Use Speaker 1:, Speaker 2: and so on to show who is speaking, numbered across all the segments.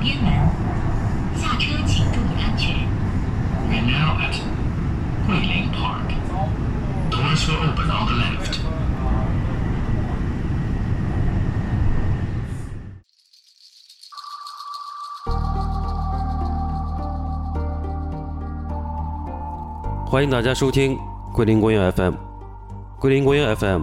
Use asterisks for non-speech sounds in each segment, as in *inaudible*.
Speaker 1: 边门，下车请注意安全。
Speaker 2: We are now at Guilin Park. Doors will open on the left.
Speaker 3: 欢迎大家收听桂林公园 FM。桂林公园 FM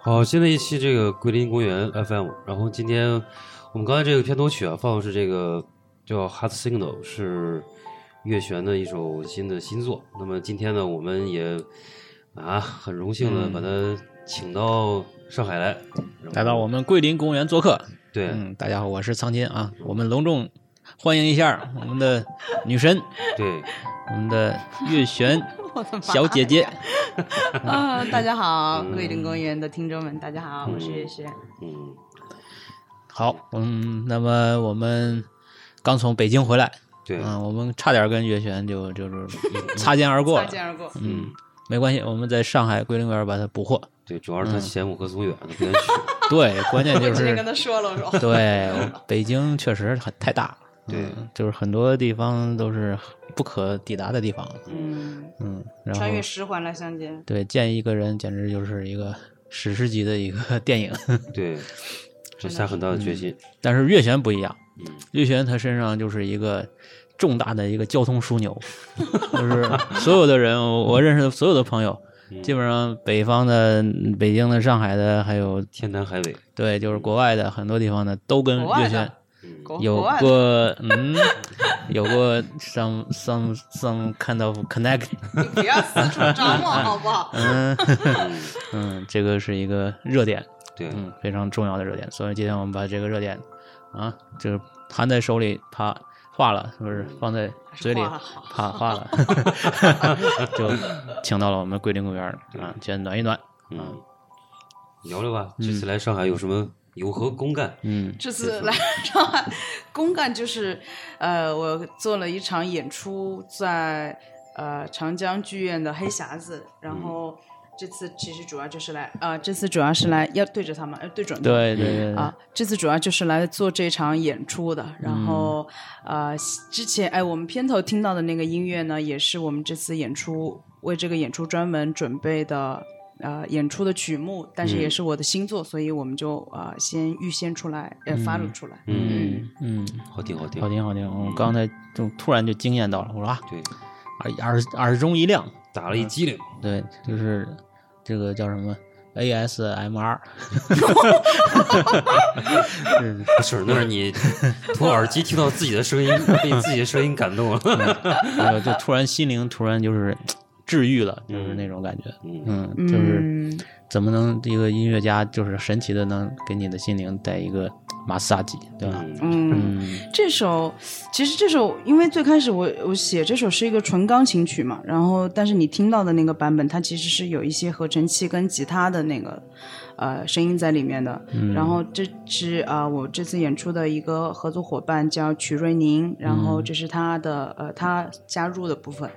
Speaker 3: 好，新的一期这个桂林公园 FM，然后今天我们刚才这个片头曲啊，放的是这个叫《Heart Signal》，是月璇的一首新的新作。那么今天呢，我们也啊很荣幸的把他请到上海来，
Speaker 4: 嗯来到我们桂林公园做客。
Speaker 3: 对、
Speaker 4: 嗯，大家好，我是苍金啊，我们隆重欢迎一下我们的女神， *laughs*
Speaker 3: 对，
Speaker 4: 我们的月璇
Speaker 5: *laughs* 我的妈！
Speaker 4: 小姐姐。
Speaker 5: 啊， *laughs* 大家好，
Speaker 3: 嗯
Speaker 5: 桂林公园的听众们，大家好，我是月轩。
Speaker 3: 嗯，
Speaker 4: 好，嗯，那么我们刚从北京回来，
Speaker 3: 对，
Speaker 4: 嗯，我们差点跟月璇就就是
Speaker 5: *laughs*
Speaker 4: 擦肩而过
Speaker 5: 擦
Speaker 4: 了。
Speaker 5: 肩而过，
Speaker 4: 嗯，没关系，我们在上海桂林公园把它捕
Speaker 5: *laughs*
Speaker 4: 获。
Speaker 3: 对，主要是他
Speaker 4: 嗯
Speaker 3: 嫌我和苏远，他不愿意去。
Speaker 4: *laughs* 对，关键
Speaker 5: 我
Speaker 4: 就
Speaker 5: 直接
Speaker 4: 是
Speaker 5: 跟他说了，我说
Speaker 4: *laughs* 对我北京确实很太大了，
Speaker 3: 对
Speaker 4: 嗯就是很多地方都是不可抵达的地方。
Speaker 5: 嗯，
Speaker 4: 嗯，然后
Speaker 5: 穿越十环来相见，
Speaker 4: 对，见一个人简直就是一个史诗级的一个 *laughs* 电影。
Speaker 3: 对，这下很大的决心。
Speaker 4: 但是月璇不一样，
Speaker 3: 嗯
Speaker 4: 月璇他身上就是一个重大的一个交通枢纽，就是所有的人，我我认识的所有的朋友，基本上北方的、北京的、上海的，还有
Speaker 3: 天南海北，
Speaker 4: 对，就是国外的很多地方的，都跟
Speaker 5: 国外
Speaker 4: 月
Speaker 5: 的
Speaker 4: 璇
Speaker 3: 嗯，
Speaker 5: 国
Speaker 4: 有
Speaker 5: 国外的
Speaker 4: 过嗯，有过 some some some kind of connect。
Speaker 5: 你不要四处
Speaker 4: *laughs*
Speaker 5: 张望，好不好？
Speaker 4: 嗯嗯，这个是一个热点。
Speaker 3: 对，
Speaker 4: 嗯，非常重要的热点。所以今天我们把这个热点啊，就是含在手里，啪化了，是不是放在嘴里，
Speaker 5: 还是化
Speaker 4: 啪
Speaker 5: 了
Speaker 4: 化了，就请到了我们桂林公园啊，先暖一暖。
Speaker 3: 嗯，聊聊吧，这次来上海有什么有何公干？
Speaker 4: 嗯
Speaker 5: *laughs* 这次来上海公干就是，呃，我做了一场演出在呃长江剧院的黑匣子，然
Speaker 4: 嗯
Speaker 5: 后这次其实主要就是来啊、这次主要是来要对着他们，要对准他
Speaker 4: 对
Speaker 5: 们
Speaker 4: 对对，
Speaker 5: 啊，这次主要就是来做这场演出的。然
Speaker 4: 嗯
Speaker 5: 后，呃，之前哎，我们片头听到的那个音乐呢，也是我们这次演出为这个演出专门准备的。呃，演出的曲目，但是也
Speaker 4: 嗯
Speaker 5: 是我的新作，所以我们就呃先预先出来，呃发布出来。
Speaker 3: 嗯，
Speaker 4: 嗯，
Speaker 3: 好听好听
Speaker 4: 好，听好听，我刚才就突然就惊艳到了，我说啊，
Speaker 3: 对，
Speaker 4: 耳耳耳中一亮，
Speaker 3: 打了一激灵，
Speaker 4: 对，就是这个叫什么 ASMR，
Speaker 3: 不是，那是 *laughs* 你从耳机听到自己的声音，被自己的声音感动了。
Speaker 4: 哎呦就突然心灵突然就是治愈了，就是那种感觉，
Speaker 3: 嗯，
Speaker 4: 嗯，就是。怎么能一个音乐家就是神奇的能给你的心灵带一个马杀鸡，对吧？
Speaker 3: 嗯
Speaker 5: 嗯，
Speaker 4: 嗯
Speaker 5: 这首其实这首，因为最开始我我写这首是一个纯钢琴曲嘛，然后但是你听到的那个版本，它其实是有一些合成器跟吉他的那个呃声音在里面的。然后这是啊、呃我这次演出的一个合作伙伴叫曲瑞宁，然后这是他的呃他加入的部分。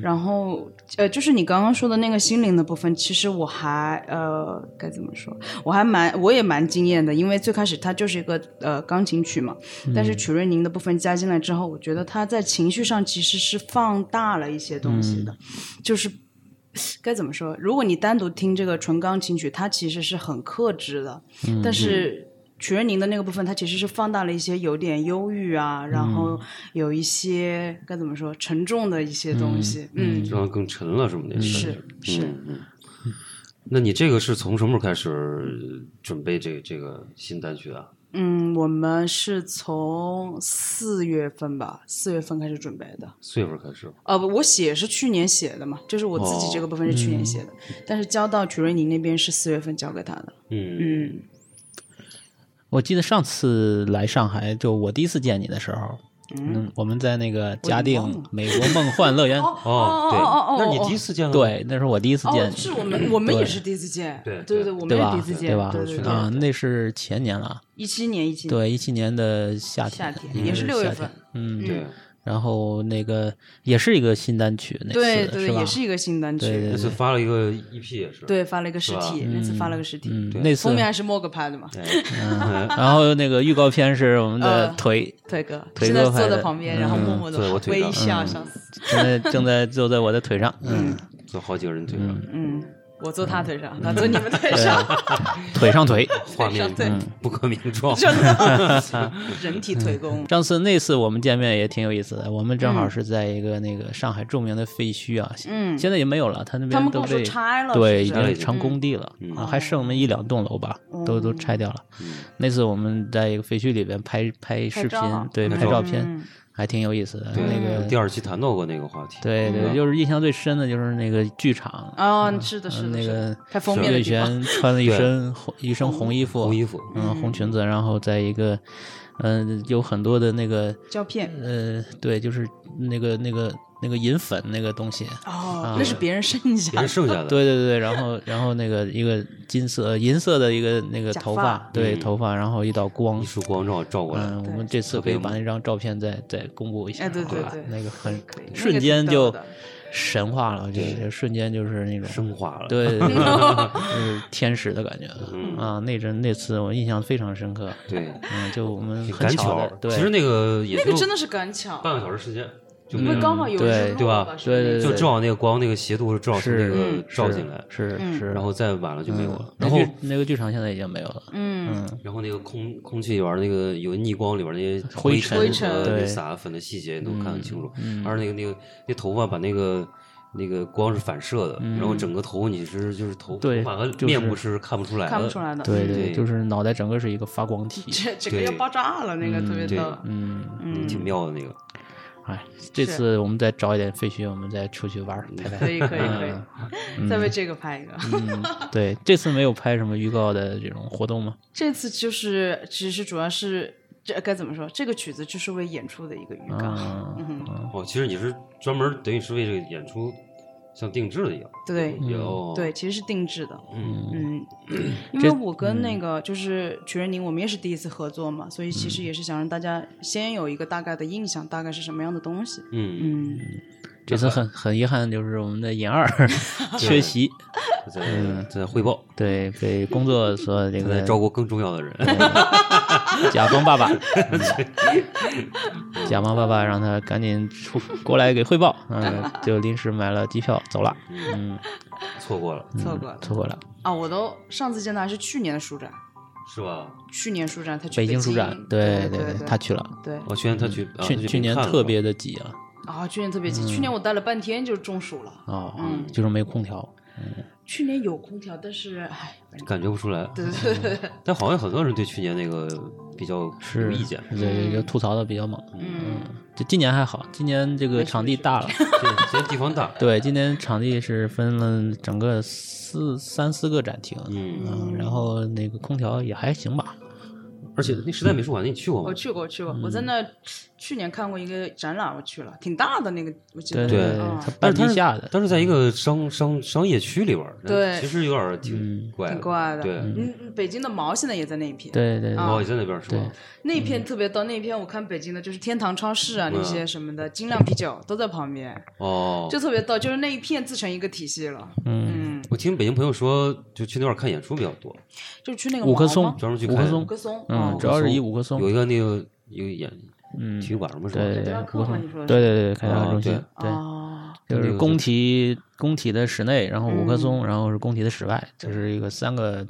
Speaker 5: 然后呃，就是你刚刚说的那个心灵的部分，其实我还呃该怎么说？我还蛮我也蛮惊艳的，因为最开始它就是一个呃钢琴曲嘛，但是曲瑞宁的部分加进来之后，我觉得他在情绪上其实是放大了一些东西的，就是。该怎么说？如果你单独听这个纯钢琴曲，它其实是很克制的，但是曲瑞宁的那个部分，它其实是放大了一些有点忧郁啊，然后有一些该怎么说沉重的一些东西。嗯，
Speaker 3: 就让更沉了什么的。
Speaker 5: 是是，
Speaker 3: 嗯嗯。那你这个是从什么时候开始准备这这个新单曲啊的？
Speaker 5: 嗯，我们是从四月份吧，四月份开始准备的。
Speaker 3: 四月份开始吗？
Speaker 5: 呃，不我写是去年写的嘛，就是我自己这个部分是去年写的，
Speaker 4: 哦
Speaker 5: 但是交到曲瑞宁那边是四月份交给他的。
Speaker 3: 嗯
Speaker 5: 嗯，
Speaker 4: 我记得上次来上海，就我第一次见你的时候，嗯，我们在那个嘉
Speaker 5: 我已经
Speaker 4: 定
Speaker 5: 忘了
Speaker 4: 美国梦幻
Speaker 5: *laughs*
Speaker 4: 乐园，
Speaker 3: 哦，对，那是你第一
Speaker 5: 次
Speaker 3: 次见到
Speaker 4: 对，那是我第一次见
Speaker 5: 哦，
Speaker 4: 你，
Speaker 5: 是我们我们也
Speaker 4: 对
Speaker 5: 是第一次见，
Speaker 3: 对
Speaker 5: 对
Speaker 3: 对
Speaker 5: 我们
Speaker 4: 对
Speaker 5: 也
Speaker 4: 吧？
Speaker 5: 第一次见，
Speaker 4: 对吧？
Speaker 5: 对对对
Speaker 4: 啊，那是前年了，
Speaker 5: 一七年一七年
Speaker 4: 对，一七年的夏天，
Speaker 5: 夏天
Speaker 4: 应
Speaker 5: 也
Speaker 4: 该
Speaker 5: 是
Speaker 4: 是
Speaker 5: 六
Speaker 4: 嗯
Speaker 5: 月
Speaker 4: 夏
Speaker 5: 份
Speaker 4: 天，，嗯，
Speaker 3: 对，
Speaker 4: 然后那个也是一个新单曲，那次
Speaker 5: 对对
Speaker 4: 是
Speaker 5: 对，
Speaker 4: 吧
Speaker 5: 也是一个新单曲，
Speaker 4: 对对
Speaker 3: 那次发了一个 EP 也是。
Speaker 5: 对发了一个实
Speaker 3: 吧
Speaker 5: 体，那次发了个实体，
Speaker 4: 嗯
Speaker 3: 对，
Speaker 4: 那次
Speaker 5: 封，面还是莫哥拍的嘛，
Speaker 3: 哎 *laughs*
Speaker 4: 嗯 *laughs* 然后那个预告片是我们的
Speaker 5: 呃
Speaker 4: 腿
Speaker 5: 腿哥
Speaker 4: 腿
Speaker 5: 现
Speaker 4: 哥
Speaker 5: 在坐
Speaker 4: 拍
Speaker 5: 在
Speaker 4: 的
Speaker 5: 旁边，然后
Speaker 4: 嗯
Speaker 5: 默默的
Speaker 3: 对我腿哥
Speaker 5: 微笑，上次，
Speaker 4: 正在正在坐在我的腿上，
Speaker 3: 嗯，坐好几个人腿上，
Speaker 5: 嗯，我坐他腿上，他
Speaker 4: 嗯
Speaker 5: 坐你们腿上，
Speaker 4: *laughs* 腿上腿。
Speaker 3: *laughs* 画面
Speaker 5: 对
Speaker 4: 嗯
Speaker 3: 不可名状。
Speaker 5: 真的，人体腿功，
Speaker 4: 上次那次我们见面也挺有意思的，我们正好是在一个那个上海著名的废墟啊，
Speaker 5: 嗯
Speaker 4: 现在也没有了，他那
Speaker 5: 他
Speaker 4: 边
Speaker 5: 们
Speaker 4: 都
Speaker 5: 跟我说
Speaker 4: 被
Speaker 5: 拆了
Speaker 4: 对，已
Speaker 5: 是不是嗯
Speaker 4: 经成工地了，啊，还剩那么一两栋楼吧，都都拆掉了。那次我们在一个废墟里边拍拍视频
Speaker 5: 拍照，
Speaker 4: 对，
Speaker 3: 拍
Speaker 4: 拍
Speaker 3: 照
Speaker 4: 照片
Speaker 5: 嗯，
Speaker 4: 还挺有意思的。
Speaker 3: *laughs* 对
Speaker 4: 那个
Speaker 3: 第二期谈到过那个话题。
Speaker 4: 对对，就是印象最深的就是那个剧场，
Speaker 5: 嗯啊，是的，
Speaker 4: 嗯
Speaker 5: 是的，
Speaker 4: 那
Speaker 5: 是的
Speaker 4: 个
Speaker 5: 拍封面
Speaker 4: 岳
Speaker 5: 的地方，
Speaker 4: 璇穿了一身红一身红衣服，
Speaker 3: 红衣服
Speaker 4: 嗯，红裙子，然后在一个，嗯、有很多的那个，
Speaker 5: 胶片，
Speaker 4: 呃，对，就是那个那个那个银粉那个东西，嗯
Speaker 5: 哦，那是别人剩
Speaker 3: 别
Speaker 5: 下
Speaker 3: 人
Speaker 5: 的，
Speaker 3: 剩下的。
Speaker 4: 对对对，然后然后那个一个金色银色的一个那个
Speaker 5: 假
Speaker 4: 头
Speaker 5: 发
Speaker 4: 发，对
Speaker 3: 嗯
Speaker 4: 头发，然后一道光
Speaker 3: 一。束光照照过来，
Speaker 4: 嗯，我们
Speaker 5: 对
Speaker 4: 这次
Speaker 3: 特
Speaker 4: 可以
Speaker 3: 别
Speaker 4: 把
Speaker 3: 美
Speaker 4: 那张照片再再公布一下，
Speaker 5: 哎对对
Speaker 4: 吧
Speaker 5: 对
Speaker 4: 那个很
Speaker 5: 可以那个
Speaker 4: 瞬
Speaker 5: 挺
Speaker 4: 间
Speaker 5: 逗
Speaker 4: 就
Speaker 5: 的
Speaker 4: 神话了，就是瞬间就是那种
Speaker 3: 升华了。
Speaker 4: 对，对
Speaker 5: *laughs*
Speaker 4: 对就是天使的感觉啊！那阵那次我印象非常深刻，
Speaker 3: 嗯对，
Speaker 4: 嗯，就我们
Speaker 3: 挺
Speaker 4: 很
Speaker 3: 赶
Speaker 4: 巧
Speaker 3: 巧
Speaker 4: 的，
Speaker 3: 儿。
Speaker 4: 对，
Speaker 3: 其实那个也
Speaker 5: 那
Speaker 3: 就
Speaker 5: 个真的是赶巧，
Speaker 3: 半个小时时间，就
Speaker 4: 嗯
Speaker 5: 因
Speaker 3: 没
Speaker 5: 为
Speaker 3: 了
Speaker 5: 刚好有日
Speaker 4: 对
Speaker 5: 落
Speaker 3: 对吧
Speaker 5: 是不是
Speaker 4: 对对
Speaker 3: 就正好那个光那个斜度正好从那
Speaker 4: 是嗯
Speaker 3: 个
Speaker 4: 是
Speaker 3: 照进来，
Speaker 4: 是
Speaker 5: 嗯
Speaker 4: 是，嗯
Speaker 3: 然后再晚了就没有了。
Speaker 4: 那
Speaker 3: 然后
Speaker 4: 剧那个剧场现在已经没有了，
Speaker 5: 嗯，
Speaker 3: 然后那个空空气里边那个有逆光里边那些
Speaker 4: *laughs* 灰
Speaker 3: 尘
Speaker 4: 尘
Speaker 3: 和
Speaker 5: 灰
Speaker 3: 那
Speaker 5: 尘
Speaker 4: 对嗯
Speaker 3: 撒粉的细节你都看得清楚，而那个那个那头发把那个。那个光是反射的，然后整个头你是就是头头
Speaker 4: 嗯对
Speaker 3: 发和
Speaker 4: 就是
Speaker 3: 面部是看不出来的，嗯
Speaker 5: 看不出来的，
Speaker 4: 对
Speaker 3: 对
Speaker 4: 对，就是脑袋整个是一个发光体，
Speaker 5: 这整个要
Speaker 3: 对
Speaker 5: 爆炸了，那个特别
Speaker 3: 对
Speaker 5: 逗。
Speaker 4: 嗯，
Speaker 3: 嗯挺妙的那个。
Speaker 4: 哎，这次我们再找一点废墟，我们再出去玩
Speaker 3: 嗯
Speaker 4: 儿嗯拍
Speaker 5: 可以
Speaker 4: 拍。
Speaker 5: 可以可以，再为这个拍一个。 *laughs*
Speaker 4: 嗯，对，这次没有拍什么预告的这种活动吗？
Speaker 5: 这次就是其实主要是这该怎么说？这个曲子就是为演出的一个预告。
Speaker 4: 嗯，
Speaker 3: 哦，其实你是专门等于是为这个演出像定制的一样，
Speaker 5: 对
Speaker 4: 嗯
Speaker 3: 也哦，
Speaker 5: 对，其实是定制的。
Speaker 3: 嗯
Speaker 5: 嗯，因为我跟那个就是曲仁宁，我们也是第一次合作嘛，所以其实也是想让大家先有一个大概的印象，大概是什么样的东西。
Speaker 3: 嗯，
Speaker 5: 嗯，
Speaker 4: 这次很很遗憾，就是我们的尹
Speaker 5: *laughs*
Speaker 4: 二缺席，
Speaker 3: 在
Speaker 4: 嗯
Speaker 3: 在汇报，
Speaker 4: 对，被工作所这
Speaker 3: 他在
Speaker 4: 个
Speaker 3: 照顾更重要的人。
Speaker 4: 甲方爸爸，嗯甲方爸爸让他赶紧出过来给汇报，嗯，
Speaker 5: *laughs*
Speaker 4: 就临时买了机票走了，嗯，
Speaker 3: *laughs* 错过了，
Speaker 5: 错过了
Speaker 4: 错过了。
Speaker 5: 啊！我都上次见他还是去年的书展，
Speaker 3: 是吧？
Speaker 5: 去年书展他去
Speaker 4: 北
Speaker 5: 京
Speaker 4: 京书展，
Speaker 5: 对
Speaker 4: 对
Speaker 5: 对，
Speaker 4: 他去了，
Speaker 5: 对
Speaker 3: 哦，去年他去，啊
Speaker 4: 嗯去
Speaker 3: 他去
Speaker 4: 去年
Speaker 3: 看了
Speaker 4: 特
Speaker 3: 吧
Speaker 4: 别的挤啊，
Speaker 5: 啊，去年特别急，去年我待了半天就中暑了。
Speaker 4: 哦，
Speaker 5: 嗯
Speaker 4: 就是没空调，
Speaker 5: 去年有空调，但是唉，反正
Speaker 3: 感觉不出来，
Speaker 5: 对对对对，
Speaker 3: 但好像很多人对去年那个比较有
Speaker 4: 是
Speaker 3: 意见。
Speaker 4: 对，就吐槽的比较猛。
Speaker 5: *laughs* 嗯，
Speaker 4: 就今年还好，今年这个场地大了，
Speaker 3: 对，今天地方大，
Speaker 4: *laughs* 对，今年场地是分了整个四三四个展厅，
Speaker 3: 嗯，
Speaker 4: 嗯，然后那个空调也还行吧，
Speaker 3: 而且那时代美术馆，你去过吗
Speaker 5: 我？去过，我去过，我在那去年看过一个展览，我去了，挺大的那个，我记得
Speaker 4: 对
Speaker 5: 那个
Speaker 3: 对
Speaker 5: 嗯
Speaker 4: 它
Speaker 3: 但
Speaker 4: 半
Speaker 3: 是它
Speaker 4: 地
Speaker 3: 是
Speaker 4: 下的，
Speaker 3: 但是在一个商商商业区里边儿，
Speaker 5: 对
Speaker 3: 其实有点儿挺
Speaker 4: 嗯
Speaker 3: 怪的，
Speaker 5: 挺怪的
Speaker 3: 对，
Speaker 5: 嗯，嗯北京的毛现在也在那一片，
Speaker 4: 对对
Speaker 5: 啊
Speaker 3: 哦，也在那边是吧？
Speaker 5: 那一片特别到那一片，我看北京的就是天堂超市啊，
Speaker 3: 嗯
Speaker 5: 那些什么的，精酿啤酒都在旁边，
Speaker 3: 哦，
Speaker 5: 就特别逗，就是那一片自成一个体系了。
Speaker 4: 嗯，
Speaker 5: 嗯，
Speaker 3: 我听北京朋友说，就去那边看演出比较多，
Speaker 5: 就去那个
Speaker 4: 五棵
Speaker 5: 毛
Speaker 4: 松
Speaker 5: 吗，
Speaker 3: 专门去
Speaker 4: 五棵
Speaker 3: 看
Speaker 5: 五
Speaker 4: 松，
Speaker 5: 棵松，
Speaker 4: 嗯
Speaker 5: 哦，
Speaker 4: 主要是以五棵松
Speaker 3: 有，一个那个有演
Speaker 4: 嗯，
Speaker 3: 体育馆什么什么
Speaker 4: 对
Speaker 3: 的，
Speaker 5: 对
Speaker 4: 对
Speaker 5: 对
Speaker 4: 五棵
Speaker 5: 科幻
Speaker 4: 松
Speaker 5: 你说的
Speaker 4: 对对对，开发
Speaker 3: 哦
Speaker 4: 中心，对，
Speaker 5: 哦，
Speaker 4: 就是
Speaker 3: 那个
Speaker 4: 工
Speaker 3: 是
Speaker 4: 体工体的室内，然后五棵
Speaker 5: 嗯
Speaker 4: 松，然后是工体的室外，这是一个三个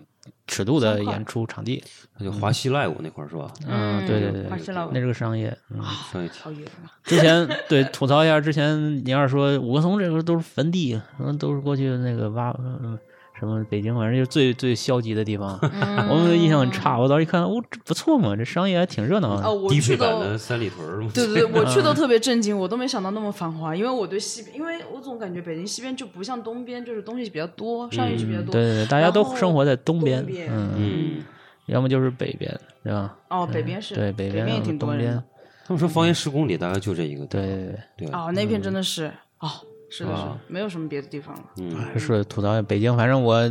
Speaker 4: 尺度的
Speaker 5: 三块
Speaker 4: 演出场地。
Speaker 3: 那就华西赖舞那块儿是吧？
Speaker 4: 嗯，对对对
Speaker 5: 花
Speaker 4: 对，
Speaker 5: 西老
Speaker 4: 那是个商业。嗯，
Speaker 3: 上一
Speaker 5: 好远 *laughs* 啊，
Speaker 4: *laughs* 之前对吐槽一下，之前您要是说五棵松这个都是坟地，嗯，都是过去那个挖嗯什么北京，反正就是最最消极的地
Speaker 5: *laughs*
Speaker 4: 方。
Speaker 5: 嗯
Speaker 4: 我们印象很差，我当时一看，哦，这不错嘛，这商业还挺热闹啊
Speaker 5: 哦，
Speaker 4: 的。嗯
Speaker 5: 我
Speaker 3: 低配
Speaker 5: 去
Speaker 3: 版
Speaker 5: 都
Speaker 3: 的三里屯儿嘛，
Speaker 5: *laughs* 对对对，我去都特别震惊，我都没想到那么繁华，因为我对西边，因为我总感觉北京西边就不像东边，就是东西比较多，商业区比较
Speaker 4: 嗯，
Speaker 5: 多。
Speaker 4: 对对对，大家
Speaker 5: 然
Speaker 4: 都
Speaker 5: 后
Speaker 4: 生活在东边
Speaker 5: 东，边
Speaker 4: 嗯，
Speaker 3: *laughs* 嗯，
Speaker 4: 要么就是北边，对吧？
Speaker 5: 哦，北边是
Speaker 4: 对，
Speaker 5: 北
Speaker 4: 边
Speaker 5: 也
Speaker 4: 要么
Speaker 5: 挺多
Speaker 4: 东
Speaker 5: 人
Speaker 4: 边
Speaker 5: 的。，
Speaker 3: 他们说方圆十公里大概就这一个，
Speaker 4: 对对对。
Speaker 3: 对，
Speaker 5: 哦，那
Speaker 4: 嗯
Speaker 5: 片真的是哦，是的是
Speaker 3: 啊
Speaker 5: 的，没有什么别的地方了。
Speaker 3: 嗯，
Speaker 4: 说啊吐槽一下北京，反正我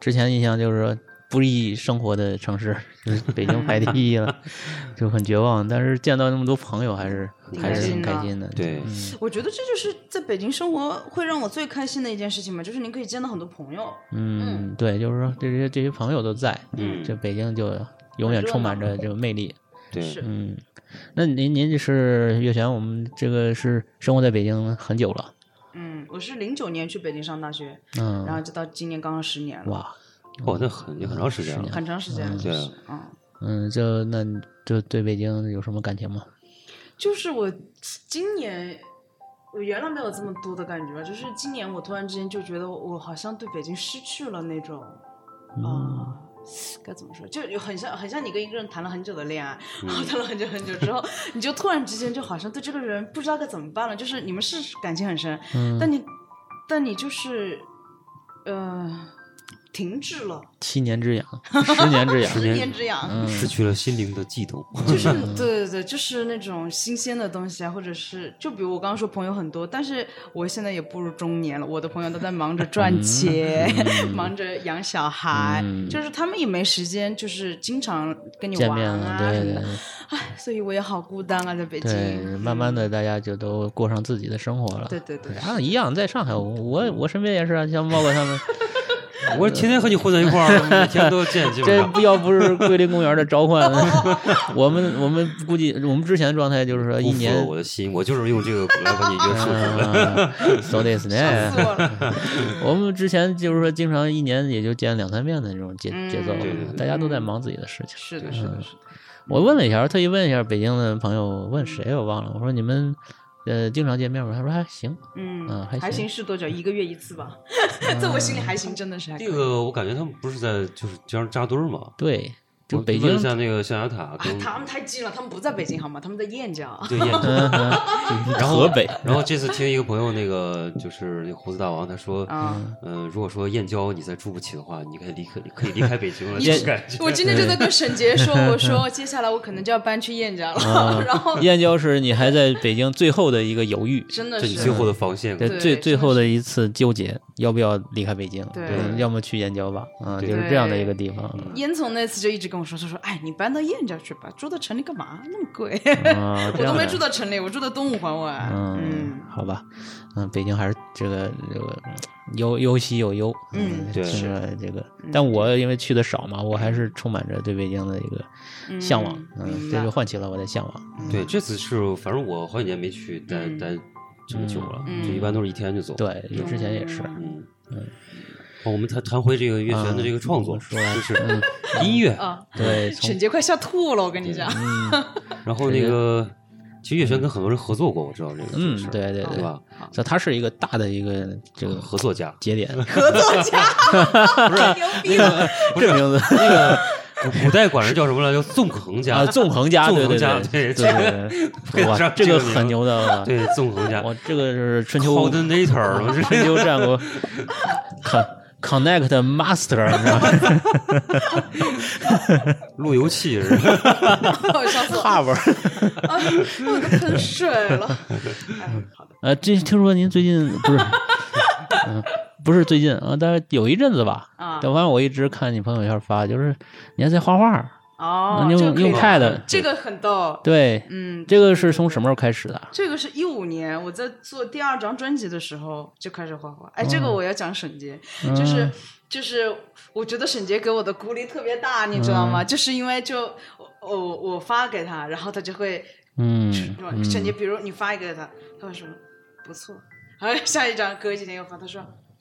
Speaker 4: 之前印象就是说不易生活的城市，就是北京排第一了， *laughs* 就很绝望。但是见到那么多朋友，还是
Speaker 5: 挺
Speaker 4: 还
Speaker 5: 开
Speaker 4: 是
Speaker 5: 心
Speaker 4: 挺开
Speaker 5: 的
Speaker 4: 心的。
Speaker 3: 对，
Speaker 5: 我觉得这就是在北京生活会让我最开心的一件事情嘛，就是你可以见到很多朋友。
Speaker 4: 嗯，对，就是说这些这些朋友都在，
Speaker 3: 嗯
Speaker 4: 这北京就永远
Speaker 5: 热
Speaker 4: 充满
Speaker 5: 闹 *laughs*
Speaker 4: 着这个魅力。
Speaker 3: 对，
Speaker 5: 是，
Speaker 4: 嗯，那您您这是岳璇，我们这个是生活在北京很久了，
Speaker 5: 嗯，我是零九年去北京上大学，然
Speaker 4: 嗯，
Speaker 5: 后就到今年刚刚十年了，
Speaker 4: 哇，啊
Speaker 3: 哦，那很也很长时间了，
Speaker 5: 很长时间了。
Speaker 3: 对
Speaker 5: 就是嗯。
Speaker 4: 嗯，就那你就对北京有什么感情吗？
Speaker 5: 就是我今年，我原来没有这么多的感觉吧，就是今年我突然之间就觉得我好像对北京失去了那种，啊、
Speaker 4: 嗯
Speaker 5: 该怎么说？就有很像很像你跟一个人谈了很久的恋爱，然后谈了很久很久之后，你就突然之间就好像对这个人不知道该怎么办了。就是你们是感情很深，
Speaker 4: 嗯，
Speaker 5: 但你但你就是，呃，停滞了，
Speaker 4: 七年
Speaker 5: *laughs*
Speaker 4: 之痒，十年之痒，
Speaker 5: 十年之痒。
Speaker 4: 嗯
Speaker 3: 失去了心灵的悸动，
Speaker 5: 就是对对对，就是那种新鲜的东西啊，或者是就比如我刚刚说朋友很多，但是我现在也步入中年了，我的朋友都在忙着赚钱， *laughs* 忙着养小孩，
Speaker 4: 嗯
Speaker 5: 就是他们也没时间，就是经常跟你
Speaker 4: 见
Speaker 5: 玩
Speaker 4: 面
Speaker 5: 啊
Speaker 4: 了，
Speaker 5: 什
Speaker 4: 对
Speaker 5: 么
Speaker 4: 对
Speaker 5: 的，唉，所以我也好孤单啊，在北京。
Speaker 4: 对对，慢慢的大家就都过上自己的生活了。
Speaker 5: 嗯对对对
Speaker 4: *laughs* 然后一样，在上海，我我我身边也是啊，像猫
Speaker 3: *laughs*
Speaker 4: 哥他们，
Speaker 3: *laughs* 我天天和你混在一块儿，每天都见，基本
Speaker 4: 这
Speaker 3: 上，
Speaker 4: 不要不是桂林公园的召唤， *laughs* 我们我们估计我们之前的状态就是说一
Speaker 3: 辜负
Speaker 4: 年
Speaker 3: 了，我的心，我就是用这个来把你约束住的， *laughs*
Speaker 4: 嗯，so this
Speaker 5: 烦
Speaker 4: n
Speaker 5: 死我了，
Speaker 4: 我们之前就是说经常一年也就见两三面的这种节节奏
Speaker 5: 嗯
Speaker 3: 对对对，
Speaker 4: 大家都在忙自己的事情。
Speaker 5: 是的，是的，是的，
Speaker 4: 我问了一下，特意问一下北京的朋友，问谁我忘了，我说你们呃经常见面吗？他说还行，
Speaker 5: 嗯
Speaker 4: 嗯，还
Speaker 5: 还
Speaker 4: 行嗯
Speaker 5: 行是多久？一个月一次吧， *laughs* 在我心里还行，真的是还可以
Speaker 3: 这个我感觉他们不是在就是这样扎堆儿嘛，
Speaker 4: 对，就
Speaker 3: 我
Speaker 4: 北
Speaker 3: 问
Speaker 4: 京
Speaker 3: 一下那个象牙塔
Speaker 5: 啊
Speaker 3: 跟
Speaker 5: 他们太近了，他们不在北京好吗？他们在燕郊。
Speaker 3: 对燕
Speaker 4: 嗯
Speaker 3: 郊。
Speaker 4: 然后河北，
Speaker 3: 然后这次听一个朋友那个就是那个胡子大王，他说，嗯、如果说燕郊你再住不起的话，你可以离开，你可以离开北京了，
Speaker 5: 你
Speaker 3: 这种感觉。
Speaker 5: *laughs* 我今天就在跟沈杰说，我说接下来我可能就要搬去燕郊了， *laughs* 然后
Speaker 4: 啊燕郊是你还在北京最后的一个犹豫，
Speaker 5: 真的
Speaker 3: 这
Speaker 5: 是
Speaker 3: 你最后的防线，
Speaker 4: 对
Speaker 5: 对
Speaker 4: 最
Speaker 5: 真
Speaker 4: 最
Speaker 5: 的
Speaker 4: 后
Speaker 5: 是
Speaker 4: 的一次纠结，要不要离开北京？
Speaker 5: 对
Speaker 4: 嗯要么去燕郊吧，啊，就是这样的一个地方。
Speaker 5: 烟囱那次就一直跟我说，他说：“哎，你搬到燕郊去吧，住到城里干嘛？那么贵。
Speaker 4: 啊，
Speaker 5: *laughs* 我
Speaker 4: 这
Speaker 5: 都
Speaker 4: 样
Speaker 5: 没
Speaker 4: 的，
Speaker 5: 住到城里，我住到东五环外。”
Speaker 4: 嗯，好吧，嗯，北京还是这个这个嗯忧忧喜有忧，
Speaker 5: 嗯
Speaker 3: 对
Speaker 4: 就是这个。但我因为去的少嘛，我还是充满着对北京的一个向往，
Speaker 5: 嗯
Speaker 4: 嗯，
Speaker 5: 明
Speaker 4: 这
Speaker 5: 白嗯
Speaker 4: 就唤起了我的向往。
Speaker 3: 对，这次是反正我好几年没去待待这么久了，就一般都是一天就走。
Speaker 4: 嗯对，之前也是，
Speaker 3: 嗯哦，我们谈谈回这个乐璇的这个创作，
Speaker 4: 嗯说完嗯
Speaker 3: 就是音乐，
Speaker 5: 啊， *laughs*
Speaker 4: 对，从嗯
Speaker 5: 沈杰快笑吐了，我跟你讲，
Speaker 3: 然后那个其实乐璇跟很多人合作过，我知道这个这个事儿，
Speaker 4: 嗯对对
Speaker 3: 对吧？啊
Speaker 4: 所以它是一个大的一个这个
Speaker 3: 嗯合作家，
Speaker 4: 节点，
Speaker 5: 合作家，太牛逼了！
Speaker 4: *laughs* 这名字
Speaker 3: 那个古代管人叫什么来着？叫纵横家
Speaker 4: 啊，纵横家，
Speaker 3: 纵
Speaker 4: 对
Speaker 3: 横
Speaker 4: 对
Speaker 3: 家对
Speaker 4: 对对
Speaker 3: 配
Speaker 4: 对，
Speaker 3: 得
Speaker 4: 哇，
Speaker 3: 上
Speaker 4: 这
Speaker 3: 这
Speaker 4: 个
Speaker 3: 个名
Speaker 4: 很
Speaker 3: 字
Speaker 4: 牛
Speaker 3: *laughs*
Speaker 4: 的，
Speaker 3: 对，纵横家
Speaker 4: 我这个是春
Speaker 3: *laughs*
Speaker 4: 秋 *laughs*
Speaker 3: coordinator，我这
Speaker 4: 春秋战国，看 Connect Master，你知道
Speaker 3: *laughs*
Speaker 4: 吗
Speaker 3: 路由器
Speaker 4: *laughs*
Speaker 3: 是吧？
Speaker 5: *laughs* 我笑死我了，
Speaker 4: ？Hub。
Speaker 5: 啊我都喷水了。哎，好的，
Speaker 4: 呃，这听说您最近不是，嗯、嗯不是最近啊，但是有一阵子吧。 *laughs*
Speaker 5: 啊
Speaker 4: 但反正我一直看你朋友圈发，就是你还在画画，
Speaker 5: 哦，
Speaker 4: 你
Speaker 5: 这个
Speaker 4: 用
Speaker 5: 可以
Speaker 4: 用
Speaker 5: 聊
Speaker 4: Pad，
Speaker 5: 这个很逗。
Speaker 4: 对，
Speaker 5: 嗯，
Speaker 4: 这个是从什么时候开始的？
Speaker 5: 这个是一五年我在做第二张专辑的时候就开始画画。哎，
Speaker 3: 嗯
Speaker 5: 这个我要讲沈杰，就是就是，我觉得沈杰给我的鼓励特别大，
Speaker 3: 嗯
Speaker 5: 你知道吗？就是因为就我我我发给他，然后他就会
Speaker 4: 嗯
Speaker 5: 说沈杰，比如你发一个给他，他会说不错，然后下一张隔几天又发，他说。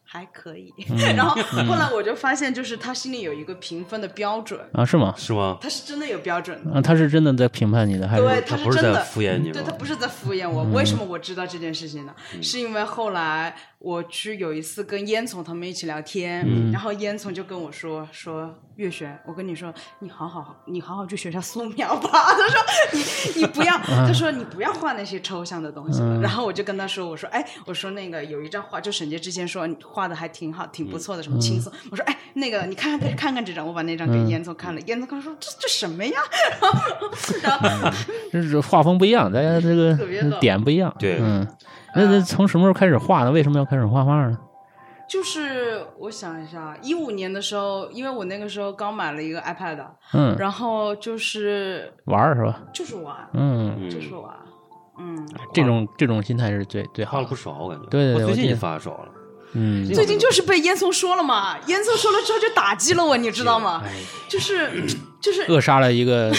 Speaker 5: 还可以，
Speaker 3: 嗯
Speaker 5: *laughs* 然后后来我就发现，就是他心里有一个评分的标准，
Speaker 4: 啊，是吗？
Speaker 3: 是吗？
Speaker 5: 他是真的有标准的，
Speaker 4: 啊，他是真的在评判你的，还
Speaker 5: 对，
Speaker 4: 是
Speaker 5: 他
Speaker 3: 他
Speaker 5: 是
Speaker 3: 不是
Speaker 5: 真
Speaker 3: 在
Speaker 5: 的
Speaker 3: 敷衍你
Speaker 5: 嗯对
Speaker 3: 吗
Speaker 5: 他？不是在敷衍我，为什么我知道这件事情呢？是因为后来我去有一次跟烟囱他们一起聊天，然后烟囱就跟我说说月璇，我跟你说，你好好你好好去学下素描吧。 *laughs* 他说你你不要，他说你不要画那些抽象的东西了。然后我就跟他说，我说哎，我说那个有一张画，就沈杰之前说你画的还挺好，挺不错的，什么轻松。我说哎，那个你看看看看这张，我把那张给烟囱看了，烟囱跟他说这这什么呀？ *laughs* 然后然后
Speaker 4: 这是画风不一样，大家这个
Speaker 5: 特别逗
Speaker 4: 点不一样。
Speaker 3: 对
Speaker 4: 嗯，那那从什么时候开始画的？为什么要开始画画呢？
Speaker 5: 就是我想一下，一五年的时候，因为我那个时候刚买了一个 iPad，
Speaker 4: 嗯，
Speaker 5: 然后就是
Speaker 4: 玩儿是吧？
Speaker 5: 就是玩，
Speaker 4: 嗯，哎
Speaker 3: 嗯
Speaker 5: 就是玩，嗯。
Speaker 4: 这种这种心态是最最
Speaker 3: 画
Speaker 4: 好
Speaker 3: 了不
Speaker 4: 的。
Speaker 3: 少，我感觉。
Speaker 4: 对对对
Speaker 3: 我最
Speaker 4: 我记
Speaker 3: 近也
Speaker 4: 得
Speaker 3: 发了少了。
Speaker 4: 嗯，
Speaker 5: 最近就是被烟囱说了嘛，烟囱说了之后就打击了我，你知道吗？
Speaker 3: 哎
Speaker 5: 就是 *clears throat* 就是
Speaker 4: 扼杀了一个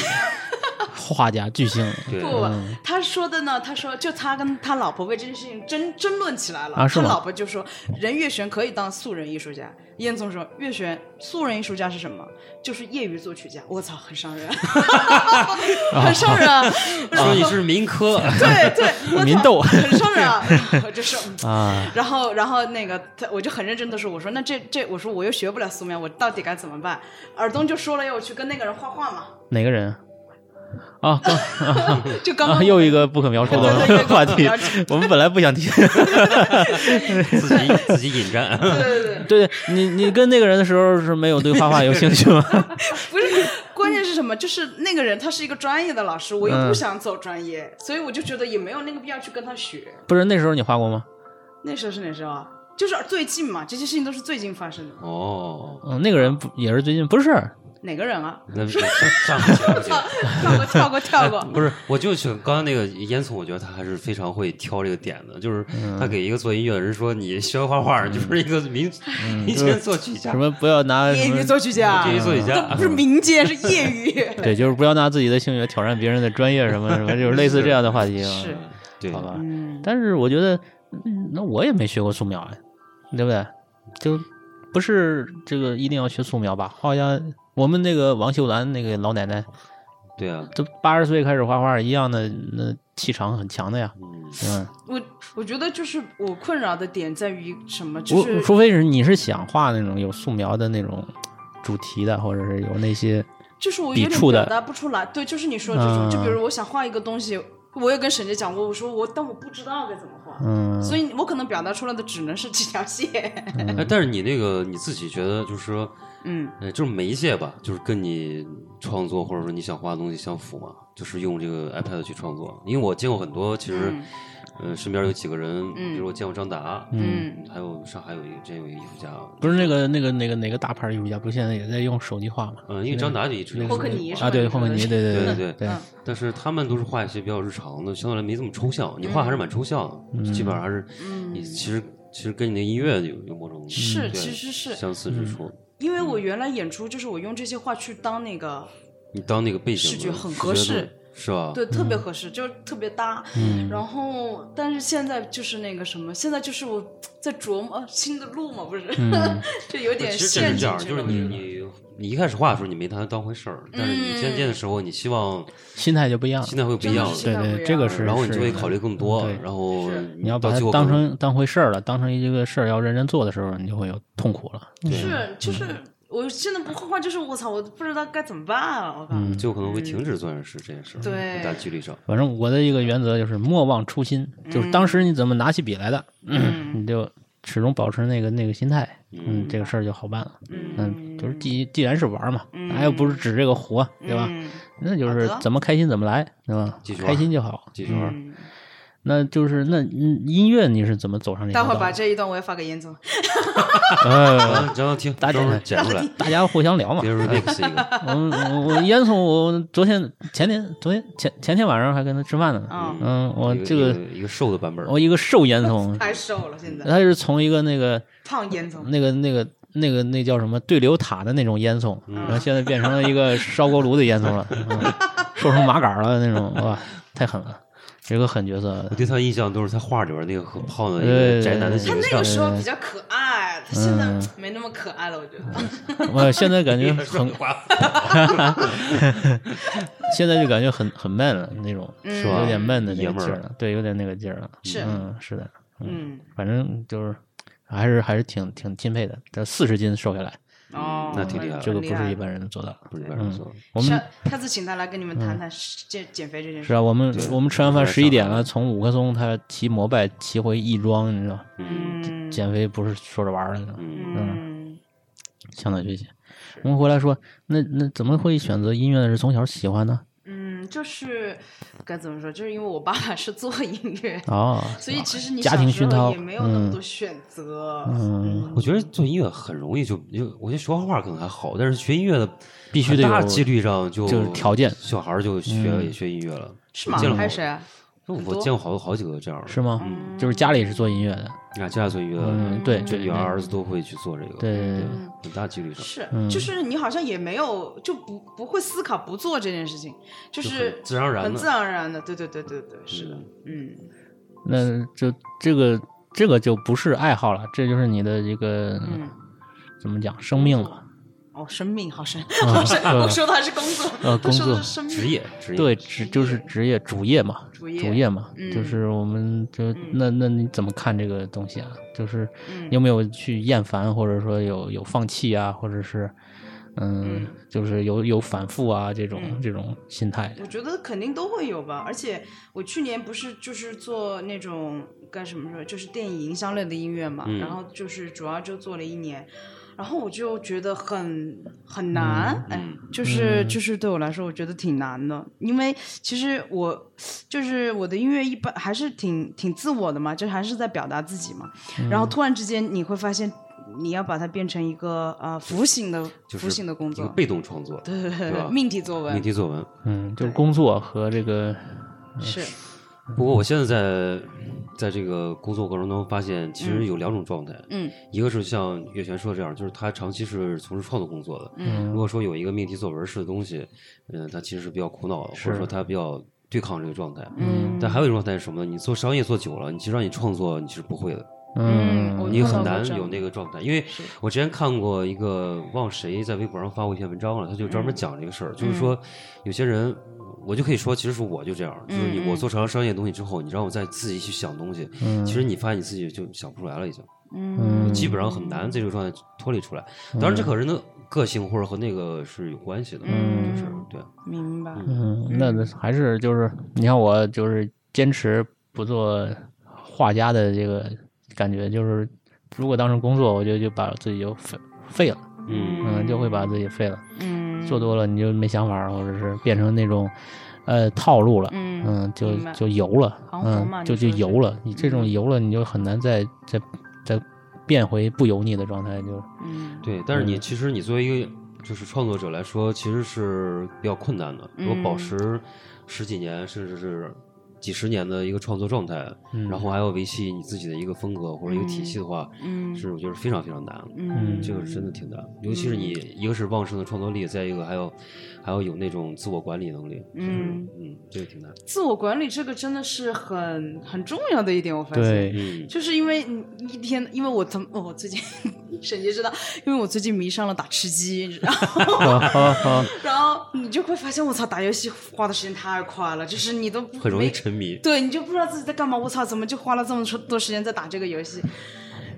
Speaker 4: 画家巨星。
Speaker 3: *laughs* 对，嗯
Speaker 5: 不，他说的呢，他说就他跟他老婆为这件事情争争论起来了。
Speaker 4: 啊是
Speaker 5: 他
Speaker 4: 吗
Speaker 5: 老婆就说任月璇可以当素人艺术家。燕总说月璇素人艺术家是什么？就是业余作曲家。我操，很伤人，很伤人啊。然后
Speaker 3: 说你是民
Speaker 4: *laughs*
Speaker 3: 科，
Speaker 5: 对对，我操
Speaker 4: 民斗
Speaker 5: 很伤人啊。我就是。
Speaker 4: 啊，
Speaker 5: 然后，然后那个，他我就很认真的说，我说那这这，我说我又学不了素描，我到底该怎么办？尔东就说了，要我去跟那个人画画嘛，
Speaker 4: 哪个人？啊，刚
Speaker 5: 就刚刚、
Speaker 4: 啊又一个不可描述
Speaker 5: 对对对
Speaker 4: 的话题
Speaker 5: 不可描述，
Speaker 4: 我们本来不想提。
Speaker 3: 自己自己引战。
Speaker 5: *laughs* 对对对，
Speaker 4: 对对，你你跟那个人的时候是没有对画画有兴趣吗？ *laughs*
Speaker 5: 不是，关键是什么？就是那个人他是一个专业的老师，我又不想走专业，所以我就觉得也没有那个必要去跟他学。
Speaker 4: 不是那时候你画过吗？
Speaker 5: 那时候是哪时候啊？就是最近嘛，这些事情都是最近发生的。
Speaker 3: 哦，
Speaker 4: 嗯，那个人不也是最近不是？
Speaker 5: 哪个人啊？
Speaker 3: 那上上不去上不去。
Speaker 5: 跳过，跳过，
Speaker 4: *laughs*
Speaker 5: 跳 *laughs* 过。
Speaker 3: 不是，我就想刚刚那个烟囱，我觉得他还是非常会挑这个点的，就是
Speaker 4: 嗯
Speaker 3: 他给一个做音乐的人说你学画画就是一个民民间作曲家
Speaker 4: 嗯什，么不要拿
Speaker 5: 业
Speaker 4: 什
Speaker 5: 余
Speaker 4: 么？
Speaker 5: 作曲家
Speaker 3: 业，余作曲
Speaker 5: 这
Speaker 3: 家
Speaker 5: 啊不。是民间，是
Speaker 4: *laughs*
Speaker 5: 业余。
Speaker 4: 对，就是不要拿自己的兴趣来挑战别人的专业什么什么，就是类似这样的话题啊。
Speaker 5: *laughs* 是，
Speaker 3: 对，
Speaker 4: 好吧。
Speaker 5: 嗯，
Speaker 4: 但是我觉得，嗯那我也没学过素描啊，对不对？就不是这个一定要学素描吧？好像我们那个王秀兰那个老奶奶，
Speaker 3: 对啊，
Speaker 4: 都八十岁开始画画一样的，那气场很强的呀。
Speaker 3: 嗯，
Speaker 4: 嗯，
Speaker 5: 我我觉得就是我困扰的点在于什么？就
Speaker 4: 我
Speaker 5: 是
Speaker 4: 除非是你是想画那种有素描的那种主题的，或者是有那些
Speaker 5: 就是我有
Speaker 4: 笔
Speaker 5: 点
Speaker 4: 触的
Speaker 5: 表达不出来。对，就是你说的这种，
Speaker 4: 嗯
Speaker 5: 就比如我想画一个东西，我也跟沈杰讲过，我说我，但我不知道该怎么画。
Speaker 4: 嗯
Speaker 5: 所以我可能表达出来的只能是几条
Speaker 4: *laughs*
Speaker 5: 线。
Speaker 3: 哎，但是你那个你自己觉得就是说，
Speaker 5: 嗯，
Speaker 3: 呃，就是媒介吧，就是跟你创作或者说你想画的东西相符嘛，就是用这个 iPad 去创作。因为我见过很多，其实，呃，身边有几个人，比如我见过张达，
Speaker 5: 嗯，
Speaker 3: 还有上海有一个之前有一个艺术家，
Speaker 4: 不是那个那个那个哪个大牌艺术家，不是现在也在用手机画吗？
Speaker 3: 嗯，因为张达就一直
Speaker 5: 霍克尼是吧
Speaker 4: 啊，对，霍克尼，对对
Speaker 3: 对
Speaker 4: 对
Speaker 3: 对但是他们都是画一些比较日常的，相对来没这么抽象。你
Speaker 5: 嗯
Speaker 3: 画还是蛮抽象的，基本上还是，你其实其实跟你的音乐有有某种
Speaker 5: 是
Speaker 3: 对
Speaker 5: 其实是
Speaker 3: 相似之处。
Speaker 5: 因为我原来演出就是我用这些话去当那个，
Speaker 3: 你当那个背景
Speaker 5: 视觉
Speaker 3: 的
Speaker 5: 很
Speaker 3: 视
Speaker 5: 合
Speaker 3: 觉
Speaker 5: 适
Speaker 3: 的，是
Speaker 4: 嗯
Speaker 3: 吧？
Speaker 5: 对，特别合适，就是特别搭。然后，但是现在就是那个什么，现在就是我在琢磨哦新的路嘛，不是，
Speaker 4: 嗯
Speaker 5: *laughs* 就有点
Speaker 3: 其实真是这
Speaker 5: 陷进
Speaker 3: 样，
Speaker 5: 去
Speaker 3: 就是
Speaker 5: 了。
Speaker 3: 你你你一开始画的时候，你没拿它当回事儿，但是你渐渐的时候，你希望
Speaker 4: 心态就不一样了。
Speaker 3: 心态会不一
Speaker 5: 真的
Speaker 3: 样
Speaker 5: 嗯是
Speaker 3: 了，
Speaker 5: 心
Speaker 4: 对
Speaker 5: 态不一
Speaker 4: 啊对，
Speaker 5: 样
Speaker 4: 这个是，
Speaker 3: 然后你就会
Speaker 4: 是
Speaker 3: 考虑更多
Speaker 4: 对，
Speaker 3: 然后
Speaker 5: 是
Speaker 4: 你要把
Speaker 3: 到
Speaker 4: 它
Speaker 3: 最后
Speaker 4: 当
Speaker 3: 可能
Speaker 4: 成当回事儿了，当成一个事儿要认真做的时候，你就会有痛苦了。
Speaker 3: 嗯
Speaker 5: 是，
Speaker 4: 嗯
Speaker 5: 就是我现在不画画，就是我操，我不知道该怎么办啊！我靠，
Speaker 4: 嗯
Speaker 3: 就可能会停止做这件事这件事儿，
Speaker 5: 嗯对
Speaker 3: 在距离上。嗯
Speaker 4: 反
Speaker 5: 嗯
Speaker 4: 正我的一个原则就是莫忘初心，就是当时你怎么拿起笔来的，你就始终保持那个那个心态，嗯，
Speaker 3: 嗯
Speaker 4: 这个事儿就好办了。嗯，
Speaker 5: 嗯，
Speaker 4: 就是既既然是玩儿嘛，
Speaker 5: 嗯
Speaker 4: 哪有不是指这个活，对吧？
Speaker 5: 嗯
Speaker 4: 那就
Speaker 5: 好
Speaker 4: 是
Speaker 5: 的
Speaker 4: 怎么开心怎么来，对吧
Speaker 3: 继续？玩
Speaker 4: 开心就好。
Speaker 3: 继续玩。
Speaker 5: 嗯
Speaker 4: 那就是那嗯音乐你是怎么走上这
Speaker 5: 待
Speaker 4: 条
Speaker 5: 会
Speaker 4: 道
Speaker 5: 儿把
Speaker 4: 的？
Speaker 5: 这一段我也发给严总。
Speaker 3: *laughs*
Speaker 4: 呃，
Speaker 5: 嗯
Speaker 3: 然后听，
Speaker 4: 大
Speaker 3: 时候
Speaker 4: 家
Speaker 3: 剪出来，
Speaker 4: 大家互相聊嘛
Speaker 3: 别。人 remix 一个，
Speaker 4: 我我我烟囱，我昨天前天昨天前前天晚上还跟他吃饭呢。
Speaker 5: 嗯，
Speaker 4: 嗯， *laughs* 我
Speaker 3: 一
Speaker 4: 这个
Speaker 3: 一一个瘦的版本，
Speaker 4: 我一个瘦烟
Speaker 5: *laughs*
Speaker 4: 囱，
Speaker 5: 太瘦了，现在
Speaker 4: 他是从一个那个
Speaker 5: 胖严总。
Speaker 4: 那个那个那个那叫什么对流塔的那种烟囱，
Speaker 3: 嗯
Speaker 4: 然后现在变成了一个烧锅炉的烟囱
Speaker 5: *laughs*
Speaker 4: 了，嗯瘦成麻杆儿了那种，哇，太狠了，是个狠角色
Speaker 3: 我。对他印象都是他画里边那个很胖的一嗯
Speaker 4: 对
Speaker 3: 个宅男的形
Speaker 5: 他那
Speaker 3: 象
Speaker 5: 个，时候比较可爱，他现在没那么可爱了，我觉
Speaker 3: 嗯
Speaker 5: 得。
Speaker 4: 我现在感觉很，
Speaker 3: 画
Speaker 4: 现在就感觉很很闷了那种，
Speaker 5: 嗯
Speaker 3: 是吧
Speaker 4: 有点闷的那
Speaker 3: 爷
Speaker 4: 个
Speaker 3: 们
Speaker 4: 劲
Speaker 3: 儿
Speaker 4: 儿了，对，有点那个劲儿了。
Speaker 5: 是
Speaker 4: 嗯，是的，
Speaker 5: 嗯，
Speaker 4: 反正就是还是还是挺挺钦佩的，这四十斤瘦下来，
Speaker 5: 哦，
Speaker 3: 那挺厉害的
Speaker 4: 这个不是一
Speaker 5: 人。
Speaker 4: 般人能做到的。
Speaker 3: 不是一般人做的。
Speaker 4: 我们
Speaker 5: 下下次啊请他来跟你们谈
Speaker 3: 嗯
Speaker 5: 谈减减肥这件
Speaker 4: 是
Speaker 5: 事。
Speaker 4: 啊，我们我们吃完饭
Speaker 3: 我在
Speaker 4: 十一点
Speaker 3: 上海
Speaker 4: 了，从五棵松他骑摩拜骑回亦庄，你知道吗。
Speaker 5: 嗯
Speaker 4: 减肥不是说着玩儿的，
Speaker 3: 嗯，
Speaker 5: 嗯
Speaker 4: 向他学习。我们回来说，那那怎么会选择音乐呢？是从小喜欢呢？
Speaker 5: 嗯，就是该怎么说，就是因为我爸爸是做音乐，
Speaker 3: 啊
Speaker 4: 哦，
Speaker 5: 所以其实你
Speaker 4: 家
Speaker 5: 小
Speaker 4: 庭
Speaker 5: 时
Speaker 4: 熏陶
Speaker 5: 候也没有那么多选择。
Speaker 4: 嗯，
Speaker 3: 嗯我觉得做音乐很容易就，就我觉得学画画可能还好，但是学音乐的
Speaker 4: 必须得
Speaker 3: 很大
Speaker 4: 有
Speaker 3: 几率上就
Speaker 4: 就是条件嗯
Speaker 3: 小孩儿就学、学音乐了，
Speaker 5: 是吗
Speaker 3: 见了？
Speaker 5: 还
Speaker 3: 我嗯
Speaker 5: 是谁啊？
Speaker 3: 那我
Speaker 5: 很多
Speaker 3: 见过好多好几个这样的，
Speaker 4: 是吗？
Speaker 3: 嗯，
Speaker 4: 就是家里是做音乐的，
Speaker 3: 你看，家里做音乐的，
Speaker 4: 嗯，对，
Speaker 3: 这
Speaker 4: 对
Speaker 3: 女儿儿子都会去做这个，
Speaker 4: 对对对
Speaker 3: 很大几率上，
Speaker 5: 是
Speaker 4: 嗯，
Speaker 5: 就是你好像也没有就不不会思考不做这件事情，就
Speaker 3: 就是很自然而然的
Speaker 5: 很自然而然的。对对对对对，是的
Speaker 3: 嗯，
Speaker 5: 嗯
Speaker 4: 那就这个这个就不是爱好了，这就是你的一个
Speaker 5: 嗯。
Speaker 4: 怎么讲生命了，
Speaker 5: 哦，生命好深，好深！
Speaker 4: 嗯
Speaker 5: 我说的还是工作，
Speaker 4: 呃
Speaker 5: 他说
Speaker 4: 工
Speaker 5: 的
Speaker 4: 作
Speaker 5: 是生命
Speaker 3: 职业职业
Speaker 4: 对，职就是职业主业嘛，
Speaker 5: 主业
Speaker 4: 主业嘛，
Speaker 5: 嗯
Speaker 4: 就是我们就那那你怎么看这个东西啊？就是
Speaker 5: 嗯
Speaker 4: 你有没有去厌烦，或者说有有放弃啊，或者是嗯，就是有有反复啊这种、
Speaker 5: 嗯
Speaker 4: 这种心态
Speaker 5: 我觉得肯定都会有吧，而且我去年不是就是做那种干什么说，就是电影相类的音乐嘛，
Speaker 3: 嗯
Speaker 5: 然后就是主要就做了一年，然后我就觉得很很难，
Speaker 3: 嗯
Speaker 5: 哎，就是就是对我来说，我觉得挺难的，因为其实我就是我的音乐一般还是挺挺自我的嘛，就还是在表达自己嘛，
Speaker 3: 嗯
Speaker 5: 然后突然之间你会发现。你要把它变成一个呃服刑的、
Speaker 3: 就是
Speaker 5: 服刑的工
Speaker 3: 一个
Speaker 5: 作，
Speaker 3: 被动创作，
Speaker 5: 对对对
Speaker 3: 对吧
Speaker 5: 对，命题作文
Speaker 3: 命题作文。
Speaker 4: 嗯，就是工作和这个
Speaker 5: 是，
Speaker 3: 不过我现在在在这个工作过程中发现，其实有两种状态，
Speaker 5: 嗯
Speaker 3: 一个是像岳璇说这样，就是他长期是从事创作工作的，
Speaker 5: 嗯
Speaker 3: 如果说有一个命题作文式的东西，嗯、他其实是比较苦恼的，或者说他比较对抗这个状态。
Speaker 5: 嗯，
Speaker 3: 但还有一种状态是什么呢？你做商业做久了，你其实让你创作你是不会的，
Speaker 5: 嗯
Speaker 4: 嗯
Speaker 5: 我
Speaker 3: 你
Speaker 5: 碰
Speaker 3: 很
Speaker 5: 到过
Speaker 3: 难
Speaker 5: 这样
Speaker 3: 有
Speaker 5: 的
Speaker 3: 那个状态，因为我之前看过一个忘谁在微博上发过一篇文章了，他就专
Speaker 5: 嗯
Speaker 3: 门讲这个事儿，就是说有些人，我就可以说，其实是我就这样，就是
Speaker 5: 嗯
Speaker 3: 你
Speaker 5: 嗯
Speaker 3: 我做成商业东西之后，你让我再自己去想东西，
Speaker 4: 嗯
Speaker 3: 其实你发现你自己就想不出来了，已经，
Speaker 5: 嗯
Speaker 3: 基本上很难在这个状态脱离出来。当然，这和人的个性或者和那个是有关系的，
Speaker 5: 嗯
Speaker 3: 就是对，
Speaker 5: 明白。
Speaker 4: 嗯，那还是就是你看我就是坚持不做画家的这个感觉，就是如果当成工作，我觉得就把自己就废废了，
Speaker 3: 嗯
Speaker 4: 嗯，就会把自己废了。
Speaker 5: 嗯
Speaker 4: 做多了你就没想法儿，或者是变成那种呃套路了，
Speaker 5: 嗯
Speaker 4: 就
Speaker 5: 明白
Speaker 4: 就游了，
Speaker 5: 行活
Speaker 4: 嗯，
Speaker 5: 嘛你
Speaker 4: 就就
Speaker 5: 说是嗯
Speaker 4: 游了。你这种游了，你就很难再再再变回不油腻的状态，就
Speaker 5: 嗯
Speaker 3: 对。但是你其实你作为一个就是创作者来说，其实是比较困难的。如果
Speaker 5: 嗯
Speaker 3: 保持十几年甚至是几十年的一个创作状态，然后还要维系你自己的一个风格或者一个体系的话，
Speaker 5: 嗯
Speaker 3: 是我觉得是非常非常难的。
Speaker 5: 嗯
Speaker 3: 这个是真的挺难，尤其是你一个是旺盛的创作力，再一个还要还要有那种自我管理能力，就是
Speaker 5: 嗯
Speaker 3: 嗯，这个挺难。
Speaker 5: 自我管理这个真的是很很重要的一点，我发现。
Speaker 4: 对，
Speaker 3: 嗯，
Speaker 5: 就是因为你一天，因为我怎么、哦我最近沈杰知道，因为我最近迷上了打吃鸡，然后 *laughs*
Speaker 4: *laughs* 哦
Speaker 5: 然后你就会发现，我操，打游戏花的时间太快了，就是你都不
Speaker 3: 很容易
Speaker 5: 没
Speaker 3: 沉迷。
Speaker 5: 对你就不知道自己在干嘛。我操，怎么就花了这么多时间在打这个游戏？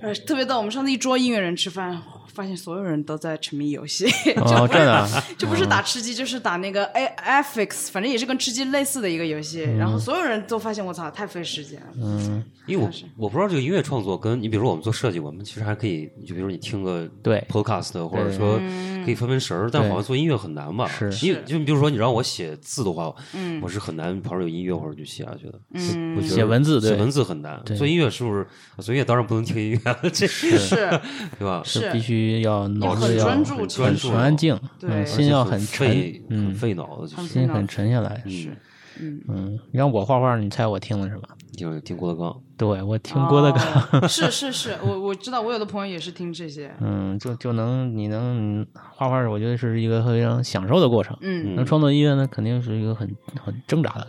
Speaker 5: 呃，特别逗，我们上次一桌音乐人吃饭，发现所有人都在沉迷游戏， *laughs*
Speaker 4: 哦，真的啊，
Speaker 5: 就不是打吃鸡，就是打那个 A F X，反正也是跟吃鸡类似的一个游戏。然后所有人都发现我操，太费时间了。
Speaker 4: 嗯，
Speaker 3: 因为我
Speaker 5: 确实
Speaker 3: 我不知道这个音乐创作跟你，比如说我们做设计，我们其实还可以，就比如你听个
Speaker 4: 对
Speaker 3: podcast，或者说
Speaker 5: 嗯
Speaker 3: 可以分分神儿，但
Speaker 4: 对
Speaker 3: 好像做音乐很难吧？
Speaker 4: 是
Speaker 3: 因为就比如说你让我写字的话，
Speaker 5: 嗯
Speaker 3: 我是很难旁边有音乐或者就写下去的。
Speaker 5: 嗯
Speaker 3: 我觉得
Speaker 4: 写文字对
Speaker 3: 写文字很难，
Speaker 4: 对
Speaker 3: 做音乐是不是？做音乐当然不能听音乐了，这
Speaker 4: *laughs*
Speaker 5: 是，
Speaker 3: 对吧？
Speaker 5: 是
Speaker 4: 必须要脑
Speaker 5: 很
Speaker 4: 子要
Speaker 5: 专注
Speaker 4: 很
Speaker 3: 专注啊
Speaker 4: 很安静，
Speaker 5: 对
Speaker 4: 嗯
Speaker 5: 而且
Speaker 3: 而
Speaker 4: 心
Speaker 3: 且
Speaker 4: 要
Speaker 3: 很
Speaker 4: 沉
Speaker 3: 费，，很
Speaker 4: 嗯，
Speaker 3: 费脑子，就
Speaker 5: 很
Speaker 3: 是
Speaker 5: 费
Speaker 4: 心
Speaker 5: 脑
Speaker 4: 很沉下来。
Speaker 5: 是，嗯，
Speaker 4: 嗯，让我画画，你猜我听了什么？
Speaker 3: 听听郭德纲，
Speaker 4: 对我
Speaker 5: 哦
Speaker 4: 听郭德纲，
Speaker 5: 纲是是是，我我知道，我有的朋友也是听这些。
Speaker 4: 嗯，就就能你能画画，我觉得是一个非常享受的过程。
Speaker 5: 嗯，
Speaker 4: 能创作音乐呢，肯定是一个很很挣扎的，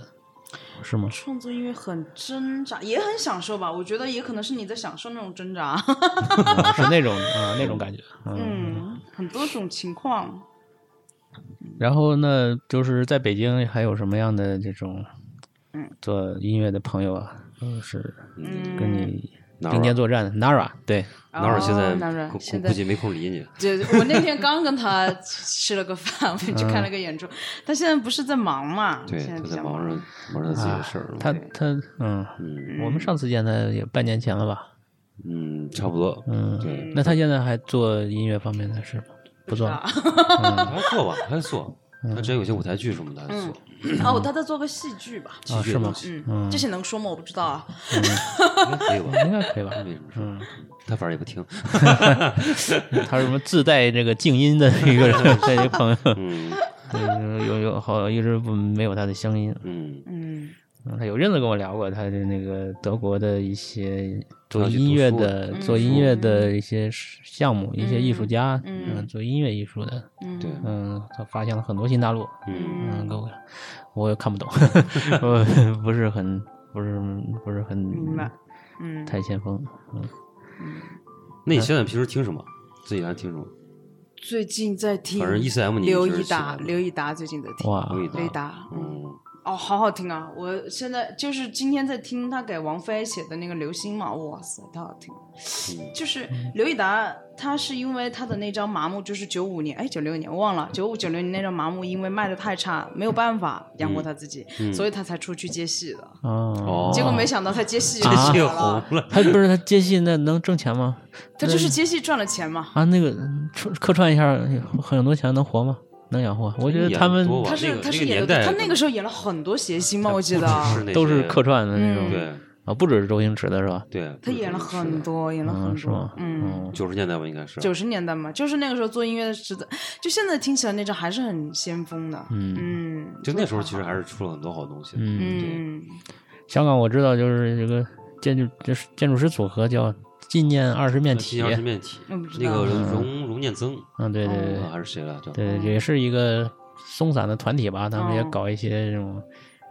Speaker 4: 是吗？ *laughs*
Speaker 5: 创作音乐很挣扎，也很享受吧？我觉得也可能是你在享受那种挣扎。 *laughs*
Speaker 4: 嗯是那种啊那种感觉。嗯，
Speaker 5: 嗯，很多种情况。
Speaker 4: 然后呢，就是在北京还有什么样的这种
Speaker 5: 嗯
Speaker 4: 做音乐的朋友啊，就是
Speaker 5: 嗯，
Speaker 4: 跟你
Speaker 3: 哪
Speaker 4: 并肩
Speaker 3: 儿？啊
Speaker 4: 作战的 Nara 对，
Speaker 3: 哪儿啊现在
Speaker 5: 哦当然
Speaker 3: 估估
Speaker 5: 现在
Speaker 3: 估计没空理你。
Speaker 5: 对，我那天刚跟他吃了个饭，我们去看了个演出。 *laughs* 他现在不是在忙嘛？
Speaker 3: 嗯对，
Speaker 5: 啊现
Speaker 3: 他
Speaker 5: 比
Speaker 3: 在
Speaker 5: 较
Speaker 3: 忙着忙着自己的事儿。
Speaker 4: 他他嗯，我们上次见他也半年前了吧？
Speaker 3: 嗯，差不多。
Speaker 4: 嗯
Speaker 3: 对，
Speaker 4: 那他现在还做音乐方面的事吗？不做了，
Speaker 3: 他还做吧，他还做，他之前有些舞台剧什么的还做。
Speaker 5: *clears throat* 哦，他在做个戏剧吧？
Speaker 4: 啊是吗？
Speaker 5: 嗯，这些能说吗？我不知道啊。
Speaker 3: 应该可以吧？
Speaker 4: 哦应该可以吧？
Speaker 3: 啊
Speaker 4: 嗯
Speaker 3: 没什么事儿。他反正也不听。
Speaker 4: 他是什么自带这个静音的一个人，这些朋友，
Speaker 3: *laughs* 嗯
Speaker 4: 嗯，有有好一直不没有他的声音。
Speaker 3: 嗯，
Speaker 5: 嗯
Speaker 4: 嗯他有认真跟我聊过他的那个德国的一些做
Speaker 3: 要去
Speaker 4: 音
Speaker 3: 读
Speaker 4: 乐
Speaker 3: 书嗯
Speaker 4: 的
Speaker 3: 读
Speaker 4: 做音乐的一些项目，一些艺术家，
Speaker 5: 嗯
Speaker 4: 嗯，做音乐艺术的，
Speaker 5: 嗯，
Speaker 3: 对，
Speaker 4: 嗯，他发现了很多新大陆，
Speaker 3: 嗯
Speaker 4: 嗯，跟我我也
Speaker 5: *laughs*
Speaker 4: 看不懂，我不是很不是不是
Speaker 5: 明白
Speaker 4: 很。
Speaker 5: 嗯，
Speaker 4: 太先锋，嗯，
Speaker 3: 那你现在平时听什么？自己还听什么？
Speaker 5: 最近在听，
Speaker 3: 反正 ECM 你
Speaker 5: 刘
Speaker 3: 就是
Speaker 5: 一
Speaker 3: 喜欢
Speaker 5: 达，
Speaker 3: 的
Speaker 5: 刘一达最近在听，
Speaker 4: 哇，
Speaker 3: 刘以达
Speaker 5: 刘一达，嗯，
Speaker 3: 嗯
Speaker 5: 哦，好好听啊！我现在就是今天在听他给王菲写的那个《流星》嘛，哇塞，太好听了！
Speaker 3: 嗯
Speaker 5: *laughs* 就是
Speaker 4: 嗯
Speaker 5: 刘以达，他是因为他的那张《麻木》，就是九五年，哎，九六年我忘了，九五九六年那张《麻木》，因为卖的太差，没有办法养活他自己，所以他才出去接戏的。
Speaker 4: 嗯哦，啊
Speaker 3: 哦
Speaker 5: 结果没想到他接戏
Speaker 3: 这
Speaker 5: 火
Speaker 3: 些
Speaker 5: 了，
Speaker 3: 红了。
Speaker 4: 他不是他接戏那能挣钱吗？
Speaker 5: 他就是接戏赚了钱嘛。
Speaker 4: 啊，那个客客串一下，很多钱能活吗？能养活？我觉得他们
Speaker 3: 多吧
Speaker 5: 他
Speaker 3: 那
Speaker 5: 是
Speaker 3: 个
Speaker 5: 他
Speaker 3: 那
Speaker 5: 是
Speaker 3: 个
Speaker 5: 演
Speaker 3: 年
Speaker 5: 的，
Speaker 3: 代，
Speaker 5: 他那个时候演了很多谐星嘛， *laughs* 我记得啊
Speaker 3: 是那
Speaker 4: 都
Speaker 3: 些
Speaker 4: 是客串的那
Speaker 5: 嗯
Speaker 4: 种
Speaker 3: 对
Speaker 4: 啊，不只是周星驰的是吧？
Speaker 3: 对，
Speaker 5: 他演了很多，演了
Speaker 4: 嗯，
Speaker 5: 很
Speaker 4: 是
Speaker 5: 多
Speaker 4: 吗，？
Speaker 5: 嗯。
Speaker 3: 九十年代吧，应该是。
Speaker 5: 九十年代嘛，就是那个时候做音乐的时代，就现在听起来那张还是很先锋的。嗯
Speaker 3: 就那时候其实还是出了很多好东西。嗯
Speaker 5: 嗯，
Speaker 4: 香港我知道，就是这个建筑，就是建筑师组合叫啊纪念二十面体
Speaker 3: 西，洋是面体，
Speaker 5: 嗯我不知
Speaker 3: 那
Speaker 5: 道
Speaker 3: 个荣荣念曾
Speaker 4: 嗯，对对对
Speaker 3: 啊还是谁来着？
Speaker 4: 对，对也是一个松散的团体吧，他们也
Speaker 5: 嗯哦
Speaker 4: 搞一些这种，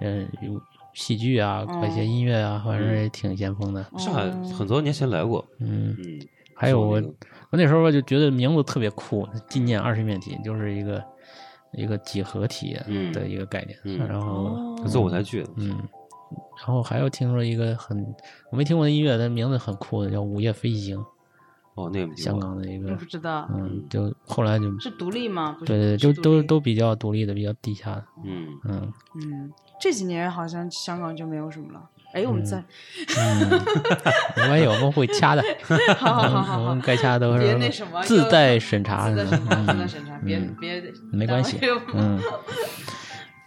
Speaker 4: 嗯，有戏剧啊，搞一些
Speaker 5: 嗯
Speaker 4: 音乐啊，反正也挺先锋的，
Speaker 3: 上海啊很多年前来过。
Speaker 4: 嗯。
Speaker 3: 嗯，
Speaker 4: 还有
Speaker 3: 做
Speaker 4: 我
Speaker 3: 那个
Speaker 4: 我那时候吧就觉得名字特别酷，纪念二十面体就是一个一个几何体
Speaker 3: 嗯
Speaker 4: 的一个概念。
Speaker 3: 嗯
Speaker 4: 然后，
Speaker 5: 哦
Speaker 3: 他做舞台剧的。
Speaker 4: 嗯，然后还有听说一个很我没听过的音乐，但名字很酷的，叫《午夜飞行
Speaker 3: 哦，那个没》，听
Speaker 4: 香
Speaker 3: 过。
Speaker 4: 港的一
Speaker 5: 我
Speaker 4: 个
Speaker 5: 不，知道
Speaker 4: 嗯，就后来就是
Speaker 5: 独立吗？不是
Speaker 4: 对对，对，
Speaker 5: 是
Speaker 4: 就
Speaker 5: 独
Speaker 4: 都
Speaker 5: 立
Speaker 4: 都比较独立的，比较地下的，
Speaker 3: 嗯，
Speaker 4: 嗯，
Speaker 5: 嗯，这几年好像香港就没有什么了。哎，我们在
Speaker 4: 嗯没关系，我们会掐的，
Speaker 5: *laughs* 好好好
Speaker 4: *laughs* 我
Speaker 5: 好
Speaker 4: 们
Speaker 5: 好，
Speaker 4: 该掐的都
Speaker 5: 别
Speaker 4: 是
Speaker 5: 那什么
Speaker 4: 自
Speaker 5: 又
Speaker 4: 带审查
Speaker 5: 自
Speaker 4: 的，
Speaker 5: 带审查，自带
Speaker 4: 嗯
Speaker 5: 审查，别
Speaker 4: 嗯
Speaker 5: 别
Speaker 4: 没关系
Speaker 5: 耽误
Speaker 4: 嗯，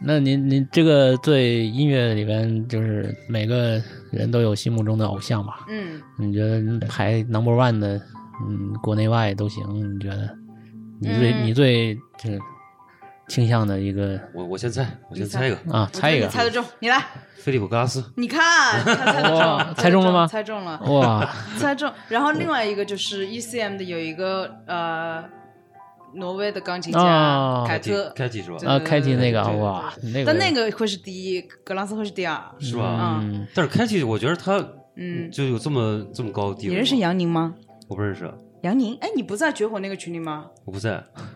Speaker 4: 那您您这个对音乐里边，就是每个人都有心目中的偶像吧？
Speaker 5: 嗯，
Speaker 4: 你觉得排 number one 的，嗯，国内外都行？你觉得你最、
Speaker 5: 嗯
Speaker 4: 你最就是倾向的一个
Speaker 3: 我我先猜，我先猜一个，
Speaker 4: 啊？
Speaker 5: 我
Speaker 4: 猜
Speaker 5: 觉
Speaker 4: 一
Speaker 5: 得
Speaker 4: 个
Speaker 5: 你，猜得中，你来，
Speaker 3: 菲利普·格拉斯。
Speaker 5: 你看，他猜得
Speaker 4: 哇
Speaker 5: 中，
Speaker 4: 猜中了吗
Speaker 5: 猜中了，
Speaker 4: 啊哇，
Speaker 5: 猜中。然后另外一个就是 ECM 的有一个呃，挪威的钢琴
Speaker 4: 哦
Speaker 5: 家凯特，
Speaker 3: 开机是吧？
Speaker 5: *laughs* 对
Speaker 4: 啊，开启那个
Speaker 5: 对对对
Speaker 4: 哇，那个
Speaker 5: 但那个会是第一，格拉斯会是第二。
Speaker 3: 是吧？
Speaker 4: 嗯，
Speaker 3: 但是开启，我觉得他
Speaker 5: 嗯
Speaker 3: 就有这么这么高的地
Speaker 5: 你
Speaker 3: 位。
Speaker 5: 认识？杨宁吗？
Speaker 3: 我不认识，
Speaker 5: 杨宁，哎，你不在绝活那个群里吗？
Speaker 3: 我不在。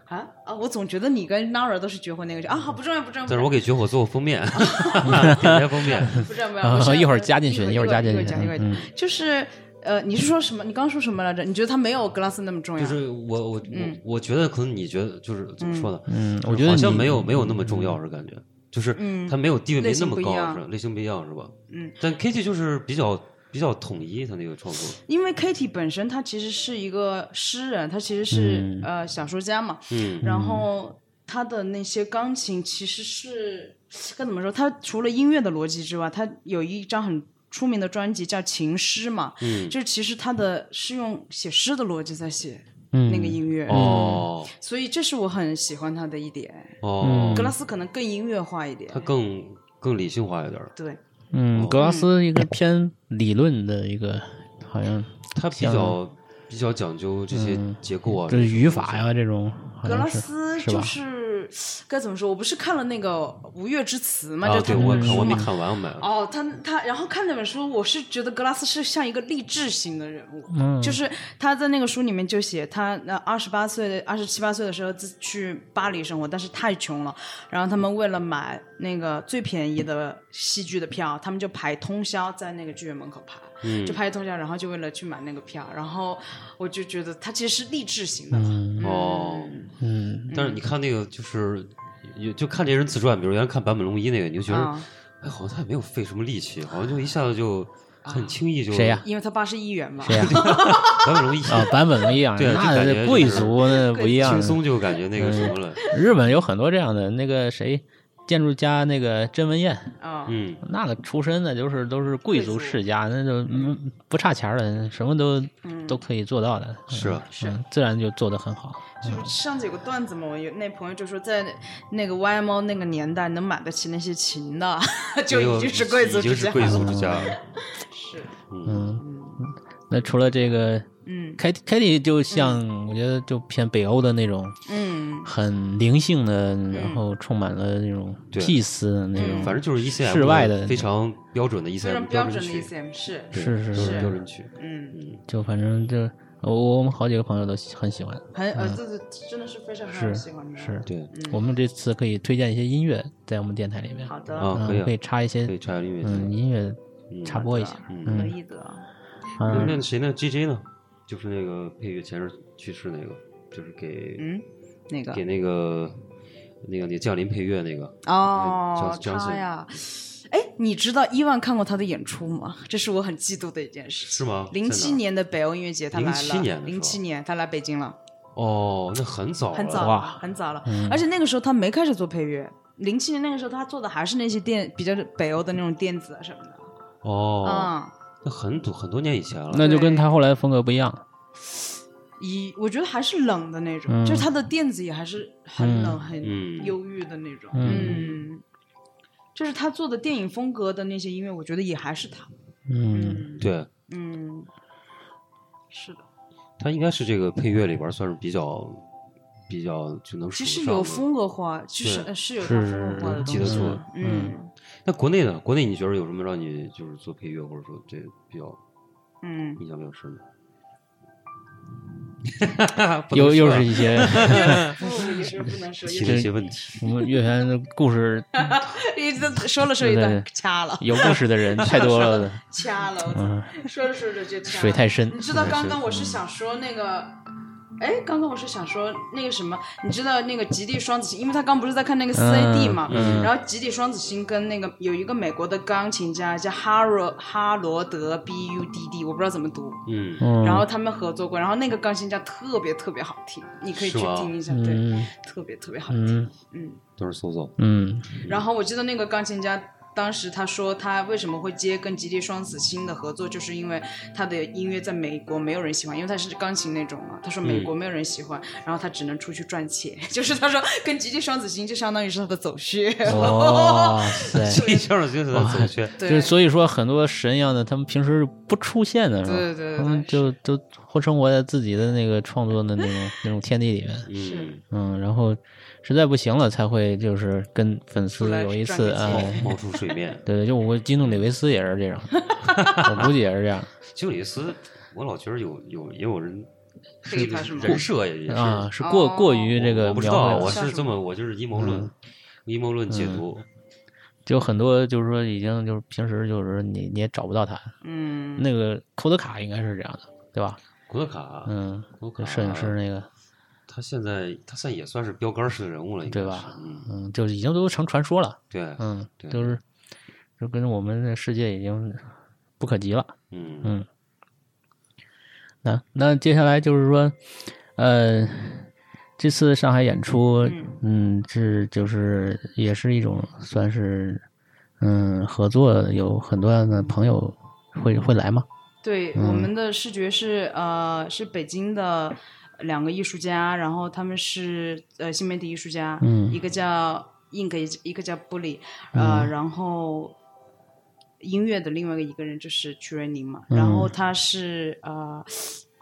Speaker 5: 啊啊！我总觉得你跟 Nara 都是绝活那个群啊，好，不重要，不重要，
Speaker 3: 但是我给绝火做过封
Speaker 5: *laughs*
Speaker 3: 面，点开封面。
Speaker 5: 不重要，不重要。
Speaker 4: 啊
Speaker 5: 我现
Speaker 4: *laughs*
Speaker 5: 在
Speaker 4: 一会儿加进去
Speaker 5: 一
Speaker 4: 一会儿加进去
Speaker 5: 一会儿加，一会儿加
Speaker 4: 嗯
Speaker 5: 就是呃，你是说什么？你刚刚说什么来着？你觉得它没有格拉斯那么重要？
Speaker 3: 就是我我
Speaker 5: 嗯
Speaker 3: 我我觉得可能你觉得就是怎么说呢？
Speaker 4: 嗯，
Speaker 3: 就是
Speaker 4: 我觉得
Speaker 3: 好像
Speaker 4: 你
Speaker 3: 没有没有那么重要是感觉，就是
Speaker 5: 嗯
Speaker 3: 它没有地位没
Speaker 5: 类型
Speaker 3: 那么
Speaker 5: 不一
Speaker 3: 高
Speaker 5: 样
Speaker 3: 是吧类型不一样是吧？
Speaker 5: 嗯，
Speaker 3: 但 Kitty 就是比较比较统一，他那个创作，
Speaker 5: 因为 Kitty 本身她其实是一个诗人，她其实是、
Speaker 4: 嗯
Speaker 5: 呃小说家嘛，
Speaker 3: 嗯
Speaker 5: 然后她的那些钢琴其实是该怎么说？她除了音乐的逻辑之外，她有一张很出名的专辑叫《情诗》嘛，
Speaker 3: 嗯
Speaker 5: 就是其实她的是用写诗的逻辑在写
Speaker 4: 嗯
Speaker 5: 那个音乐，
Speaker 3: 哦
Speaker 5: 所以这是我很喜欢她的一点。
Speaker 3: 哦，
Speaker 4: 嗯
Speaker 5: 格拉斯可能更音乐化一点
Speaker 3: 他，更更理性化一点儿，
Speaker 5: 对，
Speaker 3: 哦
Speaker 4: 嗯，格拉斯一个偏理论的一个，好像
Speaker 3: 他比
Speaker 4: 像
Speaker 3: 较比较讲究这些结构啊，
Speaker 4: 这
Speaker 3: 这
Speaker 4: 是
Speaker 3: 些
Speaker 4: 语
Speaker 3: 东西
Speaker 4: 法呀，这种好
Speaker 5: 格拉
Speaker 4: 像是
Speaker 5: 斯
Speaker 4: 吧
Speaker 5: 就？是该怎么说？我不是看了那个《吴越之词》嘛，
Speaker 3: 啊，
Speaker 5: 就他
Speaker 3: 对
Speaker 5: 那
Speaker 3: 我
Speaker 5: 本
Speaker 3: 看
Speaker 5: 书
Speaker 3: 我没
Speaker 5: 嘛
Speaker 3: 看完，我买了。
Speaker 5: 哦，他他然后看那本书，我是觉得格拉斯是像一个励志型的人物，
Speaker 4: 嗯
Speaker 5: 就是他在那个书里面就写他那二十八岁、二十七八岁的时候自去巴黎生活，但是太穷了，然后他们为了买那个最便宜的戏剧的票，他们就排通宵在那个剧院门口排，就排通宵，然后就为了去买那个票，然后我就觉得他其实是励志型的，嗯
Speaker 3: 哦，
Speaker 4: 嗯，
Speaker 3: 但是你看那个就是。也就看这人自传，比如原来看坂本龙一那个，你就觉得，
Speaker 5: 啊
Speaker 3: 哎，好像他也没有费什么力气，好像就一下子就
Speaker 5: 啊
Speaker 3: 很轻易就
Speaker 4: 谁呀
Speaker 5: 因为他爸是议员嘛，
Speaker 4: 谁呀？
Speaker 3: 坂本龙一
Speaker 4: 啊，版本不一样，
Speaker 3: 对就
Speaker 4: 那
Speaker 3: 感觉
Speaker 4: 这贵
Speaker 3: 就是
Speaker 4: 族那不一样。嗯
Speaker 3: 轻松就感觉那个什么了，
Speaker 4: 日本有很多这样的，那个谁，建筑家那个真文彦，
Speaker 5: 啊，
Speaker 3: 嗯，
Speaker 4: 那个出身的就是都是贵族世家，那就嗯不差钱儿的，什么都都可以做到的。
Speaker 3: 是啊
Speaker 5: 是
Speaker 4: 嗯，自然就做得很好。
Speaker 5: 就是
Speaker 3: 嗯
Speaker 5: 上次有个段子嘛，我有那朋友就说，在那个 YMO 那个年代，能买得起那些琴的， *laughs* *laughs* 就已经是贵族
Speaker 3: 已经
Speaker 5: 之
Speaker 3: 是
Speaker 5: 家
Speaker 3: 贵
Speaker 5: 了。
Speaker 3: 族之家了。
Speaker 5: 是，
Speaker 4: 嗯，那除了这个
Speaker 5: 嗯
Speaker 4: 凯凯蒂，就像我觉得就偏北欧的那种，
Speaker 5: 嗯，
Speaker 4: 很灵性的，然后充满了那种
Speaker 3: 对嗯
Speaker 4: peace 的那种，
Speaker 3: 反正就是 ECM
Speaker 4: 室外的
Speaker 3: 非常标准的
Speaker 5: 非
Speaker 3: ECM
Speaker 5: 常标
Speaker 3: 准
Speaker 5: 准的 E
Speaker 3: 曲，
Speaker 5: ECM 是，
Speaker 3: 标
Speaker 4: 是是
Speaker 3: 准
Speaker 5: 是
Speaker 3: 标准曲。
Speaker 5: 嗯，
Speaker 4: 就反正就呃我我们好几个朋友都喜很喜欢。
Speaker 5: 很呃，
Speaker 3: 嗯
Speaker 5: 这这真的是非常非常喜欢的。嗯
Speaker 4: 是，
Speaker 3: 对
Speaker 4: 我们这次可以推荐一些音乐在我们电台里面，
Speaker 5: 好的，
Speaker 3: 啊，
Speaker 4: 嗯，
Speaker 3: 可以啊
Speaker 4: 可以插一
Speaker 3: 可以
Speaker 4: 些
Speaker 3: 插点音乐
Speaker 4: 嗯
Speaker 3: 进
Speaker 4: 音乐
Speaker 3: 嗯
Speaker 4: 插播一下。
Speaker 5: 可以的。
Speaker 3: 来。
Speaker 4: 嗯
Speaker 3: 嗯那那谁呢？JJ 呢？就是那个配乐前日去世那个，就是给
Speaker 5: 嗯，那个
Speaker 3: 给那个那个那个降临配乐那个。
Speaker 5: 哦，
Speaker 3: Johnson-
Speaker 5: 他呀，哎，你知道伊万看过他的演出吗？这是我很嫉妒的一件事
Speaker 3: 是
Speaker 5: 情。
Speaker 3: 吗在哪
Speaker 5: 零七年的北欧音乐节他来
Speaker 3: 07年
Speaker 5: 了，
Speaker 3: 的时候
Speaker 5: 零七年他来北京了。
Speaker 3: 哦，那很早了
Speaker 5: 很早
Speaker 4: 哇
Speaker 5: 了，很早了。而且那个时候他没开始做配乐，零七年那个时候他做的还是那些电比较北欧的那种电子啊什么的。
Speaker 3: 哦，
Speaker 5: 啊，
Speaker 3: 那很多很多年以前了。
Speaker 4: 那就跟他后来的风格不一样。
Speaker 5: 以我觉得还是冷的那种，
Speaker 4: 嗯
Speaker 5: 就是他的电子也还是很冷、
Speaker 3: 嗯
Speaker 5: 很忧郁的那种。
Speaker 4: 嗯
Speaker 5: 嗯。就是他做的电影风格的那些音乐，我觉得也还是他。
Speaker 4: 嗯，
Speaker 5: 嗯
Speaker 3: 对
Speaker 5: 嗯，是的，
Speaker 3: 他应该是这个配乐里边算是比较比较就能数
Speaker 5: 其
Speaker 3: 得
Speaker 5: 实
Speaker 3: 上
Speaker 5: 有
Speaker 3: 的
Speaker 5: 风格化，其实
Speaker 3: 对
Speaker 5: 呃是有他
Speaker 4: 是
Speaker 5: 风格化的
Speaker 3: 记
Speaker 5: 东
Speaker 3: 得
Speaker 5: 西
Speaker 3: 住。
Speaker 5: 嗯
Speaker 3: 那国内呢？国内你觉得有什么让你就是做配乐，或者说这比较
Speaker 5: 嗯，
Speaker 3: 印象比较深的？ *laughs*
Speaker 4: 又又是一些
Speaker 5: *laughs* 不，你是不能
Speaker 3: *laughs*
Speaker 5: 说，
Speaker 3: 提了一些问题，
Speaker 4: 我们乐坛的故事
Speaker 5: *laughs* 一直说了说一
Speaker 4: 对
Speaker 5: 段掐了。
Speaker 4: 有故事的人太多了，
Speaker 5: *laughs* 掐了，我操说着说着就掐
Speaker 4: 嗯
Speaker 5: 了。
Speaker 4: 水太深嗯
Speaker 5: 你知道刚刚我是想说那个，哎，刚刚我是想说那个什么，你知道那个极地双子星，因为他刚不是在看那个 CD 嘛，
Speaker 4: 嗯
Speaker 5: 然后极地双子星跟那个有一个美国的钢琴家叫哈罗哈罗德 B U D D，我不知道怎么读，
Speaker 4: *laughs*
Speaker 3: 嗯，
Speaker 4: 嗯
Speaker 5: 然后他们合作过，然后那个钢琴家特别特别好听，你可以去
Speaker 3: 是吗
Speaker 5: 听一下，对，
Speaker 4: 嗯
Speaker 5: 特别特别好听，
Speaker 4: 嗯
Speaker 5: 嗯。
Speaker 3: 都是搜搜，
Speaker 4: 嗯
Speaker 5: 然后我记得那个钢琴家当时他说他为什么会接跟吉利双子星的合作，就是因为他的音乐在美国没有人喜欢，因为他是钢琴那种嘛。他说美国没有人喜欢，然后他只能出去赚钱， *laughs* 就是他说跟吉利双子星就相当于是他的走穴。
Speaker 4: 哇塞，
Speaker 3: 这一下就是在走
Speaker 4: *laughs*
Speaker 3: 圈，
Speaker 5: 对，
Speaker 4: 就是
Speaker 5: 以
Speaker 4: 所以说很多神一样的，他们平时不出现的是吧？
Speaker 5: 对对对
Speaker 4: 他们就都活生活在自己的那个创作的那种 *laughs* 那种天地里面，
Speaker 3: 嗯，
Speaker 4: 嗯，然后实在不行了才会就是跟粉丝
Speaker 5: 出来
Speaker 4: 有一
Speaker 5: 赚
Speaker 4: 次
Speaker 5: 个
Speaker 4: 啊，
Speaker 5: 钱
Speaker 4: 哎
Speaker 3: 冒出水面。
Speaker 4: 对对，就我基努里维斯也是
Speaker 5: *laughs*
Speaker 4: 这样，我估计也是这样
Speaker 3: 经理斯，我老觉得有有也有人
Speaker 5: 黑他是吗？
Speaker 3: 人设也也
Speaker 4: 啊，
Speaker 3: 是，
Speaker 4: 是过
Speaker 5: 哦
Speaker 4: 过于这
Speaker 3: 我
Speaker 4: 个
Speaker 3: 不知
Speaker 4: 描
Speaker 3: 道，
Speaker 4: 绘嗯
Speaker 3: 我
Speaker 4: 了，
Speaker 3: 是这么我就是阴谋论，阴谋论解读，
Speaker 4: 就很多就是说已经就是平时就是你你也找不到他，
Speaker 5: 嗯，
Speaker 4: 那个寇德卡应该是这样的，对吧？
Speaker 3: 古德卡，
Speaker 4: 嗯，
Speaker 3: 古德卡
Speaker 4: 摄影师那个，
Speaker 3: 他现在他现在也算是标杆式的人物了，应该
Speaker 4: 对吧
Speaker 3: 是嗯，
Speaker 4: 嗯，就是已经都成传说了，
Speaker 3: 对，
Speaker 4: 嗯，
Speaker 3: 对
Speaker 4: 就是就跟我们的世界已经不可及了。
Speaker 3: 嗯
Speaker 4: 嗯那那接下来就是说，呃，这次上海演出，嗯，这就是也是一种算是，嗯，合作有很多样的朋友会会来吗？
Speaker 5: 对，我们的视觉是呃是北京的两个艺术家，然后他们是呃新媒体艺术家，
Speaker 4: 嗯
Speaker 5: 一个叫 Ink，一一个叫 Bully，呃，
Speaker 3: 嗯
Speaker 5: 然后音乐的另外一个人就是曲瑞
Speaker 3: 嗯
Speaker 5: 宁嘛，然后他是呃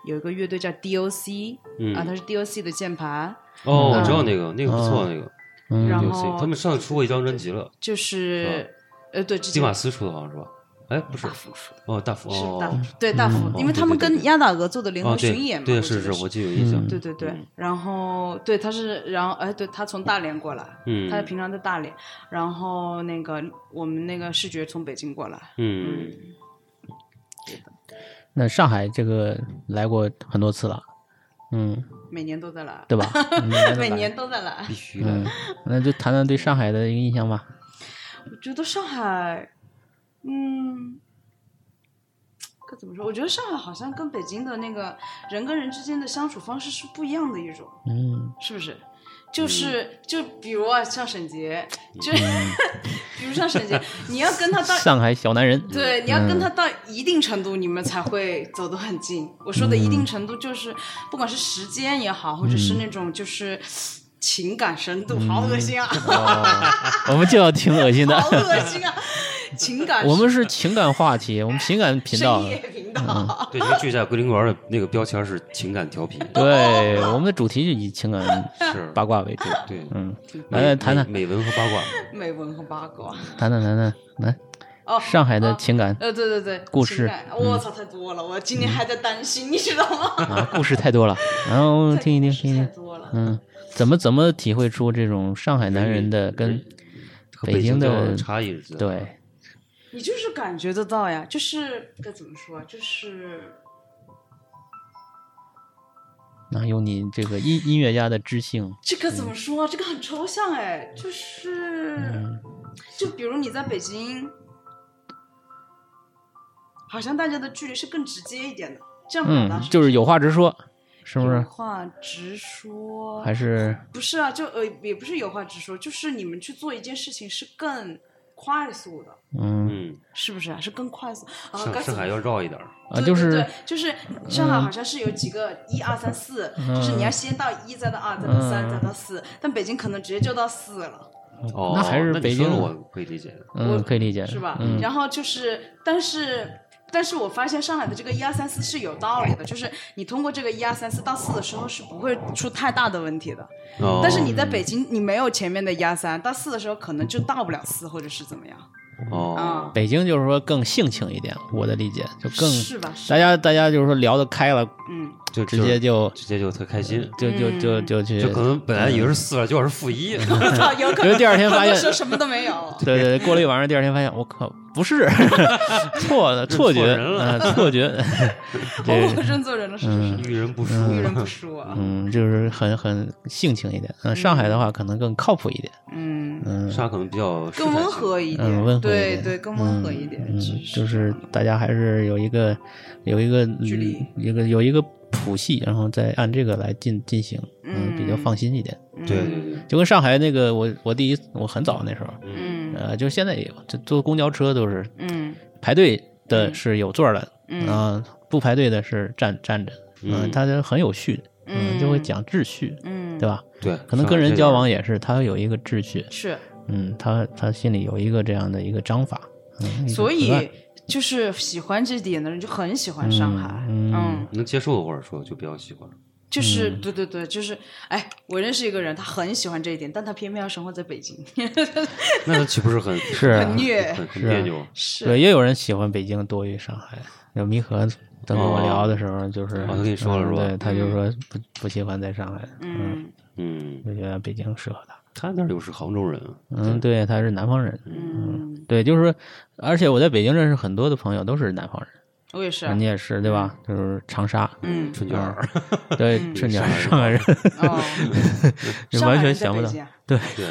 Speaker 5: 有一个乐队叫 DOC 啊，他
Speaker 3: 嗯，
Speaker 5: 是 DOC 的键盘，
Speaker 3: 哦，我知道那个那个不错，那个
Speaker 4: 嗯
Speaker 5: 然
Speaker 3: D
Speaker 5: 后
Speaker 3: O C，他们上次出过一张专辑了，
Speaker 5: 就是呃对，之
Speaker 3: 基
Speaker 5: 前
Speaker 3: 哦马斯出的好像是吧？哎，不是
Speaker 5: 大，福是
Speaker 3: 哦，大福，哦
Speaker 5: 大福，对大福，因为他们跟鸭打鹅做的联
Speaker 3: 哦
Speaker 5: 合
Speaker 3: 对
Speaker 5: 巡演嘛，
Speaker 3: 对
Speaker 5: 我
Speaker 3: 是
Speaker 5: 记得
Speaker 3: 是，我记得有印象，
Speaker 5: 对对对，
Speaker 3: 嗯
Speaker 5: 然后对他是，然后哎，对他从大连过来，
Speaker 3: 嗯
Speaker 5: 他平常在大连，然后那个我们那个视觉从北京过来，
Speaker 3: 嗯。
Speaker 4: 那上海这个来过很多次了，嗯，
Speaker 5: 每年都在来，
Speaker 4: 对吧？嗯来都来
Speaker 5: *laughs* 每年都在来
Speaker 3: 必。须的。
Speaker 4: 嗯，那就谈谈对上海的一个印象吧。
Speaker 5: 我觉得上海，嗯，该怎么说？我觉得上海好像跟北京的那个人跟人之间的相处方式是不一样的一种，
Speaker 4: 嗯，
Speaker 5: 是不是？就是、就比如啊，像沈杰，就、是 *laughs* 比如像沈杰，你要跟他到
Speaker 4: 上海小男人， *laughs*
Speaker 5: 对，你要跟他到一定程度，你们才会走得很近。我说的一定程度，就是不管是时间也好，或者是那种就是情感深度，好恶心啊，
Speaker 4: 哦我们就要挺恶心的。
Speaker 5: 好恶心
Speaker 4: *laughs*
Speaker 5: 啊，情感。
Speaker 4: 我们是情感话题，我们情感频道啊
Speaker 5: 深。夜频道，
Speaker 3: *laughs* 对，你们注意一下，桂林园的那个标签是情感调
Speaker 4: *laughs*
Speaker 3: 皮，
Speaker 4: *laughs* 对，我们的主题就以情感
Speaker 3: 是
Speaker 4: 八卦为主。
Speaker 3: 对，
Speaker 4: 嗯，
Speaker 3: 美
Speaker 4: 来谈谈
Speaker 3: 美美文和八卦。
Speaker 4: 嗯
Speaker 5: *laughs* 美文和八卦。
Speaker 4: 谈谈谈谈，来
Speaker 5: 哦，
Speaker 4: 嗯上海的情
Speaker 5: *laughs*
Speaker 4: 感
Speaker 5: 呃，对对对，
Speaker 4: 故事嗯
Speaker 5: 情感我操，太多了，我今天还在担心，你知道吗？
Speaker 4: 啊，故事太多了，然后嗯听一听，听一
Speaker 5: 太
Speaker 4: 听，
Speaker 5: 多了。
Speaker 4: 嗯，怎么怎么体会出这种上海男人的跟
Speaker 3: 和
Speaker 4: 北
Speaker 3: 京
Speaker 4: 京的
Speaker 3: 差异是？，
Speaker 4: 对，
Speaker 5: 你就是感觉得到呀，就是该怎么说啊，就是
Speaker 4: 然后有你这个音音乐家的知性，
Speaker 5: 这个怎
Speaker 4: 嗯
Speaker 5: 么说啊？这个很抽象哎，就是，
Speaker 4: 嗯
Speaker 5: 就比如你在北京，好像大家的距离是更直接一点的，嗯这样表达
Speaker 4: 嗯，
Speaker 5: 是
Speaker 4: 就是有话直说，是不
Speaker 5: 有
Speaker 4: 是？
Speaker 5: 话直说，
Speaker 4: 还是
Speaker 5: 不是啊？就呃，也不是有话直说，就是你们去做一件事情是更快速的，
Speaker 4: 嗯
Speaker 3: 嗯，
Speaker 5: 是不是啊？是更快速啊？
Speaker 3: 上
Speaker 5: 该怎
Speaker 3: 上
Speaker 5: 么
Speaker 3: 海要绕一点儿。
Speaker 4: 啊，
Speaker 5: 对
Speaker 4: 就
Speaker 5: 对
Speaker 4: 是嗯
Speaker 5: 对就是上海好像是有几个一二三四，就是你要先到一，再到二，再到三，
Speaker 4: 嗯
Speaker 5: 再到四，但北京可能直接就到四了，
Speaker 3: 哦，
Speaker 4: 那还是
Speaker 3: 你
Speaker 4: 北
Speaker 3: 说
Speaker 4: 京啊
Speaker 3: 的我可以理解。
Speaker 4: 嗯，可以理解
Speaker 5: 是吧？
Speaker 4: 嗯
Speaker 5: 然后就是，但是。但是我发现上海的这个一二三四是有道理的，就是你通过这个一二三四到四的时候是不会出太大的问题的。
Speaker 4: 嗯
Speaker 3: 哦
Speaker 5: 但是你在北京，你没有前面的一二三，到四的时候可能就到不了四，或者是怎么样
Speaker 3: 哦，
Speaker 5: 啊？
Speaker 4: 北京就是说更性情一点，我的理解就更
Speaker 5: 是吧？是
Speaker 4: 大家大家就是说聊得开了，
Speaker 3: *laughs*
Speaker 5: 嗯，
Speaker 3: 就
Speaker 4: 直接就
Speaker 3: 直接就特开心，
Speaker 4: 就就就就嗯去，
Speaker 3: 就可能本来以为是四了，结果是负
Speaker 4: *laughs*
Speaker 3: 一。
Speaker 5: 我操，有可
Speaker 4: 因
Speaker 5: 能
Speaker 4: 为第二天发
Speaker 5: 很多
Speaker 4: 现
Speaker 5: 时候什么都没有。
Speaker 4: 对对，对过了一晚上，第二天发现我靠，不
Speaker 3: *laughs*
Speaker 4: 是错了，错觉，
Speaker 3: 人了
Speaker 4: 嗯，错觉，
Speaker 3: *laughs*
Speaker 5: 哦，
Speaker 4: 这
Speaker 5: 我认错人了，是是是，
Speaker 3: 遇人不淑，
Speaker 5: 遇人不淑啊。
Speaker 4: 嗯，就是很很性情一点。嗯，上海的话可能更靠谱一点，
Speaker 5: 嗯，
Speaker 3: *laughs*
Speaker 4: 嗯
Speaker 3: 上海可能比较
Speaker 5: 更温和一点，
Speaker 4: 嗯，温和一
Speaker 5: 对
Speaker 4: 点，
Speaker 5: 对，更温和一点，
Speaker 4: 嗯，嗯
Speaker 5: 是
Speaker 4: 就是大家还是有一个有一个
Speaker 5: 距离
Speaker 4: 嗯有一个有一个谱系，然后再按这个来进进行，嗯，
Speaker 5: 嗯
Speaker 4: 比较放心一点。
Speaker 3: 对对对，
Speaker 4: 就跟上海那个，我我第一我很早那时候，
Speaker 5: 嗯
Speaker 4: 呃，就现在也有，就坐公交车都是
Speaker 5: 嗯
Speaker 4: 排队的是有座儿的，
Speaker 5: 嗯
Speaker 4: 啊不排队的是站站着，嗯，
Speaker 3: 嗯
Speaker 4: 他就很有序，
Speaker 5: 嗯
Speaker 4: 就会讲秩序，
Speaker 5: 嗯，
Speaker 4: 对吧？
Speaker 3: 对，
Speaker 4: 可能跟人交往也是，他有一个秩序，
Speaker 5: 是，
Speaker 4: 嗯，他他心里有一个这样的一个章法，嗯，一个
Speaker 5: 所
Speaker 4: 图案
Speaker 5: 以就是喜欢这点的人就很喜欢上海，
Speaker 4: 嗯
Speaker 5: 嗯，
Speaker 3: 能接受，或者说就比较喜欢。
Speaker 5: 就是对对对，就是，哎，我认识一个人，他很喜欢这一点，但他偏偏要生活在北京， *laughs*
Speaker 3: 那他岂不是很
Speaker 4: 是啊
Speaker 5: 很虐
Speaker 3: 很很别扭？啊
Speaker 5: 是
Speaker 4: 对，也有人喜欢北京多于上海。有弥和跟我聊的时候，就是、
Speaker 3: 哦他跟你说了是吧
Speaker 4: 嗯对，他就说不不喜欢在上海，
Speaker 5: 嗯
Speaker 3: 嗯
Speaker 4: 就觉得北京适合他。
Speaker 3: 他那儿又是杭州人，啊
Speaker 4: 嗯，对，他是南方人，
Speaker 5: 嗯，
Speaker 4: 对，就是说，而且我在北京认识很多的朋友都是南方人，
Speaker 5: 我也是，
Speaker 4: 你也是对吧？就是长沙，
Speaker 5: 啊嗯，
Speaker 3: 春卷儿，
Speaker 4: *laughs* 对，
Speaker 5: 嗯
Speaker 4: 春节上海人，
Speaker 5: 哦，
Speaker 4: *laughs* 你
Speaker 5: 上
Speaker 4: 完
Speaker 5: 海
Speaker 4: 全
Speaker 5: 人在
Speaker 4: 想不
Speaker 5: 北
Speaker 4: 到，
Speaker 5: 京啊， *laughs*
Speaker 4: 对， *laughs*
Speaker 3: 对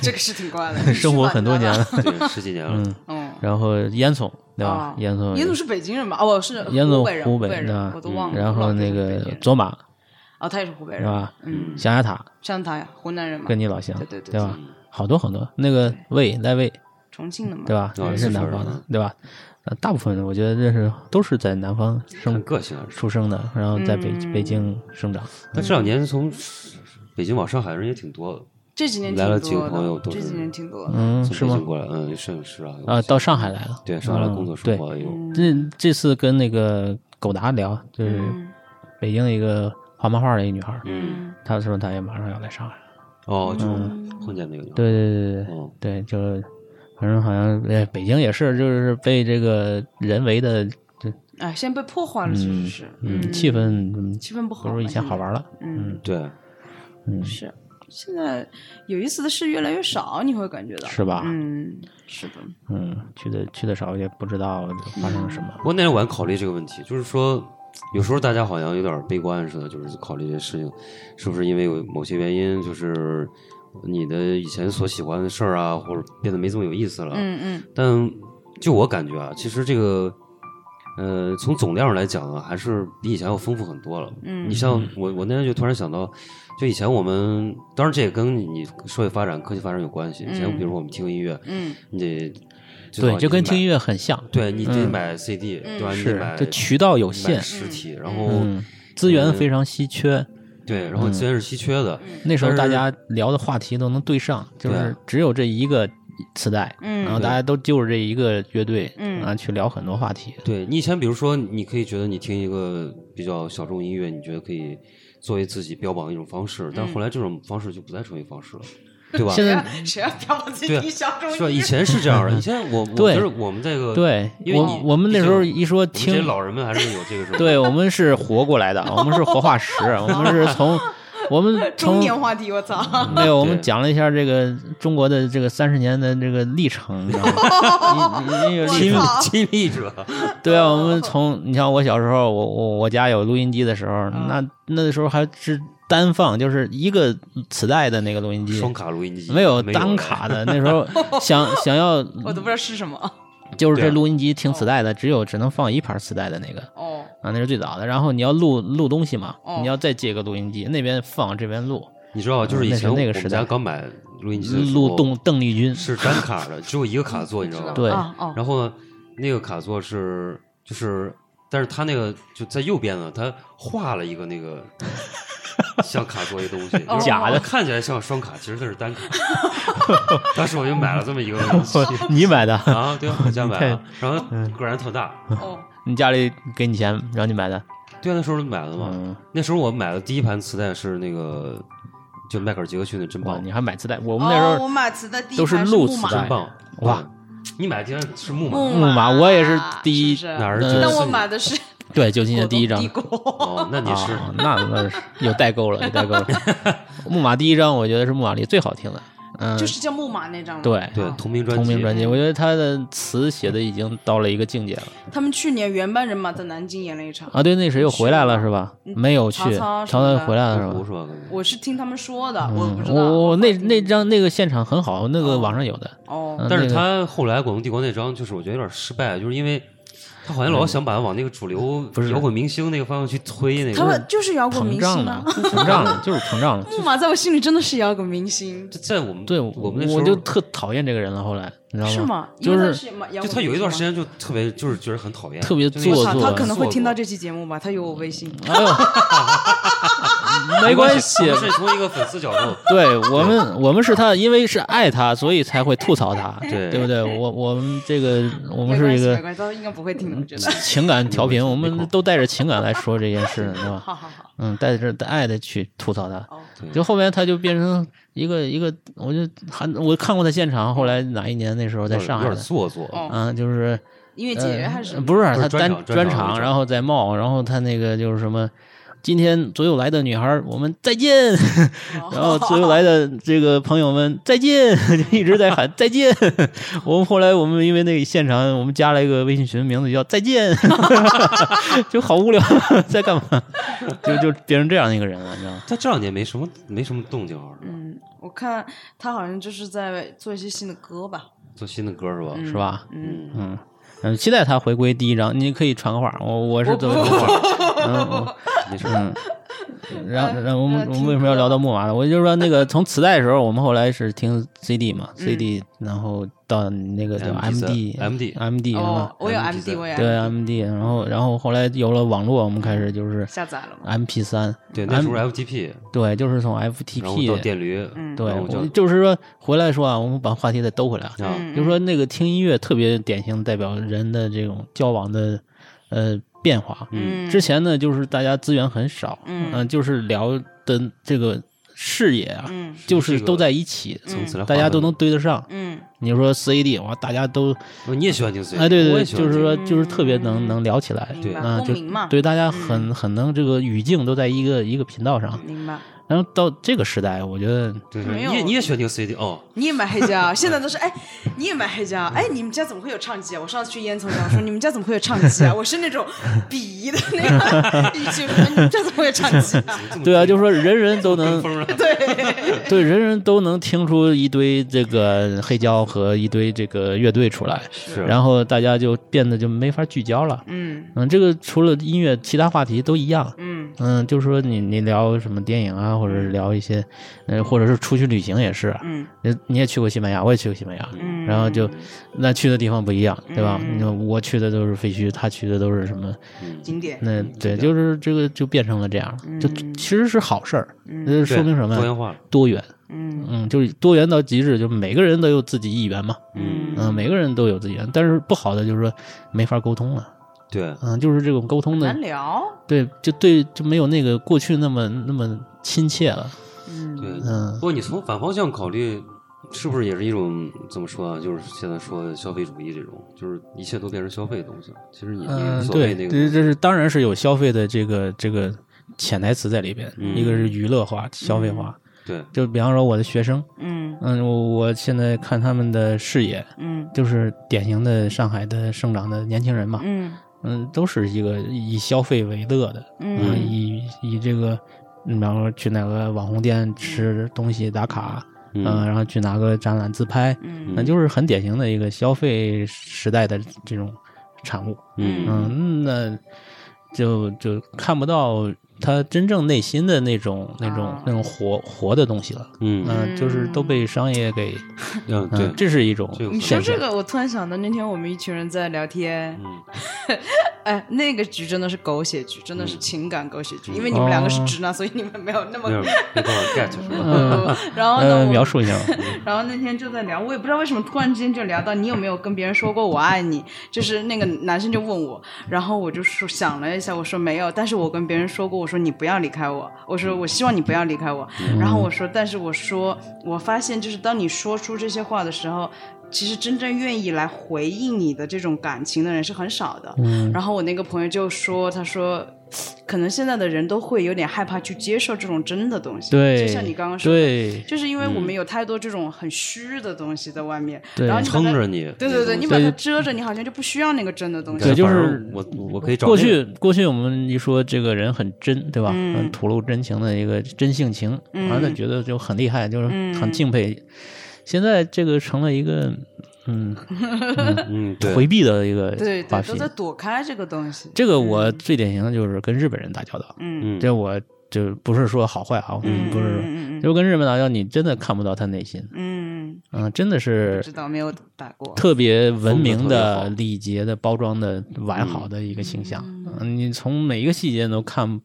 Speaker 5: 这个是挺怪的，
Speaker 4: 生活很多年了
Speaker 5: 了，，
Speaker 3: 对，十几年了，
Speaker 4: 嗯， *laughs*
Speaker 5: 嗯，
Speaker 4: 然后烟囱，对吧
Speaker 5: 哦？
Speaker 4: 烟囱，
Speaker 5: 严总是北京人吧？哦，是
Speaker 4: 嗯烟
Speaker 5: 湖
Speaker 4: 囱
Speaker 5: 北人，
Speaker 4: 湖
Speaker 5: 北
Speaker 4: 北对吧
Speaker 5: 人，我都忘了。
Speaker 4: 然后
Speaker 5: 我老觉得
Speaker 4: 那
Speaker 5: 是
Speaker 4: 个
Speaker 5: 北京人
Speaker 4: 卓玛
Speaker 5: 哦，他也是湖北
Speaker 4: 是
Speaker 5: 人？
Speaker 4: 吧？
Speaker 5: 嗯，
Speaker 4: 象牙塔
Speaker 5: 像他呀，湖南人嘛，
Speaker 4: 跟你老乡
Speaker 5: 嗯对，对嗯对，
Speaker 4: 对吧？好多好多，那个魏赖魏，
Speaker 5: 重庆的嘛，
Speaker 4: 对？吧？
Speaker 3: 哦
Speaker 4: 也
Speaker 3: 是
Speaker 4: 是南
Speaker 3: 是
Speaker 4: 方
Speaker 3: 是
Speaker 4: 的，对吧？呃，大部分人我觉得认识都是在南方
Speaker 3: 很
Speaker 4: 生
Speaker 3: 个性啊。
Speaker 4: 出生的，然后在北
Speaker 5: 嗯
Speaker 4: 北京生长。
Speaker 3: 但这两年从北京往上海的人也挺多的，
Speaker 5: 这几年
Speaker 3: 来了
Speaker 5: 挺
Speaker 3: 几个
Speaker 5: 多
Speaker 3: 朋友
Speaker 5: 的，
Speaker 3: 都
Speaker 5: 这
Speaker 3: 是
Speaker 5: 几年挺多的。
Speaker 4: 嗯，是
Speaker 3: 从北
Speaker 4: 吗
Speaker 3: 京？过来，嗯，是是啊，
Speaker 4: 啊，到上海来了。
Speaker 3: 对上海来工作
Speaker 4: 嗯
Speaker 3: 生活有
Speaker 4: 这这次跟那个狗达聊，就是
Speaker 5: 嗯
Speaker 4: 北京一个画漫画的一个女孩儿，
Speaker 5: 嗯
Speaker 4: 她说她也马上要来上海了。
Speaker 3: 哦，就碰见那个女孩，
Speaker 4: 对对对对
Speaker 3: 嗯哦
Speaker 4: 对，就是反正好像哎，北京也是，就是被这个人为的
Speaker 5: 哎，现在被破坏了，其实是，
Speaker 4: 嗯气氛嗯
Speaker 5: 气氛不好，
Speaker 4: 不是以前好玩
Speaker 5: 了。
Speaker 4: 了。
Speaker 5: 嗯，
Speaker 3: 对，
Speaker 4: 嗯，
Speaker 5: 是。现在有意思的事越来越少，你会感觉到
Speaker 4: 是吧
Speaker 5: 嗯，是的，
Speaker 4: 嗯，去的去的少，也不知道发生了什么。
Speaker 3: 不过那天我还考虑这个问题，就是说，有时候大家好像有点悲观似的，就是考虑这事情是不是因为有某些原因，就是你的以前所喜欢的事儿啊，或者变得没这么有意
Speaker 4: 呃
Speaker 3: 思了。
Speaker 5: 嗯嗯
Speaker 3: 但就我感觉啊，其实这个，呃，从总量上来讲啊，还是比以前要丰富很多了。
Speaker 5: 嗯
Speaker 3: 你像我，我那天就突然想到，就以前我们，当然这也跟你你社会发展、科技发展有关系。以前
Speaker 5: 嗯
Speaker 3: 比如说我们听音乐，
Speaker 5: 嗯，
Speaker 3: 你得最
Speaker 4: 对，
Speaker 3: 好
Speaker 4: 就
Speaker 3: 你
Speaker 4: 跟
Speaker 3: 买
Speaker 4: 听音乐很像，
Speaker 3: 对你得
Speaker 4: 嗯
Speaker 3: 买 CD，对吧？你得
Speaker 4: 是
Speaker 3: 买
Speaker 4: 这渠道有
Speaker 3: 买
Speaker 4: 限，
Speaker 3: 实体，然后
Speaker 4: 嗯，资源非常稀缺。
Speaker 3: 对，然后资源是稀缺的，
Speaker 4: 那时候大
Speaker 3: 但是
Speaker 4: 家聊的话题都能对上，就
Speaker 3: 对
Speaker 4: 是只有这一个磁带，
Speaker 5: 嗯
Speaker 4: 然后大家都就着这一个乐队，
Speaker 5: 嗯
Speaker 4: 啊，去聊很多话题。
Speaker 3: 对你以前，比如说，你可以觉得你听一个比较小众音乐，你觉得可以作为自己标榜一种方式，但后来这种方式就不再成为方式了，对吧？
Speaker 4: 嗯现
Speaker 5: *laughs*
Speaker 4: 在
Speaker 5: 谁要标榜自己
Speaker 3: 对
Speaker 5: 听小众
Speaker 3: 是吧？
Speaker 5: 音
Speaker 3: 以
Speaker 5: 乐？
Speaker 3: 前是这样的，以前我我
Speaker 4: 对
Speaker 3: 觉得我们这个
Speaker 4: 对
Speaker 3: 因为
Speaker 4: 我
Speaker 3: 你
Speaker 4: 我们那时候一说
Speaker 3: 毕竟我们这些
Speaker 4: 听，
Speaker 3: 老人们还是有这个什么，
Speaker 4: *laughs* 对我们是活过来的，我们是活化石，我们是
Speaker 5: *laughs*
Speaker 4: 从我们
Speaker 5: *laughs* 中
Speaker 4: 从
Speaker 5: 年话题，我操！
Speaker 4: 没有，我们
Speaker 3: 对
Speaker 4: 讲了一下这个中国的这个三十年的这个历程，你知道
Speaker 5: *laughs*
Speaker 4: 吗？你你你
Speaker 3: 亲
Speaker 4: 因为
Speaker 5: 操
Speaker 3: 亲历者，
Speaker 4: 对啊，我们从你像我小时候，我我我家有录音机的时候，
Speaker 5: 嗯
Speaker 4: 那那时候还是单放，就是一个磁带的那个录音机，
Speaker 3: 双卡录音机
Speaker 4: 没有
Speaker 3: 有
Speaker 4: 单卡的。那时候
Speaker 3: *laughs*
Speaker 4: 想想要
Speaker 5: 我都不知道是什么。
Speaker 4: 就是
Speaker 3: 对
Speaker 4: 这
Speaker 3: 啊
Speaker 4: 录音机听磁带的，只有只能放一盘磁带的那个。
Speaker 5: 哦，
Speaker 4: 啊，那是最早的。然后你要录录东西嘛
Speaker 5: 哦，
Speaker 4: 你要再借个录音机，那边放，这边录，
Speaker 3: 你知道，就是以前
Speaker 4: 那是那个
Speaker 3: 我
Speaker 4: 时
Speaker 3: 们
Speaker 4: 代
Speaker 3: 家刚买录音机的时候
Speaker 4: 录邓邓丽君。
Speaker 3: 是单卡的，只有一个卡座，你知道吗？
Speaker 4: 对
Speaker 5: 哦哦，
Speaker 3: 然后呢，那个卡座是就是，但是他那个就在右边呢，他画了一个那
Speaker 4: *laughs*
Speaker 3: 个像卡座一东西，就是
Speaker 4: 假的
Speaker 3: 看起来像双卡，其实它是
Speaker 4: *laughs*
Speaker 3: 单卡。当时我就买了这么一个东西
Speaker 4: *laughs* 你
Speaker 3: *laughs*
Speaker 4: 买 *laughs* 的？
Speaker 3: 啊，对啊，我家买
Speaker 4: 你
Speaker 3: 了
Speaker 4: 看，嗯
Speaker 3: 然后个儿还特大，
Speaker 5: 哦，
Speaker 4: 你家里给你钱让你买的？
Speaker 3: 对啊，那时候就买了嘛。
Speaker 4: 嗯，
Speaker 3: 那时候我买的第一盘磁带是那个，就迈克尔·杰克逊的《真
Speaker 4: 哇，
Speaker 3: 棒
Speaker 4: 你还买磁带？我们那时
Speaker 5: 哦、我
Speaker 4: 候
Speaker 5: 买磁带第一
Speaker 4: 都是
Speaker 5: 盘
Speaker 4: 录
Speaker 5: 木
Speaker 4: 磁
Speaker 5: 马
Speaker 4: 带
Speaker 3: 真棒》
Speaker 4: 哇
Speaker 3: 嗯！你买的竟然是木马
Speaker 5: 木
Speaker 4: 木马我也是第一
Speaker 5: 是不是
Speaker 3: 哪儿？
Speaker 4: 呃
Speaker 3: 九
Speaker 5: 嗯但
Speaker 3: 四
Speaker 5: 我
Speaker 3: 年
Speaker 5: 买的是
Speaker 4: 对九七年第一张
Speaker 5: 果冻帝国
Speaker 3: 哦，那你是
Speaker 4: 啊，那那是有代沟了，有代沟
Speaker 3: *laughs*
Speaker 4: 了。木马第一张我觉得是木马里最好听的，嗯，
Speaker 5: *laughs* 就是叫木马那张吗？
Speaker 4: 对
Speaker 3: 对同名专
Speaker 4: 啊同
Speaker 3: 辑
Speaker 4: 名专辑，我觉得他的词写的已经到了一个境界了
Speaker 5: 他们去年原班人马在南京演了一场，
Speaker 4: 啊。对，那谁又回来了是吧？没有去，
Speaker 5: 曹
Speaker 4: 曹
Speaker 5: 操什么的
Speaker 4: 操回来啊了是
Speaker 3: 胡
Speaker 4: 吧？
Speaker 3: 说吧？
Speaker 5: 我是听他们说的，我不
Speaker 4: 嗯，
Speaker 5: 知道。
Speaker 4: 我我那
Speaker 5: 嗯
Speaker 4: 那张那个现场很好，那个网上有的。
Speaker 5: 哦
Speaker 4: 嗯
Speaker 3: 但是
Speaker 4: 那个
Speaker 3: 他后来《广东帝国》那张，就是我觉得有点失败，就是因为他好像老想把它往那个主流
Speaker 4: 嗯不是
Speaker 3: 摇滚明星那个方向去推，那
Speaker 5: 他
Speaker 3: 个
Speaker 5: 们就是摇滚
Speaker 4: 膨
Speaker 5: 明
Speaker 4: 胀
Speaker 5: 星
Speaker 4: 了
Speaker 5: 啊，。
Speaker 4: 膨胀了，就是膨胀了。
Speaker 5: 木马在我心里真的是摇滚明星，
Speaker 3: 就在我们
Speaker 4: *laughs* 对，
Speaker 3: 我
Speaker 4: 我
Speaker 3: 们那时候
Speaker 4: 就特讨厌这个人了。后来你知
Speaker 5: 是
Speaker 4: 道
Speaker 5: 吗？因
Speaker 4: 就
Speaker 5: 为他
Speaker 4: 是
Speaker 5: 是
Speaker 3: 就
Speaker 5: 摇滚
Speaker 3: 他有一段时
Speaker 5: 明
Speaker 3: 间就特别就是觉得很讨厌，
Speaker 4: 特别
Speaker 3: 就是那
Speaker 5: 星
Speaker 3: 个
Speaker 5: 嘛。
Speaker 4: 做
Speaker 5: 我
Speaker 4: 作
Speaker 5: 操，
Speaker 4: 的
Speaker 5: 他可能会听到
Speaker 3: 做
Speaker 5: 这期节目吧，他有我微信。
Speaker 4: 哎呦，没关系，
Speaker 3: 作。是从一个粉丝角度，
Speaker 4: 对我们，我们是他，因为是爱他，所以才会吐槽他，
Speaker 3: 对
Speaker 4: 对不对？我我们这个，我们
Speaker 5: 没
Speaker 4: 是
Speaker 5: 关
Speaker 4: 一
Speaker 5: 系，没
Speaker 4: 个
Speaker 5: 关系，他应该不会听的，我
Speaker 4: *laughs*
Speaker 5: 觉得。
Speaker 4: 情感调频，我
Speaker 3: 没空
Speaker 4: 们都带着情感来说这件事，对吧？
Speaker 5: 好好好，
Speaker 4: 嗯，带着爱的去吐槽他，
Speaker 5: 哦，
Speaker 3: 对
Speaker 4: 就后面他就变成一个一个，我就还我看过他现场，后来哪一年那时 *laughs* 候在上海
Speaker 3: 有点
Speaker 4: 的，
Speaker 3: 做作，
Speaker 5: 哦
Speaker 4: 嗯，就是
Speaker 5: 音乐节还是
Speaker 4: 呃不是
Speaker 3: 不是
Speaker 4: 他
Speaker 3: 专
Speaker 4: 单
Speaker 3: 场专场
Speaker 4: 场，然后在冒，然后他那个就是什么今天左右来的女孩儿，我们再见。 *laughs* 然后左右来的这个朋友们再见， *laughs* 就一直在喊再见。 *laughs* 我们后来我们因为那个现场，我们加了一个微信群，名字叫再见， *laughs* 就好无聊， *laughs* 在干嘛？就就变成这样一个人了，你知道吗？
Speaker 3: 他这两年没什么没什么动静啊了，
Speaker 5: 嗯，我看他好像就是在做一些新的歌吧，
Speaker 3: 做新的歌是吧？ *laughs*
Speaker 4: 是吧？
Speaker 5: 嗯，
Speaker 4: 嗯嗯，期待他回归第一章。你可以传个话，我我是
Speaker 5: 我
Speaker 4: 怎
Speaker 5: 不
Speaker 4: 么传话？嗯，我
Speaker 3: 没事，
Speaker 4: 嗯，然后然后我
Speaker 5: 哎
Speaker 4: 们
Speaker 5: 听
Speaker 4: 我们为什么要
Speaker 5: 歌
Speaker 4: 聊到木马了？我就是说那个从磁带的时候，我们后来是听 CD 嘛，CD，然
Speaker 5: 嗯
Speaker 4: 后到那个叫
Speaker 3: MP3
Speaker 4: MD
Speaker 3: MD
Speaker 4: MD
Speaker 5: 哦
Speaker 4: 啊，，
Speaker 5: 我有
Speaker 3: M D
Speaker 5: MD，我有
Speaker 4: 对 MD，然后然后后来有了网络，我们开始就是
Speaker 5: 下载了吗？
Speaker 4: MP 三，
Speaker 3: 对，那时候
Speaker 4: M-
Speaker 3: FTP，
Speaker 4: 对，就是从
Speaker 3: 然后到
Speaker 4: FTP，
Speaker 3: 电驴，
Speaker 5: 嗯
Speaker 4: 对，
Speaker 3: 然后
Speaker 4: 我
Speaker 3: 就
Speaker 4: 就是说回来说啊，我们把话题再兜回来啊，
Speaker 3: 啊，
Speaker 5: 嗯
Speaker 4: 就是说那个听音乐特别典型代表人的这种交往的呃变化。
Speaker 5: 嗯
Speaker 4: 之前呢就是大家资源很少，
Speaker 5: 嗯
Speaker 4: 呃就是聊的这个视野啊，
Speaker 5: 嗯
Speaker 4: 就是都在一起，嗯
Speaker 3: 从此来
Speaker 4: 大家都能对得上。
Speaker 5: 嗯
Speaker 4: 你说 CAD 哇，大家都
Speaker 3: 能，你也喜欢听 C，
Speaker 4: 哎对
Speaker 3: 我
Speaker 4: 对，
Speaker 3: 也喜欢
Speaker 4: 就是
Speaker 3: 听
Speaker 4: 说就是特别能能聊起来，
Speaker 5: 嗯明白
Speaker 4: 啊
Speaker 5: 共
Speaker 4: 就
Speaker 5: 鸣嘛嗯
Speaker 4: 对大家很很能这个语境都在一个一个频道上。
Speaker 5: 明白。
Speaker 4: 然后到这个时代，我觉得
Speaker 3: 对对，
Speaker 5: 没
Speaker 3: 你
Speaker 5: 有
Speaker 3: 也你也喜欢听 CD 哦，
Speaker 5: 你也买黑胶？现在都是哎，你也买黑胶？哎，你们家怎么会有唱机啊？我上次去烟囱家，
Speaker 4: *laughs*
Speaker 5: 我说你们家怎么会有唱机啊？我是那种鄙夷的那个语气，我说你们家怎么会有唱机
Speaker 4: *laughs*
Speaker 5: 啊？
Speaker 4: 对啊，就是说人人
Speaker 3: *laughs*
Speaker 4: 都能
Speaker 3: 跟风啊，
Speaker 4: 对，人人都能听出一堆这个黑胶和一堆这个乐队出来，
Speaker 3: 是
Speaker 4: 然后大家就变得就没法聚焦了。
Speaker 5: 嗯
Speaker 4: 嗯，这个除了音乐，其他话题都一样。
Speaker 5: 嗯
Speaker 4: 嗯，就是说你你聊什么电影啊，或者是聊一些，呃，或者是出去旅行也是。
Speaker 5: 嗯
Speaker 4: 你你也去过西班牙，我也去过西班牙，
Speaker 5: 嗯，
Speaker 4: 然后就那去的地方不一样，对吧？
Speaker 5: 嗯
Speaker 4: 那我去的都是废墟，他去的都是什么？
Speaker 3: 嗯
Speaker 5: 景点，
Speaker 4: 那对，就是这个就变成了这样，就
Speaker 5: 嗯
Speaker 4: 其实是好事儿。那
Speaker 3: 对
Speaker 4: 说明什么
Speaker 3: 多
Speaker 4: 呀？
Speaker 3: 元化了，
Speaker 4: 多元。
Speaker 5: 嗯
Speaker 4: 嗯，就是多元到极致，就是每个人都有自己意愿嘛，
Speaker 5: 嗯
Speaker 4: 嗯，每个人都有自己意愿，但是不好的就是说没法沟通了，
Speaker 3: 对，
Speaker 4: 嗯，就是这种沟通的
Speaker 5: 难，聊，
Speaker 4: 对，就对，就没有那个过去那么那么亲切了，
Speaker 5: 嗯
Speaker 3: 对，
Speaker 4: 嗯
Speaker 3: 不过你从反方向考虑，是不是也是一种怎么说啊？就是现在说的消费主义这种，就是一切都变成消费的东西了。其实你你无
Speaker 4: 嗯，
Speaker 3: 所谓
Speaker 4: 对，
Speaker 3: 那
Speaker 4: 这
Speaker 3: 个东西，
Speaker 4: 这是当然是有消费的这个这个潜台词在里边，
Speaker 3: 嗯
Speaker 4: 一个是娱乐化、消费化，
Speaker 3: 对，
Speaker 4: 就比方说我的学生，
Speaker 5: 嗯
Speaker 4: 嗯，我我现在看他们的视野，
Speaker 5: 嗯
Speaker 4: 就是典型的上海的生长的年轻人嘛，
Speaker 5: 嗯
Speaker 4: 嗯，都是一个以消费为乐的，嗯，
Speaker 5: 嗯
Speaker 4: 以以这个，嗯然后去哪个网红店吃东西打卡，嗯、然后去哪个展览自拍，
Speaker 5: 嗯
Speaker 4: 那就是很典型的一个消费时代的这种产物，
Speaker 3: 嗯
Speaker 4: 嗯，那就就看不到他真正内心的那种那种
Speaker 5: 啊
Speaker 4: 那种活活的东西了，
Speaker 3: 嗯嗯，
Speaker 4: 嗯，就是都被商业给，
Speaker 3: 嗯对
Speaker 4: 嗯，，这是一种
Speaker 3: 这个
Speaker 5: 你说
Speaker 4: 现
Speaker 5: 这
Speaker 4: 象，
Speaker 5: 个，我突然想到那天我们一群人在聊天，
Speaker 3: 嗯
Speaker 5: 哎，那个局真的是狗血剧，真的是情感狗血剧，因为你
Speaker 4: 哦
Speaker 5: 们两个是直男，所以你们没有那么
Speaker 3: 有。点没办法 get 是吧？
Speaker 5: 嗯然后呢，
Speaker 4: 呃，
Speaker 5: 我
Speaker 4: 描述
Speaker 5: *laughs*
Speaker 4: 一下吧，
Speaker 5: 然后那天就在聊，我也不知道为什么突然之间就聊到你有没有跟别人说过我爱你，就是那个男生就问我，然后我就说想了一下，我说没有，但是我跟别人说过，我说你不要离开我，我说我希望你不要离开我，
Speaker 4: 嗯
Speaker 5: 然后我说，但是我说我发现就是当你说出这些话的时候。其实真正愿意来回应你的这种感情的人是很少的。
Speaker 4: 嗯
Speaker 5: 然后我那个朋友就说：“他说，可能现在的人都会有点害怕去接受这种真的东西，
Speaker 4: 对，
Speaker 5: 就像你刚刚说的，
Speaker 4: 对，
Speaker 5: 就是因为我们有太多这种很虚的东西在外面，
Speaker 4: 嗯对
Speaker 5: 然后你把它
Speaker 3: 撑着你
Speaker 5: 对
Speaker 3: 那
Speaker 5: 对
Speaker 3: 个
Speaker 5: 对，你把它遮着，你好像就不需要那个真的东西
Speaker 4: 对
Speaker 5: 了。
Speaker 4: 就
Speaker 3: 反
Speaker 4: 是
Speaker 3: 而我我我可以找
Speaker 4: 过
Speaker 3: 那
Speaker 4: 去
Speaker 3: 个
Speaker 4: 过去我们一说这个人很真，对吧？
Speaker 5: 嗯
Speaker 4: 吐露真情的一个真性情，
Speaker 5: 嗯
Speaker 4: 完了觉得就很厉害，就是很
Speaker 5: 嗯
Speaker 4: 敬佩。现在这个成了一个嗯
Speaker 3: 嗯对
Speaker 4: 回避的一个
Speaker 5: 对
Speaker 4: 话
Speaker 5: 对，
Speaker 4: 题
Speaker 5: 都。在嗯躲开这个东西。
Speaker 4: 这个我最典型的就是跟日本人打交道，
Speaker 5: 嗯
Speaker 3: 嗯
Speaker 4: 这我就不是说好坏啊，
Speaker 5: 嗯，
Speaker 4: 不是说，
Speaker 5: 嗯嗯嗯
Speaker 4: 就跟日本打交道，你真的看不到他内心，
Speaker 5: 嗯，嗯
Speaker 4: 嗯，真的是
Speaker 5: 知道没有打过。
Speaker 4: 特别文明
Speaker 3: 风格特别
Speaker 4: 的、
Speaker 3: 好嗯
Speaker 4: 礼节的、包装的完好的一个形象。嗯，你从每一个细节都看，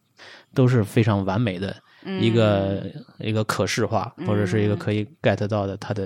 Speaker 4: 都是非常完美的
Speaker 5: 嗯
Speaker 4: 一个、一个可视化，或者是一个可以 get 到的它的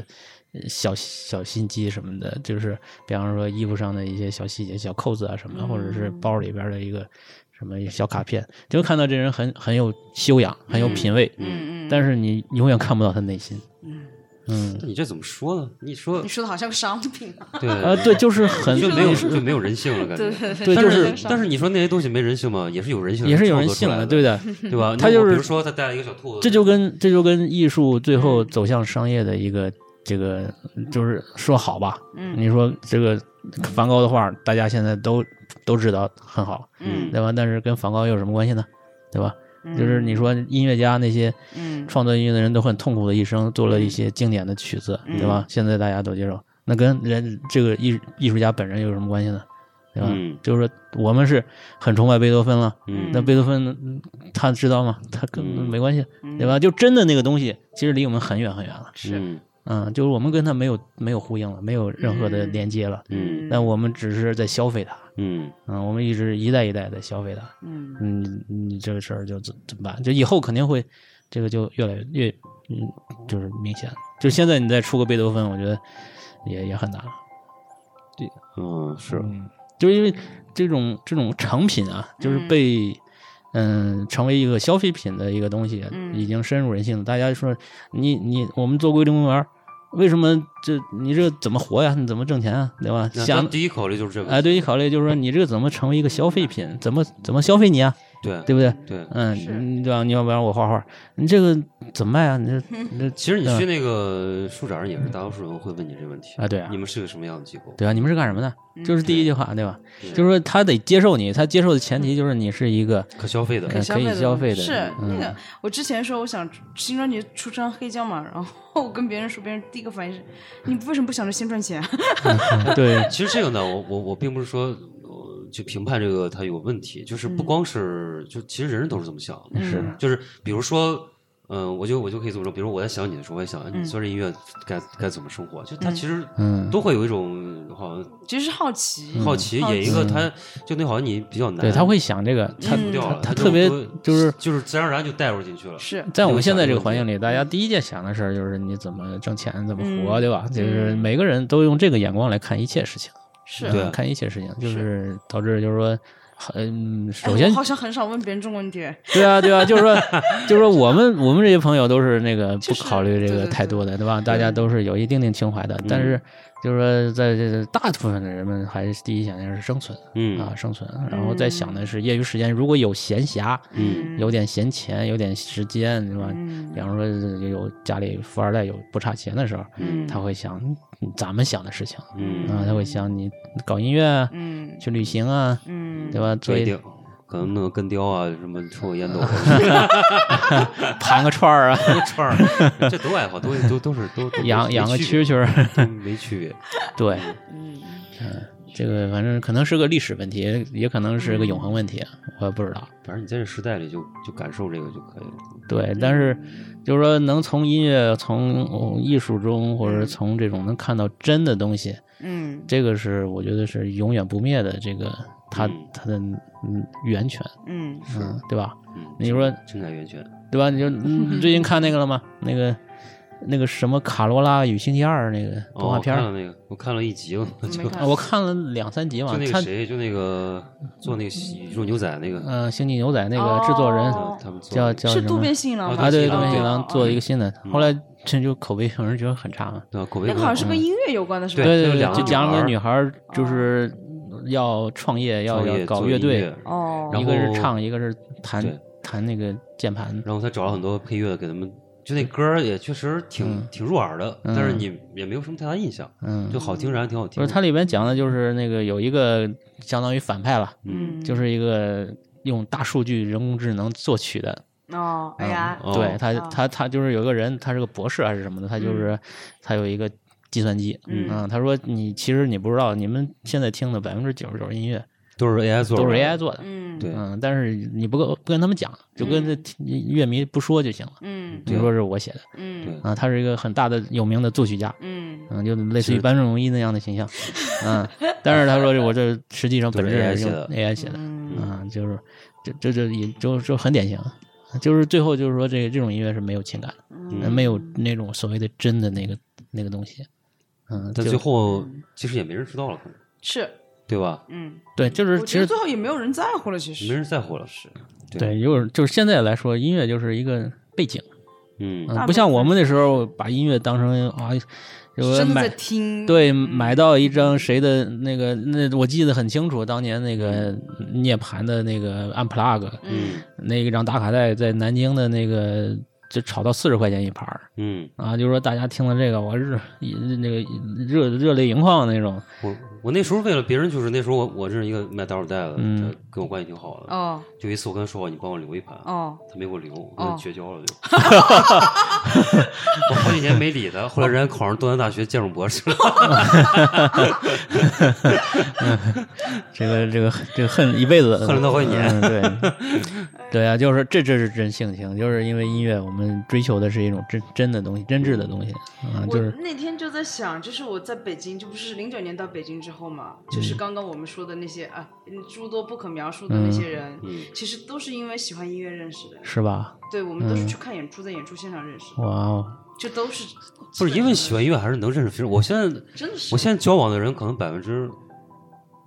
Speaker 4: 呃小小心机什么的。就是比方说衣服上的一些小细节、小扣子啊什么的，或者是包里边的一个什么小卡片，就会看到这人很很有修养、很有品味。
Speaker 5: 嗯嗯，
Speaker 4: 但是你永远看不到他内心。
Speaker 5: 嗯
Speaker 4: 嗯，
Speaker 3: 你这怎么说呢？你说
Speaker 5: 你说的好像个商品啊，
Speaker 3: 对
Speaker 4: 呃，对，就是很
Speaker 3: 就没有就没有人性了，感觉。
Speaker 4: 对
Speaker 3: 但
Speaker 4: 就是
Speaker 5: 商
Speaker 3: 但是你说那些东西没人性吗？也是有人性的，
Speaker 4: 也是有人信
Speaker 3: 了，
Speaker 4: 了，对的。
Speaker 3: 对吧？
Speaker 4: 他就是
Speaker 3: 比如说他带了一个小兔子，
Speaker 4: 这就跟这就跟艺术最
Speaker 5: 嗯
Speaker 4: 后走向商业的一个这个，就是说好吧，
Speaker 5: 嗯
Speaker 4: 你说这个梵高的画，大家现在都都知道很好，
Speaker 5: 嗯
Speaker 4: 对吧？但是跟梵高有什么关系呢？对吧？
Speaker 5: 嗯
Speaker 4: 就是你说音乐家那些
Speaker 5: 嗯
Speaker 4: 创作音乐的人都很痛苦的一生，做了一些经典的曲子，
Speaker 5: 嗯
Speaker 4: 对吧？现在大家都接受，那跟人这个艺艺术家本人有什么关系呢？对吧？
Speaker 3: 嗯
Speaker 4: 就是说我们是很崇拜贝多芬了，
Speaker 3: 嗯
Speaker 4: 那贝多芬嗯他知道吗？他跟
Speaker 3: 嗯
Speaker 4: 没关系，对吧？就真的那个东西，其实离我们很远很远了，
Speaker 3: 嗯
Speaker 4: 嗯，就是我们跟他没有没有呼应了，没有任何的
Speaker 5: 嗯
Speaker 4: 连接了，
Speaker 3: 嗯
Speaker 4: 那我们只是在消费它，
Speaker 3: 嗯
Speaker 4: 嗯，我们一直一代一代的消费它，
Speaker 5: 嗯
Speaker 4: 嗯，你这个事儿就怎怎么办？就以后肯定会，这个就越来越，嗯，就是明显。就现在你再出个贝多芬，我觉得也也很难了。
Speaker 3: 嗯是
Speaker 4: 就因为这种这种成品啊，就是
Speaker 5: 嗯
Speaker 4: 被嗯、成为一个消费品的一个东西，
Speaker 5: 嗯
Speaker 4: 已经深入人心了。大家说你你我们做桂林公园儿，为什么这你这怎么活呀？你怎么挣钱啊？对吧？
Speaker 3: 那
Speaker 4: 想
Speaker 3: 咱第一考虑就是这个，
Speaker 4: 哎，对你考虑就是说你这个怎么成为一个消费品？怎么怎么消费你啊？
Speaker 3: 对
Speaker 4: 对不对？
Speaker 3: 对。
Speaker 4: 嗯，
Speaker 5: 是
Speaker 4: 你对吧？你要不然我画画，你这个怎么卖啊？你这
Speaker 5: *laughs*
Speaker 4: 你这
Speaker 3: 其实你
Speaker 4: 对吧
Speaker 3: 去那个书展上也是，大多数人会问你这问题
Speaker 4: 嗯啊对啊
Speaker 3: 你们是个什么样的机构？嗯
Speaker 4: 对啊吧？你们是干什么的？
Speaker 5: 嗯
Speaker 4: 就是第一句话，对吧？
Speaker 3: 对
Speaker 4: 就是说他得接受你，他接受的前提就是你是一
Speaker 5: *laughs*
Speaker 4: 个
Speaker 3: 可消费的，
Speaker 4: 呃可以消费的
Speaker 5: 是
Speaker 4: 人嗯
Speaker 5: 那个，我之前说我想新专辑出张黑胶嘛，然后我跟别人说，别人第一个反应是，你为什么不想着先赚钱？啊
Speaker 4: 对，
Speaker 3: 其实这个呢，我我我并不是说呃去评判这个它有问题，就是不光是、就其实人人都是这么想的，
Speaker 4: 嗯是
Speaker 3: 就是比如说。嗯，我就我就可以这么说，比如我在想你的时候，我也想，哎你做这音乐该该怎么生活？就他其实
Speaker 4: 嗯
Speaker 3: 都会有一种好像
Speaker 5: 其实是好奇，
Speaker 3: 好奇，
Speaker 5: 好
Speaker 3: 演一个他就那好像你比较难，
Speaker 4: 对，他会想这个，他
Speaker 5: 嗯
Speaker 3: 不掉了，
Speaker 4: 他
Speaker 3: 就
Speaker 4: 特别
Speaker 3: 都
Speaker 4: 就是
Speaker 3: 就是自然而然就带入进去了，
Speaker 5: 是
Speaker 4: 在我们现在这个环境里，大家第一件想的事儿就是你怎么挣钱，怎么活，
Speaker 5: 嗯
Speaker 4: 对吧？就是每个人都用这个眼光来看一切事情，
Speaker 5: 是。
Speaker 3: 对
Speaker 5: 哎
Speaker 4: 嗯看一切事情，就是导致就是说，嗯，首
Speaker 5: 哎我
Speaker 4: 先
Speaker 5: 好像很少问别人这种问题，
Speaker 4: 对啊，对啊，就是
Speaker 5: *laughs*
Speaker 4: 说，就是说，我们我们这些朋友都是那个不
Speaker 5: 就是
Speaker 4: 考虑这
Speaker 5: 对
Speaker 4: 个
Speaker 5: 对
Speaker 4: 太
Speaker 5: 对嗯
Speaker 4: 多的，对吧？大家都是有一定定情怀的，但是就是说，在这个大部分的人们还是第一想的是生存
Speaker 3: 嗯
Speaker 4: 啊，生存，然后再想的是业余时间，如果有闲暇，
Speaker 3: 嗯
Speaker 4: 有点闲钱，有点时间，对吧？
Speaker 5: 嗯
Speaker 4: 比方说有家里富二代有不差钱的时候，
Speaker 5: 嗯
Speaker 4: 他会想嗯咱们想的事情
Speaker 3: 嗯
Speaker 4: 啊，他会想你搞音乐啊，
Speaker 5: 嗯
Speaker 4: 去旅行啊，
Speaker 5: 嗯
Speaker 4: 对吧？做
Speaker 3: 不一
Speaker 4: 一
Speaker 3: 定，可能弄个根雕啊，什么抽个烟斗
Speaker 4: *laughs*
Speaker 3: 啊，
Speaker 4: 盘个串儿啊，
Speaker 3: 串
Speaker 5: *laughs*
Speaker 3: 儿，这都爱好，都都都是都都
Speaker 4: 养养个
Speaker 3: 蛐
Speaker 4: 蛐蛐儿。
Speaker 3: 蛐，没区别。
Speaker 4: *laughs* 对，嗯，这个反正可能是个历史问题，也可能是个永恒问题，我也不知道。
Speaker 3: 反正你在这时代里就就感受这个就可以了。
Speaker 5: 嗯
Speaker 4: 对，但是就是说，能从音乐、从哦艺术中，或者从这种能看到真的东西，
Speaker 5: 嗯
Speaker 4: 这个是我觉得是永远不灭的，这个它
Speaker 3: 嗯
Speaker 4: 它的嗯源泉，
Speaker 5: 嗯
Speaker 4: 嗯，对吧？
Speaker 3: 嗯，
Speaker 4: 你说
Speaker 3: 情感源泉，
Speaker 4: 对吧？你就你最近看那个了吗？那个那个什么《卡罗拉与星期二》那个动
Speaker 3: 哦，
Speaker 4: 画
Speaker 3: 我
Speaker 4: 片
Speaker 3: 看
Speaker 4: 儿。
Speaker 3: 了那个，我看了一集，我 *laughs* 就
Speaker 5: 没看
Speaker 4: 啊我看了两三集嘛，
Speaker 3: 就那
Speaker 4: 它
Speaker 3: 个谁，就那个做那个宇宙牛仔那个，
Speaker 4: 嗯，《星际牛仔》那个制作人、
Speaker 5: 哦
Speaker 3: 他们做
Speaker 4: 叫
Speaker 3: 那个
Speaker 4: 叫
Speaker 5: 是
Speaker 4: 什
Speaker 5: 渡
Speaker 4: 么
Speaker 5: 边信一郎吗
Speaker 4: 啊，对，
Speaker 3: 渡
Speaker 4: 渡
Speaker 3: 边信
Speaker 4: 边信
Speaker 3: 一
Speaker 4: 一郎做了一个
Speaker 5: 哦
Speaker 4: 新的，
Speaker 3: 嗯
Speaker 4: 后来这就口碑有人觉得很差嘛。
Speaker 3: 对吧？口
Speaker 5: 哦
Speaker 3: 碑
Speaker 5: 那个好像是跟音乐有关的是吧？
Speaker 3: 对
Speaker 4: 嗯对
Speaker 3: 就
Speaker 4: 对
Speaker 3: 两个
Speaker 4: 就讲了个
Speaker 3: 女啊
Speaker 4: 女孩儿就是要创业，要
Speaker 3: 创业
Speaker 4: 要搞
Speaker 3: 做
Speaker 4: 乐
Speaker 3: 音
Speaker 4: 队
Speaker 3: 乐，
Speaker 5: 哦，
Speaker 3: 然
Speaker 4: 一个
Speaker 3: 后
Speaker 4: 是唱，一个是弹
Speaker 3: 对
Speaker 4: 弹那个键盘。
Speaker 3: 然后他找了很多配乐给他们，就那歌儿也确实挺挺入耳的，但是你也没有什么太大印象，
Speaker 4: 嗯
Speaker 3: 就，好听，然后挺好听
Speaker 4: 就是
Speaker 3: 的。
Speaker 4: 它里边讲的就是那个有一个相当于反派了，
Speaker 3: 嗯，
Speaker 4: 就是一个用大数据人工智能作曲的，
Speaker 5: 哦，哎呀，
Speaker 3: 哦
Speaker 4: 对他
Speaker 5: 啊，
Speaker 4: 他他就是有个人，他是个博士还是什么的，他就是他有一个计算机，
Speaker 5: 嗯
Speaker 4: 他说你其实你不知道，你们现在听的百分之九十九音乐
Speaker 3: 都是 AI 做的，
Speaker 4: 都是 AI 做的，
Speaker 5: 嗯
Speaker 3: 对
Speaker 4: 嗯，但是你不跟不跟他们讲，就跟这听乐迷不说就行了，
Speaker 5: 嗯
Speaker 4: 就说是我写的
Speaker 5: 嗯
Speaker 3: 对
Speaker 4: 啊，他是一个很大的有名的作曲家。
Speaker 5: 嗯
Speaker 4: 嗯，就类似于班正荣一那样的形象，嗯，但是他说这我这实际上本质
Speaker 3: 都
Speaker 4: 还
Speaker 3: 是
Speaker 4: 是
Speaker 3: AI
Speaker 4: 用
Speaker 3: 写的
Speaker 4: AI 写的，
Speaker 5: 嗯
Speaker 4: 啊，就是这这这也就就很典型，就是最后就是说这这种音乐是没有情感的，
Speaker 3: 嗯
Speaker 4: 没有那种所谓的真的那个那个东西，嗯，
Speaker 3: 但
Speaker 4: 就
Speaker 3: 最后其实也没人知道了，可能
Speaker 5: 是
Speaker 3: 对吧？
Speaker 5: 嗯，
Speaker 4: 对，就是
Speaker 5: 我
Speaker 4: 其
Speaker 5: 觉
Speaker 4: 实
Speaker 5: 得最后也没有人在乎了，其
Speaker 3: 没
Speaker 5: 实
Speaker 3: 人在乎了，是，
Speaker 4: 对，就是就是现在来说，音乐就是一个背景，
Speaker 3: 嗯
Speaker 4: 嗯
Speaker 5: 大
Speaker 4: 不
Speaker 5: 部
Speaker 4: 像我
Speaker 5: 分
Speaker 4: 们那时候把音乐当成啊，有个
Speaker 5: 真的
Speaker 4: 买
Speaker 5: 在听，
Speaker 4: 对，
Speaker 5: 嗯
Speaker 4: 买到一张谁的那个，那我记得很清楚，当年那个涅槃的那个 Unplug，
Speaker 5: 嗯
Speaker 4: 那一张打卡带在南京的那个就炒到四十块钱一盘儿
Speaker 3: 嗯，
Speaker 4: 啊，就是说大家听了这个，我热那个热热泪盈眶那种，
Speaker 3: 我我那时候为了别人，就是那时候我我认识一个卖打火带的，
Speaker 4: 嗯
Speaker 3: 他跟我关系挺好的。
Speaker 5: 哦
Speaker 3: 就一次我跟他说，你帮我留一盘，
Speaker 5: 哦，
Speaker 3: 他没给我留，我跟他
Speaker 5: 哦
Speaker 3: 绝交了就。我好几年没理他，后来人家考上东南大学建筑博士了。 *laughs*
Speaker 4: 这个这个这个恨一辈子，
Speaker 3: 恨了他好几年
Speaker 4: 嗯
Speaker 3: *laughs*
Speaker 4: 对对啊，就是这这是真性情，就是因为音乐，我们追求的是一种真真的东西，真挚的东西啊，
Speaker 5: 我
Speaker 4: 就是
Speaker 5: 那天就在想，就是我在北京，这不是零九年到北京之后嘛，
Speaker 4: 嗯
Speaker 5: 就是刚刚我们说的那些啊，嗯诸多不可描述的那些人，
Speaker 3: 嗯
Speaker 5: 其实都是因为喜欢音乐认识的。
Speaker 4: 是吧？
Speaker 5: 对，我们都是
Speaker 4: 嗯
Speaker 5: 去看演出，在演出现场认识的，
Speaker 4: 哇哦，
Speaker 5: 就都是
Speaker 3: 不是因为喜欢音乐还是能认识非常。我现在
Speaker 5: 真的是
Speaker 3: 我现在交往的人可能百分之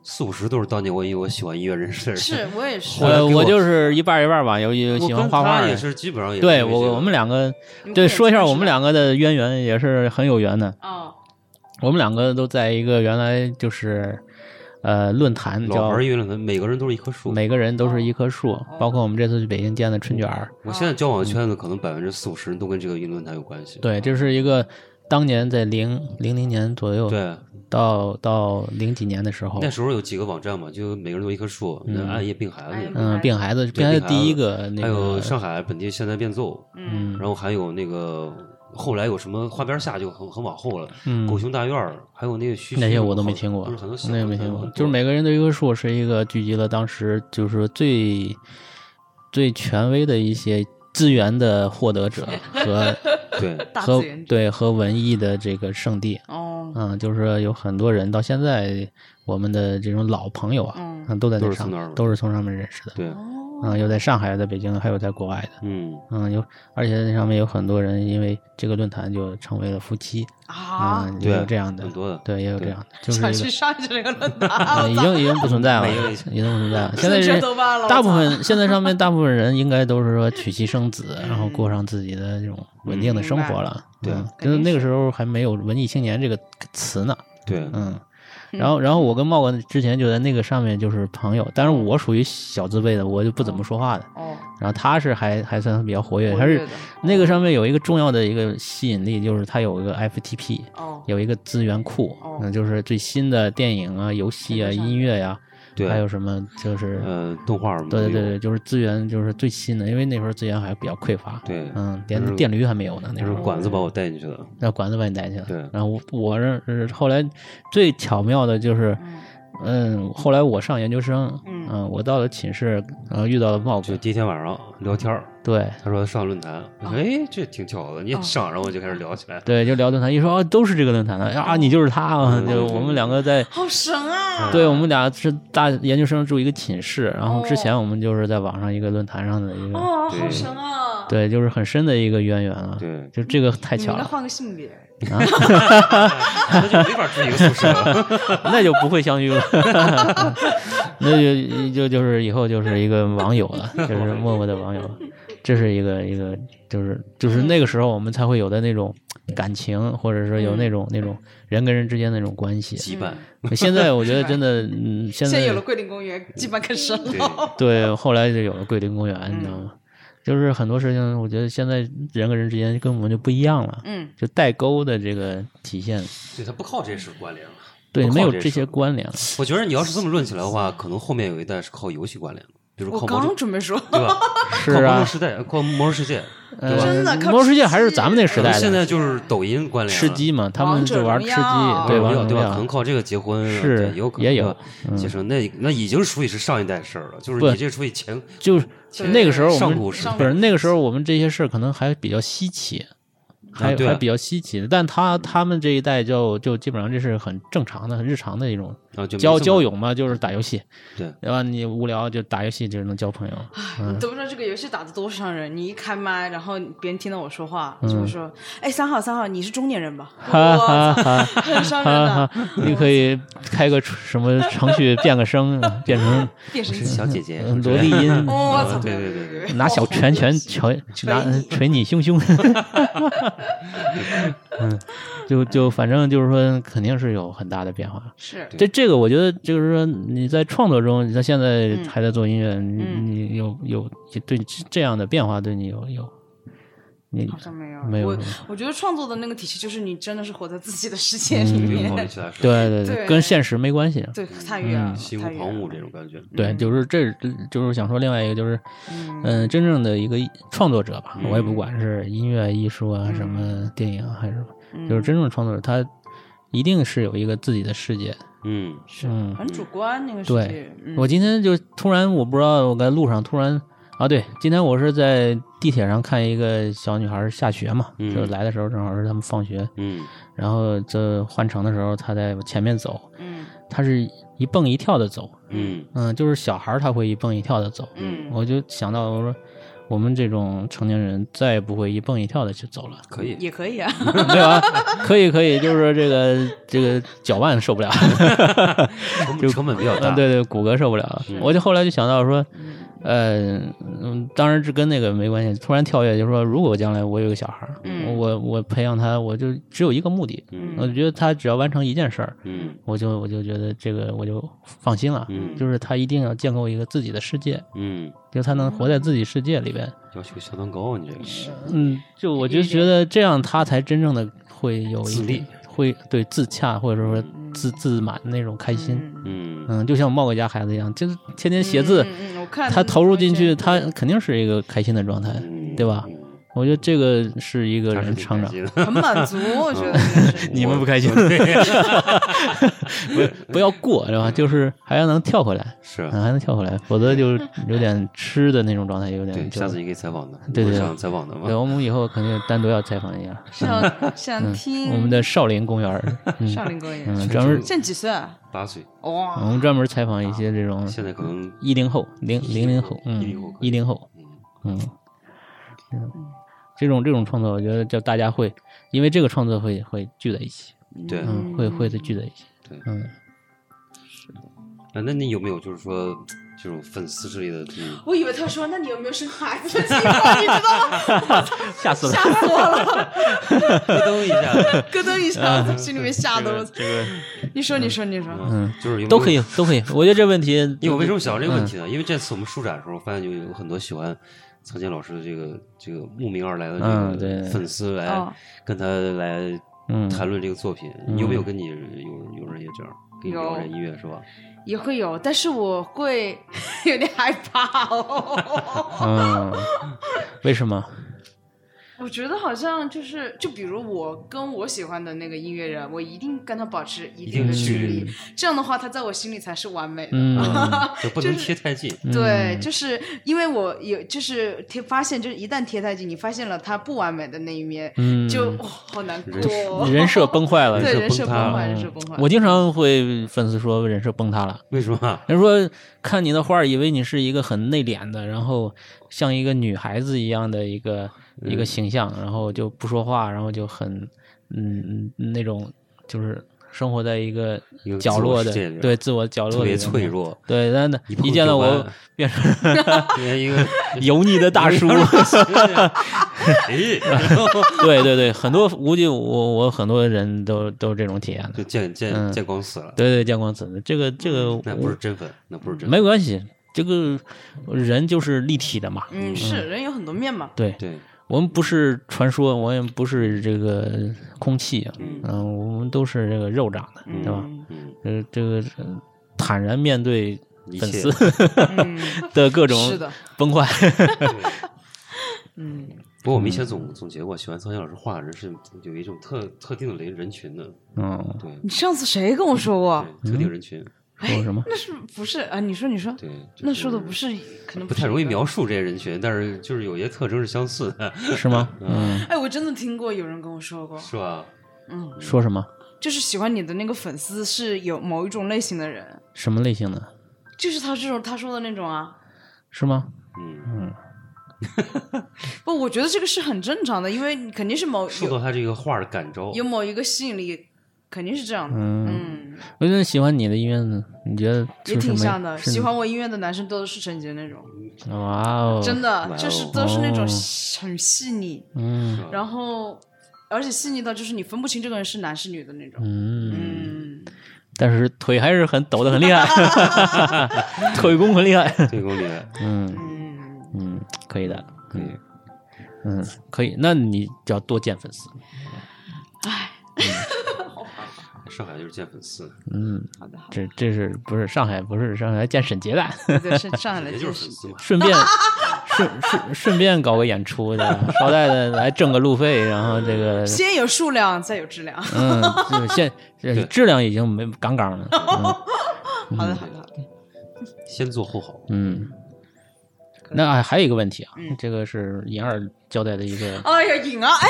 Speaker 3: 四五十都是当年我因为我喜欢音乐认识的人。
Speaker 5: 是我也是
Speaker 3: 后，来
Speaker 4: 呃，
Speaker 3: 给
Speaker 4: 我
Speaker 3: 我
Speaker 4: 就是一半儿一半儿吧，有有
Speaker 3: 我
Speaker 4: 喜欢
Speaker 3: 跟
Speaker 4: 画画
Speaker 3: 他
Speaker 4: 的
Speaker 3: 也是基本上也是
Speaker 4: 对
Speaker 3: 因为这个
Speaker 4: 我我们两个
Speaker 5: 你们
Speaker 4: 对
Speaker 5: 也
Speaker 4: 说一下
Speaker 5: 认识
Speaker 4: 我们
Speaker 5: 的
Speaker 4: 两个的渊源也是很有缘的。
Speaker 5: 哦，
Speaker 4: 我们两个都在一个原来就是呃论坛
Speaker 3: 老
Speaker 4: 叫
Speaker 3: 牌音乐论坛，每个人都是一棵树。
Speaker 4: 每个人都是一棵树，
Speaker 3: 哦
Speaker 4: 包括我们这次去北京见的春卷儿。
Speaker 3: 我现在交往的圈子可能百分之四五十都跟这个音乐论坛有关系。
Speaker 4: 嗯对，这是一个当年在零零零年左右，
Speaker 3: 对，
Speaker 4: 到到零几年的时候
Speaker 3: 那，时候有几个网站嘛，就每个人都一棵树，那暗夜病孩子那个，
Speaker 4: 嗯，病孩子，病孩子第一个那
Speaker 3: 还有
Speaker 4: 个，
Speaker 3: 上海本地现代变奏，
Speaker 5: 嗯
Speaker 3: 然后还有那个后来有什么花边下就很很往后了，
Speaker 4: 嗯
Speaker 3: 狗熊大院儿，还有那个徐徐
Speaker 4: 那些我
Speaker 3: 好
Speaker 4: 都没听过
Speaker 3: 都是很多，小
Speaker 4: 那个
Speaker 3: 的
Speaker 4: 没
Speaker 3: 很
Speaker 4: 听
Speaker 3: 多
Speaker 4: 过
Speaker 3: 很。多
Speaker 4: 就是每个人的一棵树是一个聚集了当时就是说最最权威的一些资源的获得者和 *laughs*
Speaker 3: 对
Speaker 5: *laughs* 大
Speaker 4: 和
Speaker 5: 自然
Speaker 4: 对和文艺的这个圣地。
Speaker 5: 哦，
Speaker 4: 嗯，就是有很多人到现在，我们的这种老朋友啊，
Speaker 5: 嗯
Speaker 4: 都在
Speaker 3: 都
Speaker 4: 那
Speaker 3: 是从
Speaker 4: 上
Speaker 3: 那儿
Speaker 4: 都是从上面认识的。
Speaker 3: 对，
Speaker 4: 嗯，有在上海，有在北京，还有在国外的。
Speaker 3: 嗯，
Speaker 4: 嗯，有，而且那上面有很多人因为这个论坛就成为了夫妻
Speaker 5: 啊，
Speaker 4: 嗯，也有
Speaker 3: 对，
Speaker 4: 这样的
Speaker 3: 很，多的，
Speaker 4: 对，也有这
Speaker 3: 对
Speaker 4: 样的，就是
Speaker 5: 想
Speaker 4: 一个
Speaker 5: 去上去这个论坛，
Speaker 4: 呃，
Speaker 5: *laughs*
Speaker 4: 已经已经不存在了，
Speaker 3: 没有
Speaker 4: 已经不存在了。现在
Speaker 5: 真
Speaker 4: 是
Speaker 5: 全都忘了我
Speaker 4: 大部
Speaker 5: 操 *laughs*
Speaker 4: 分现在上面大部分人应该都是说娶妻生子，然后过上自己的这种稳定的生活
Speaker 3: 嗯
Speaker 4: 了。
Speaker 3: 明白
Speaker 4: 嗯
Speaker 5: 嗯对
Speaker 4: 就是那个时候还没有“文艺青年”这个词呢。
Speaker 3: 对，
Speaker 4: 嗯，然后然后
Speaker 5: 嗯
Speaker 4: 我跟茂哥之前就在那个上面就是朋友，但是我属于小字辈的，我就不怎么说话的。
Speaker 5: 哦，
Speaker 4: 然后他是还还算比较活跃，
Speaker 5: 活
Speaker 4: 他
Speaker 5: 跃
Speaker 4: 是
Speaker 5: 的哦
Speaker 4: 那个上面有一个重要的一个吸引力，就是它有一个 FTP，
Speaker 5: 哦，
Speaker 4: 有一个资源库，
Speaker 5: 哦
Speaker 4: 嗯，就是最新的电影啊、游戏啊、
Speaker 5: 全都上
Speaker 4: 音乐呀、
Speaker 3: 对
Speaker 4: 还有什么就是，
Speaker 3: 呃，动画儿嘛，
Speaker 4: 对
Speaker 3: 有
Speaker 4: 对对对，就是资源就是最新的，因为那时候资源还比较匮乏，
Speaker 3: 对
Speaker 4: 嗯，
Speaker 3: 就
Speaker 4: 连
Speaker 3: 是
Speaker 4: 电驴还没有呢，那
Speaker 3: 那
Speaker 4: 时
Speaker 3: 是
Speaker 4: 候
Speaker 3: 管子把我带进去的，
Speaker 4: 那管子把你带去了，
Speaker 3: 对
Speaker 4: 然后我我认识后来最巧妙的就是，嗯，后来我上研究生，
Speaker 5: 嗯
Speaker 4: 我到了寝室，呃，遇到了茂
Speaker 3: 就
Speaker 4: 哥，
Speaker 3: 第一天晚上聊天儿，
Speaker 4: 对。
Speaker 3: 他说上论坛，我说哎，这挺巧的，你也上，然后我就开始聊起来。
Speaker 4: 哦对，就聊论坛，一说啊，都是这个论坛的啊，你就是他啊，
Speaker 3: 嗯
Speaker 4: 就我们两个在
Speaker 5: 好神啊，
Speaker 4: 对我们俩是大研究生住一个寝室，然后之前我们就是在网上一个论坛上的一个，
Speaker 5: 哦，好
Speaker 3: 对
Speaker 5: 神啊，
Speaker 4: 对，就是很深的一个渊源了。
Speaker 3: 对
Speaker 4: 就这个太
Speaker 5: 你们
Speaker 4: 巧
Speaker 5: 应该
Speaker 4: 了，
Speaker 5: 换个性别，
Speaker 3: 那就没法住一个宿舍
Speaker 4: *laughs*
Speaker 3: 了。
Speaker 4: 那就不会相遇了。 *laughs* 那就就就是以后就是一个网友了，就是陌陌的网友了。这是一个一个，就是就是那个时候我们才会有的那种感情，或者说有
Speaker 5: 嗯
Speaker 4: 那种那种人跟人之间的那种关系。
Speaker 3: 羁绊，
Speaker 4: 现在我觉得真
Speaker 5: *laughs*
Speaker 4: 的，嗯，现
Speaker 5: 现
Speaker 4: 在
Speaker 5: 在有了桂林公园，羁绊更深
Speaker 3: 对
Speaker 5: *laughs* 了。
Speaker 4: 对，后来就有了桂林公园，你知
Speaker 5: 嗯
Speaker 4: 道吗？就是很多事情，我觉得现在人跟人之间跟我们就不一样了，
Speaker 5: 嗯，
Speaker 4: 就代沟的这个体现，
Speaker 3: 对他不靠这事关联了。
Speaker 4: 对，
Speaker 3: 不靠
Speaker 4: 没有
Speaker 3: 这
Speaker 4: 这
Speaker 3: 事
Speaker 4: 些关联了。
Speaker 3: 我觉得你要是这么论起来的话，可能后面有一代是靠游戏关联的，比如
Speaker 5: 我
Speaker 3: 靠魔
Speaker 5: 刚
Speaker 3: 兽，
Speaker 5: 准备 *laughs* 说，
Speaker 3: 对吧？
Speaker 4: *laughs* 是
Speaker 3: 靠魔
Speaker 4: 啊
Speaker 3: 兽，时代，靠魔兽世界，
Speaker 4: 呃
Speaker 5: 真的靠
Speaker 4: 魔兽世界
Speaker 5: 吃
Speaker 4: 还是咱们那
Speaker 5: 鸡
Speaker 4: 时代的，
Speaker 3: 现在就是抖音关联了，
Speaker 4: 吃鸡嘛，他们
Speaker 5: 王者
Speaker 4: 就玩吃
Speaker 5: 荣
Speaker 4: 鸡，
Speaker 5: 耀
Speaker 4: 对
Speaker 3: 王者荣耀
Speaker 4: 王
Speaker 3: 对
Speaker 4: 者
Speaker 3: 吧？
Speaker 4: 荣
Speaker 3: 可
Speaker 4: 耀
Speaker 3: 能。靠这个结婚啊
Speaker 4: 是
Speaker 3: 对也有可能
Speaker 4: 也有嗯
Speaker 3: 对吧结成那那已经属于是上一代事儿了，就是
Speaker 4: 不
Speaker 3: 你这属于前
Speaker 4: 就是
Speaker 5: 对
Speaker 4: 那个时候我
Speaker 3: 上
Speaker 4: 们
Speaker 3: 古时
Speaker 5: 代
Speaker 4: 不是那个时候我们这些事儿可能还比较稀奇，还、
Speaker 3: 对啊
Speaker 4: 还比较稀奇的，但他他们这一代就就基本上这是很正常的、很日常的一种
Speaker 3: 啊，就没这
Speaker 4: 交
Speaker 3: 么
Speaker 4: 交友嘛，就是打游戏，
Speaker 3: 对
Speaker 4: 对吧？你无聊就打游戏，就是能交朋友。
Speaker 5: 你都不知道这个游戏打的多伤人。你一开麦，然后别人听到我说话，
Speaker 4: 嗯
Speaker 5: 就会说：“哎，三号，三号，你是中年人吧？”
Speaker 4: 哈哈
Speaker 5: *laughs* 哇操，
Speaker 4: 哈
Speaker 5: 很伤人啊
Speaker 4: 哈
Speaker 5: 的
Speaker 4: *laughs* 哈，，你可以开个什么程序变个
Speaker 5: *laughs*
Speaker 4: 声，变成
Speaker 5: 变声器。
Speaker 3: 小姐姐
Speaker 4: 嗯萝莉音，
Speaker 5: 哦我操！
Speaker 3: 对对
Speaker 5: 对对
Speaker 4: 拿小拳拳捶
Speaker 5: 哦
Speaker 4: 拿捶你胸
Speaker 5: *laughs*
Speaker 4: 胸。嗯，就就反正就是说，肯定是有很大的变化。
Speaker 5: 是
Speaker 4: 这这个我觉得就是说你在创作中，你在现在
Speaker 5: 嗯
Speaker 4: 还在做音乐，你
Speaker 5: 嗯
Speaker 4: 你有有对这这样的变化对你有有，你
Speaker 5: 好像没有
Speaker 4: 没有
Speaker 5: 我
Speaker 4: 什么
Speaker 5: 我觉得创作的那个体系就是你真的是活在自己的世界里
Speaker 3: 这个
Speaker 5: 面
Speaker 3: 暴，力起来是
Speaker 4: 对对对，
Speaker 5: 对
Speaker 4: 跟现实没关系。啊
Speaker 5: 对，太远了，
Speaker 3: 心无
Speaker 5: 太
Speaker 3: 嗯
Speaker 5: 远
Speaker 3: 旁骛
Speaker 5: 了
Speaker 3: 这种感觉。
Speaker 4: 对，就是这嗯就是想说另外一个就是，嗯、真正的一个创作者吧，我也不管是音乐、艺术啊，什么电影啊，还是什么，就是真正的创作者，他一定是有一个自己的世界。
Speaker 3: 嗯，
Speaker 5: 是
Speaker 4: 嗯
Speaker 5: 很主观那个世
Speaker 4: 对
Speaker 5: 界。嗯
Speaker 4: 我今天就突然我不知道我在路上突然啊，对，今天我是在地铁上看一个小女孩下学嘛，
Speaker 3: 嗯
Speaker 4: 就是来的时候正好是他们放学，
Speaker 3: 嗯
Speaker 4: 然后这换乘的时候她在前面走，
Speaker 5: 嗯
Speaker 4: 她是一蹦一跳的走，
Speaker 3: 嗯
Speaker 4: 嗯，就是小孩儿他会一蹦一跳的走，
Speaker 5: 嗯，
Speaker 4: 我就想到我说。我们这种成年人再也不会一蹦一跳的就走了， *laughs*
Speaker 3: 可以。
Speaker 5: 也可以啊。
Speaker 4: 对吧？ *laughs* 可以，可以，就是说这个这个脚腕受不了，
Speaker 3: 成本成本比较大。
Speaker 4: 嗯，对对，骨骼受不了了。我就后来就想到说，呃，嗯，当然这跟那个没关系。突然跳跃，就是说，如果将来我有一个小孩儿，
Speaker 5: 嗯
Speaker 4: 我我培养他，我就只有一个目的，
Speaker 3: 嗯
Speaker 4: 我觉得他只要完成一件事儿，
Speaker 3: 嗯
Speaker 4: 我就我就觉得这个我就放心了，
Speaker 3: 嗯
Speaker 4: 就是他一定要建构一个自己的世界，
Speaker 3: 嗯，
Speaker 4: 就他能活在自己世界里边。
Speaker 3: 要求相当高啊，你这个
Speaker 4: 嗯，就我就觉得这样他才真正的会有一
Speaker 3: 自立
Speaker 4: 会对自洽或者说自自满那种开心。
Speaker 3: 嗯
Speaker 4: 嗯，就像茂哥家孩子一样，就是天天写字，
Speaker 5: 嗯嗯嗯我看
Speaker 4: 他
Speaker 5: 那个
Speaker 4: 投入进去，
Speaker 5: 文
Speaker 4: 他肯定是一个开心的状态，
Speaker 3: 嗯
Speaker 4: 对吧？我觉得这个是一个
Speaker 3: 还是
Speaker 4: 人
Speaker 3: 挺
Speaker 4: 成
Speaker 3: 开
Speaker 4: 长。
Speaker 3: 心的。
Speaker 5: 嗯很满足，我觉得真的是
Speaker 4: 你们不开心，不不要过，
Speaker 3: *laughs*
Speaker 4: 对吧？就是还要能跳回来，
Speaker 3: 是
Speaker 4: 嗯，还能跳回来，否则就有点吃的那种状态，有点
Speaker 3: 对，
Speaker 4: 就
Speaker 3: 下次你可以采访他，
Speaker 4: 对对
Speaker 3: 我
Speaker 4: 对
Speaker 3: 想采访他
Speaker 4: 对，
Speaker 3: 吗？
Speaker 4: 我们以后肯定单独要采访一下
Speaker 5: 想想听
Speaker 4: 嗯我们的少林公
Speaker 3: *laughs*
Speaker 4: 园儿，嗯
Speaker 5: 少林公园。
Speaker 4: 嗯，专门
Speaker 5: 现在几岁啊？
Speaker 3: 八岁，
Speaker 5: 哇，
Speaker 4: 我们专门采访一些这种
Speaker 3: 啊现在可能
Speaker 4: 一零后、零零零后、嗯
Speaker 3: 10后可以
Speaker 4: 一零后，嗯，嗯这种这种创作，我觉得就大家会因为这个创作会会聚在一起，
Speaker 3: 对。
Speaker 4: 嗯，会会的聚在一起，
Speaker 3: 对
Speaker 4: 嗯，
Speaker 3: 啊，那你有没有就是说这种粉丝之类的？嗯
Speaker 5: 我以为他说，那你有没有生孩子的计划？ *laughs* 你知道吗？
Speaker 3: 嗯
Speaker 4: 吓死
Speaker 5: 吓死我了，
Speaker 3: 咯噔一下，
Speaker 5: 咯噔一下，
Speaker 4: 嗯
Speaker 5: 从心里面吓得我。
Speaker 3: 这个
Speaker 5: 你说，你说，你说，
Speaker 3: 嗯，就是有没有
Speaker 4: 都可以。都可以，我觉得这问题
Speaker 3: 因为我为什么想到这个问
Speaker 4: 嗯
Speaker 3: 题呢？因为这次我们书展的时候，发现就有很多喜欢苍健老师的这个这个慕名而来的这
Speaker 4: 嗯对
Speaker 3: 个粉丝
Speaker 5: 哦
Speaker 3: 来跟他来
Speaker 4: 嗯
Speaker 3: 谈论这个作品。你有没有跟你有有人也这样跟你聊
Speaker 5: 有
Speaker 3: 这音乐是吧？
Speaker 5: 也会有，但是我会 *laughs* 有点害怕哦。 *laughs*
Speaker 4: 嗯，为什么？
Speaker 5: 我觉得好像就是，就比如我跟我喜欢的那个音乐人，我一定跟他保持一定
Speaker 3: 一定
Speaker 5: 的距
Speaker 3: 距离
Speaker 5: 离，这样的话，他在我心里才是完美的。 *laughs*
Speaker 4: 嗯，
Speaker 3: 就不能贴太近。
Speaker 5: 对，
Speaker 4: 嗯
Speaker 5: 就是因为我有，就是贴发现，就是一旦贴太近，你发现了他不完美的那一面，
Speaker 4: 嗯
Speaker 5: 就哇、好难过，
Speaker 4: 人设崩坏了，嗯
Speaker 5: 对
Speaker 3: 人
Speaker 5: 人
Speaker 3: 设
Speaker 5: 设
Speaker 3: 崩塌
Speaker 5: 崩坏，
Speaker 3: 了
Speaker 5: 人设崩坏。
Speaker 4: 我经常会粉丝说人设崩塌了。
Speaker 3: 为什么？啊
Speaker 4: 人说看你的画儿，以为你是一个很内敛的，然后像一个女孩子一样的一个、
Speaker 3: 嗯
Speaker 4: 一个形象，然后就不说话，然后就很嗯那种就是生活在一个
Speaker 3: 一个
Speaker 4: 角
Speaker 3: 自我
Speaker 4: 落
Speaker 3: 世
Speaker 4: 的
Speaker 3: 界里
Speaker 4: 对自我角
Speaker 3: 特
Speaker 4: *laughs* 落里
Speaker 3: 别
Speaker 4: 面
Speaker 3: 脆。弱，
Speaker 4: 对，但是
Speaker 3: 一碰
Speaker 4: 一见到
Speaker 3: 就
Speaker 4: 我
Speaker 3: 完
Speaker 4: 变成
Speaker 3: 连一
Speaker 4: *laughs*
Speaker 3: 个
Speaker 4: 油腻
Speaker 3: *laughs*
Speaker 4: 的大叔，
Speaker 3: 哎，然后
Speaker 4: 对对对，很多估计我我很多人都都有这种体验的
Speaker 3: 就，见
Speaker 4: 嗯
Speaker 3: 见见光死了。
Speaker 4: 对对，见光死，这个这个
Speaker 3: 那不是真粉，那不是真粉。
Speaker 4: 没关系，这个人就是立体的嘛，
Speaker 5: 嗯，是人有很多面嘛，
Speaker 4: 对，
Speaker 3: 对，
Speaker 4: 我们不是传说，我们不是这个空气啊，嗯、我们都是这个肉长的，对吧？
Speaker 3: 嗯，
Speaker 4: 呃，这个呃坦然面对
Speaker 3: 一
Speaker 4: 粉
Speaker 3: 切
Speaker 4: 丝 *laughs* 的各种
Speaker 5: 嗯是的嗯
Speaker 4: 崩坏，
Speaker 3: 不过我们以
Speaker 4: 嗯
Speaker 3: 前总总结过，喜欢苍蝇老师画的人是有一种特特定的人人群的，
Speaker 4: 嗯，
Speaker 3: 对，
Speaker 5: 你哦上次谁跟我说过？哎
Speaker 3: 对特定人群，
Speaker 4: 说什么？
Speaker 5: 那是不是啊？你说，你说，
Speaker 3: 对，就
Speaker 5: 那说的不是，可能
Speaker 3: 不
Speaker 5: 不
Speaker 3: 太容易
Speaker 5: 是一个。
Speaker 3: 描述这些人群，但是就是有些特征是相似的，
Speaker 4: 是吗？嗯，
Speaker 5: 哎，我真的听过有人跟我说过，
Speaker 3: 是吧？
Speaker 4: 说什么？
Speaker 5: 就是喜欢你的那个粉丝是有某一种类型的人，
Speaker 4: 什么类型的？
Speaker 5: 就是他这种他说的那种啊。
Speaker 4: 是吗？
Speaker 3: 嗯
Speaker 5: 不，我觉得这个是很正常的，因为你肯定是某
Speaker 3: 受到
Speaker 5: 有
Speaker 3: 他这个画的感召，
Speaker 5: 有某一个吸引力，肯定是这样的。
Speaker 4: 嗯，
Speaker 5: 嗯，
Speaker 4: 我觉得喜欢你的音乐呢，你觉得
Speaker 5: 也
Speaker 4: 是什
Speaker 5: 挺
Speaker 4: 么
Speaker 5: 像的。
Speaker 4: 是
Speaker 5: 喜欢我音乐的男生都是陈杰那种，
Speaker 4: 哇哦，
Speaker 5: 真
Speaker 3: 哇
Speaker 5: 的
Speaker 3: 哦
Speaker 5: 就是都是那种
Speaker 4: 哦
Speaker 5: 很细腻，
Speaker 4: 嗯
Speaker 5: 然后而且细腻到就是你分不清这个人是男是女的那种。
Speaker 4: 嗯，
Speaker 5: 嗯，
Speaker 4: 但是腿还是很抖的很厉
Speaker 5: *laughs*
Speaker 4: 害，腿功很厉害。
Speaker 3: 这个厉害，
Speaker 4: 嗯
Speaker 5: 嗯，
Speaker 4: 嗯，可以的，
Speaker 3: 可以。
Speaker 4: 嗯，可以。那你只要多见粉丝，
Speaker 3: 上海就是见粉丝，
Speaker 4: 嗯，
Speaker 5: 好的好的，
Speaker 4: 这这是不是上海？不是上海来见沈杰的，
Speaker 5: 嗯对，是上海来
Speaker 3: 也
Speaker 5: 见
Speaker 3: 就是
Speaker 5: 识
Speaker 3: 粉。丝嘛。
Speaker 4: 顺便顺顺顺便搞个演出的，捎带的来挣个路费，然后这
Speaker 5: *laughs*
Speaker 4: 个
Speaker 5: 先有数量，再有质量。 *laughs*
Speaker 4: 嗯，就是现这质量已经没杠杠
Speaker 5: *laughs*
Speaker 4: 了。嗯
Speaker 5: 好的好的好的，
Speaker 3: 先做后好，
Speaker 4: 嗯，那还还有一个问题啊，
Speaker 5: 嗯
Speaker 4: 这个是尹二交代的一个，
Speaker 5: 哎呀，瘾啊！哎，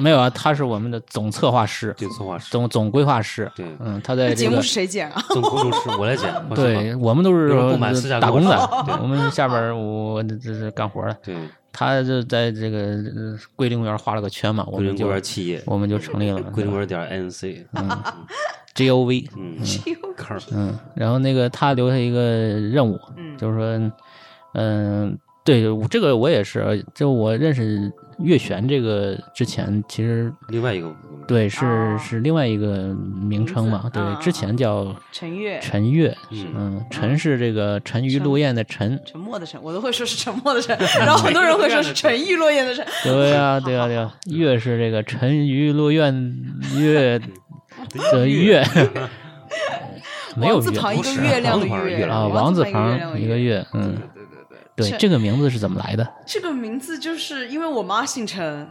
Speaker 4: 没有啊，他是我们的总策划师，
Speaker 3: 对策划
Speaker 4: *laughs*
Speaker 3: 师，
Speaker 4: 总总规划师。
Speaker 3: 对
Speaker 4: 嗯，他在
Speaker 5: 节
Speaker 4: 这
Speaker 5: 目
Speaker 4: 个
Speaker 5: 是谁剪啊？
Speaker 3: 总工程师，我来
Speaker 4: *laughs*
Speaker 3: 讲。我是吧
Speaker 4: 对我们都是
Speaker 3: 有人不满私下
Speaker 4: 打
Speaker 3: 跟我
Speaker 4: 工的
Speaker 3: 说，对
Speaker 4: 我们下边儿我这这这干活的，
Speaker 3: 对，
Speaker 4: 他就在这个呃桂林公园画了个圈嘛，我
Speaker 3: 桂
Speaker 4: 们
Speaker 3: 林
Speaker 4: 就
Speaker 3: 公园企业，
Speaker 4: 我们就成立了
Speaker 3: 桂林公园点 INC，
Speaker 4: G O V，
Speaker 3: 嗯，
Speaker 5: 哎
Speaker 3: 坑儿
Speaker 4: 嗯，然后那个他留下一个任务，
Speaker 5: 嗯
Speaker 4: 就是说，嗯，对我这个我也是，就我认识岳璇这个之前，其实
Speaker 3: 另外一个
Speaker 4: 对是
Speaker 5: 哦
Speaker 4: 是另外一个名称嘛，
Speaker 5: 名字嗯
Speaker 4: 对，之前叫
Speaker 5: 陈悦，
Speaker 4: 陈月，
Speaker 3: 嗯
Speaker 4: 嗯，陈是这个沉鱼落雁的沉，
Speaker 5: 沉默的沉，我都会说是沉
Speaker 4: *laughs*
Speaker 5: 默的沉，然后很多人会说是沉鱼落雁的沉。
Speaker 4: 对呀、对呀、对呀、月是这个沉鱼落雁月的月，没有
Speaker 5: 王字
Speaker 4: 月
Speaker 5: 旁一个
Speaker 3: 不是
Speaker 5: 月亮的
Speaker 3: 王字旁
Speaker 5: 月
Speaker 3: 月亮
Speaker 4: 啊，
Speaker 5: 王
Speaker 4: 王字
Speaker 5: 旁
Speaker 4: 旁
Speaker 5: 一
Speaker 4: 一
Speaker 5: 个
Speaker 4: 个
Speaker 5: 月亮。
Speaker 4: 月，嗯，
Speaker 5: 对对对
Speaker 4: 对，
Speaker 5: 是
Speaker 4: 这个名字是怎么来的
Speaker 5: 这个名字就是因为我妈姓陈，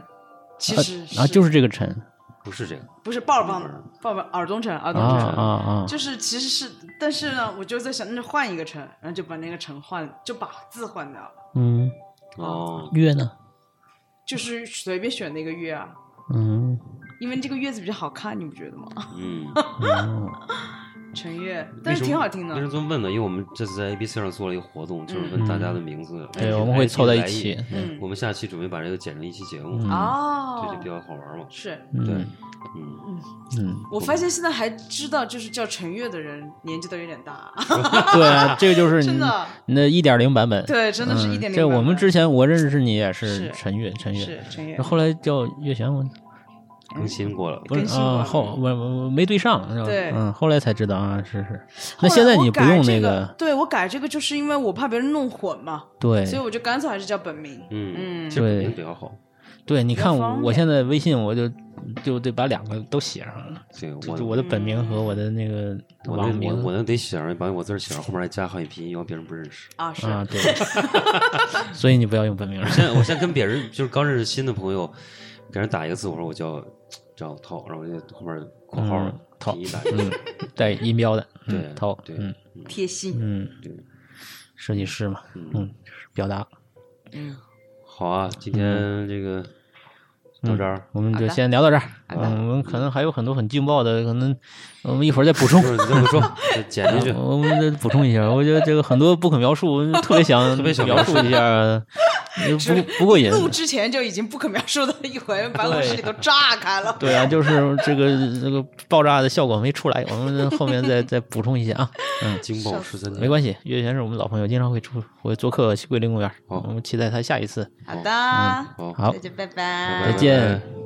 Speaker 5: 其实
Speaker 4: 啊？就是这个陈
Speaker 3: 不是这个，
Speaker 5: 不是抱抱抱抱尔东城，尔
Speaker 4: 啊
Speaker 5: 东城。
Speaker 4: 啊啊！
Speaker 5: 就是其实是，但是呢，我就在想，那换一个城，然后就把那个城换，就把字换掉了，
Speaker 4: 嗯，
Speaker 3: 哦，
Speaker 4: 月呢？
Speaker 5: 就是随便选的一个月啊，
Speaker 4: 嗯，
Speaker 5: 因为这个月字比较好看，你不觉得吗？
Speaker 3: 嗯，
Speaker 4: 哦
Speaker 5: 陈月，
Speaker 3: 为
Speaker 5: *laughs* 但
Speaker 3: 什
Speaker 5: 是
Speaker 3: 么
Speaker 5: 挺好听
Speaker 4: 嗯
Speaker 5: 的
Speaker 3: 为什。么这么问呢？因为我们这次在 ABC 上做了一个活动，就是问大家的名字，哎
Speaker 4: 对，我们会凑在一起。。
Speaker 5: 嗯，
Speaker 3: 我们下期准备把这个剪成一期节目，
Speaker 4: 嗯
Speaker 5: 哦，
Speaker 3: 这就比较好玩嘛。
Speaker 5: 是
Speaker 3: 对
Speaker 4: 嗯，
Speaker 3: 嗯，
Speaker 4: 嗯，
Speaker 5: 我发现现在还知道，就是叫陈月的人年纪都有点大，
Speaker 4: 对啊，这个就是
Speaker 5: *laughs* 真
Speaker 4: 你
Speaker 5: 的，
Speaker 4: 你的一点零版本。
Speaker 5: 对，真的是
Speaker 4: 嗯
Speaker 5: 一点零版本。
Speaker 4: 这我们之前我认识你也
Speaker 5: 是
Speaker 4: 是陈月，陈月，
Speaker 5: 是陈月，
Speaker 4: 后来叫月璇，我
Speaker 3: 更新过了，
Speaker 4: 不是
Speaker 5: 更新过
Speaker 4: 啊，
Speaker 5: 了
Speaker 4: 后我我我没对上是吧？
Speaker 5: 对
Speaker 4: 嗯，后来才知道啊，是是。
Speaker 5: 后
Speaker 4: 那
Speaker 5: 来
Speaker 4: 现在
Speaker 5: 我
Speaker 4: 你不
Speaker 5: 改
Speaker 4: 用
Speaker 5: 这
Speaker 4: 那
Speaker 5: 个，对我改这个就是因为我怕别人弄混嘛，
Speaker 4: 对
Speaker 5: 所以我就干脆还是叫本名。
Speaker 3: 嗯，
Speaker 5: 嗯
Speaker 3: 其实肯定比较好。
Speaker 4: 对，你
Speaker 5: 比较
Speaker 4: 看我
Speaker 5: 方
Speaker 4: 我
Speaker 5: 便
Speaker 4: 现在微信我就就得把两个都写上了，
Speaker 3: 对，
Speaker 4: 就
Speaker 3: 我
Speaker 4: 是我的本名和我的那个
Speaker 3: 我那
Speaker 4: 网
Speaker 3: 我
Speaker 4: 名
Speaker 3: 我那得写上，把我字儿写上，后面还加汉语拼音，要不别人不认 *laughs* 识。
Speaker 5: 啊，是
Speaker 4: 啊，
Speaker 5: *laughs*
Speaker 4: 对，所以你不要用本名。
Speaker 3: 现在我现在跟别人就是刚认识新的朋友，给人打一个字，我说我叫张涛，然后就后面括号
Speaker 4: 嗯涛
Speaker 3: 拼音打
Speaker 4: 嗯，带音标的，嗯
Speaker 3: 对
Speaker 4: 涛，
Speaker 3: 对
Speaker 4: 嗯
Speaker 5: 贴心。
Speaker 4: 嗯
Speaker 3: 对，
Speaker 4: 设计师嘛，嗯，表达，
Speaker 5: 嗯，
Speaker 3: 好啊，今
Speaker 4: 嗯
Speaker 3: 天这个到这儿，
Speaker 4: 我们
Speaker 5: 好
Speaker 4: 就
Speaker 5: 的
Speaker 4: 先聊到这儿。
Speaker 5: 好的
Speaker 4: 嗯我们可能还有很多很劲爆的，可能我们一会儿再补
Speaker 5: *laughs*
Speaker 4: 充
Speaker 3: 不。是你这么
Speaker 4: *laughs*
Speaker 3: 说，再剪进去。
Speaker 4: 我们再补充一下，
Speaker 3: *laughs*
Speaker 4: 我觉得这个很多不可描述，我特别想
Speaker 3: 特别想
Speaker 4: 描述一下，不不过瘾。
Speaker 5: 录之前就已经不可描述的一
Speaker 4: *laughs*
Speaker 5: 回，把我自己都炸开了。
Speaker 4: 对啊，就是这个这个爆炸的效果没出来，我们后面再再补充一下
Speaker 3: *laughs*
Speaker 4: 啊，
Speaker 3: 惊爆十三
Speaker 4: 没
Speaker 3: 天，
Speaker 4: 关系。岳璇是我们老朋友，经常会出会做客桂林公园，
Speaker 3: 好
Speaker 4: 我们期待他下一次。
Speaker 5: 好的，
Speaker 3: 好，
Speaker 4: 嗯好
Speaker 5: 那，就拜
Speaker 3: 拜
Speaker 5: 拜
Speaker 3: 拜
Speaker 4: 再见。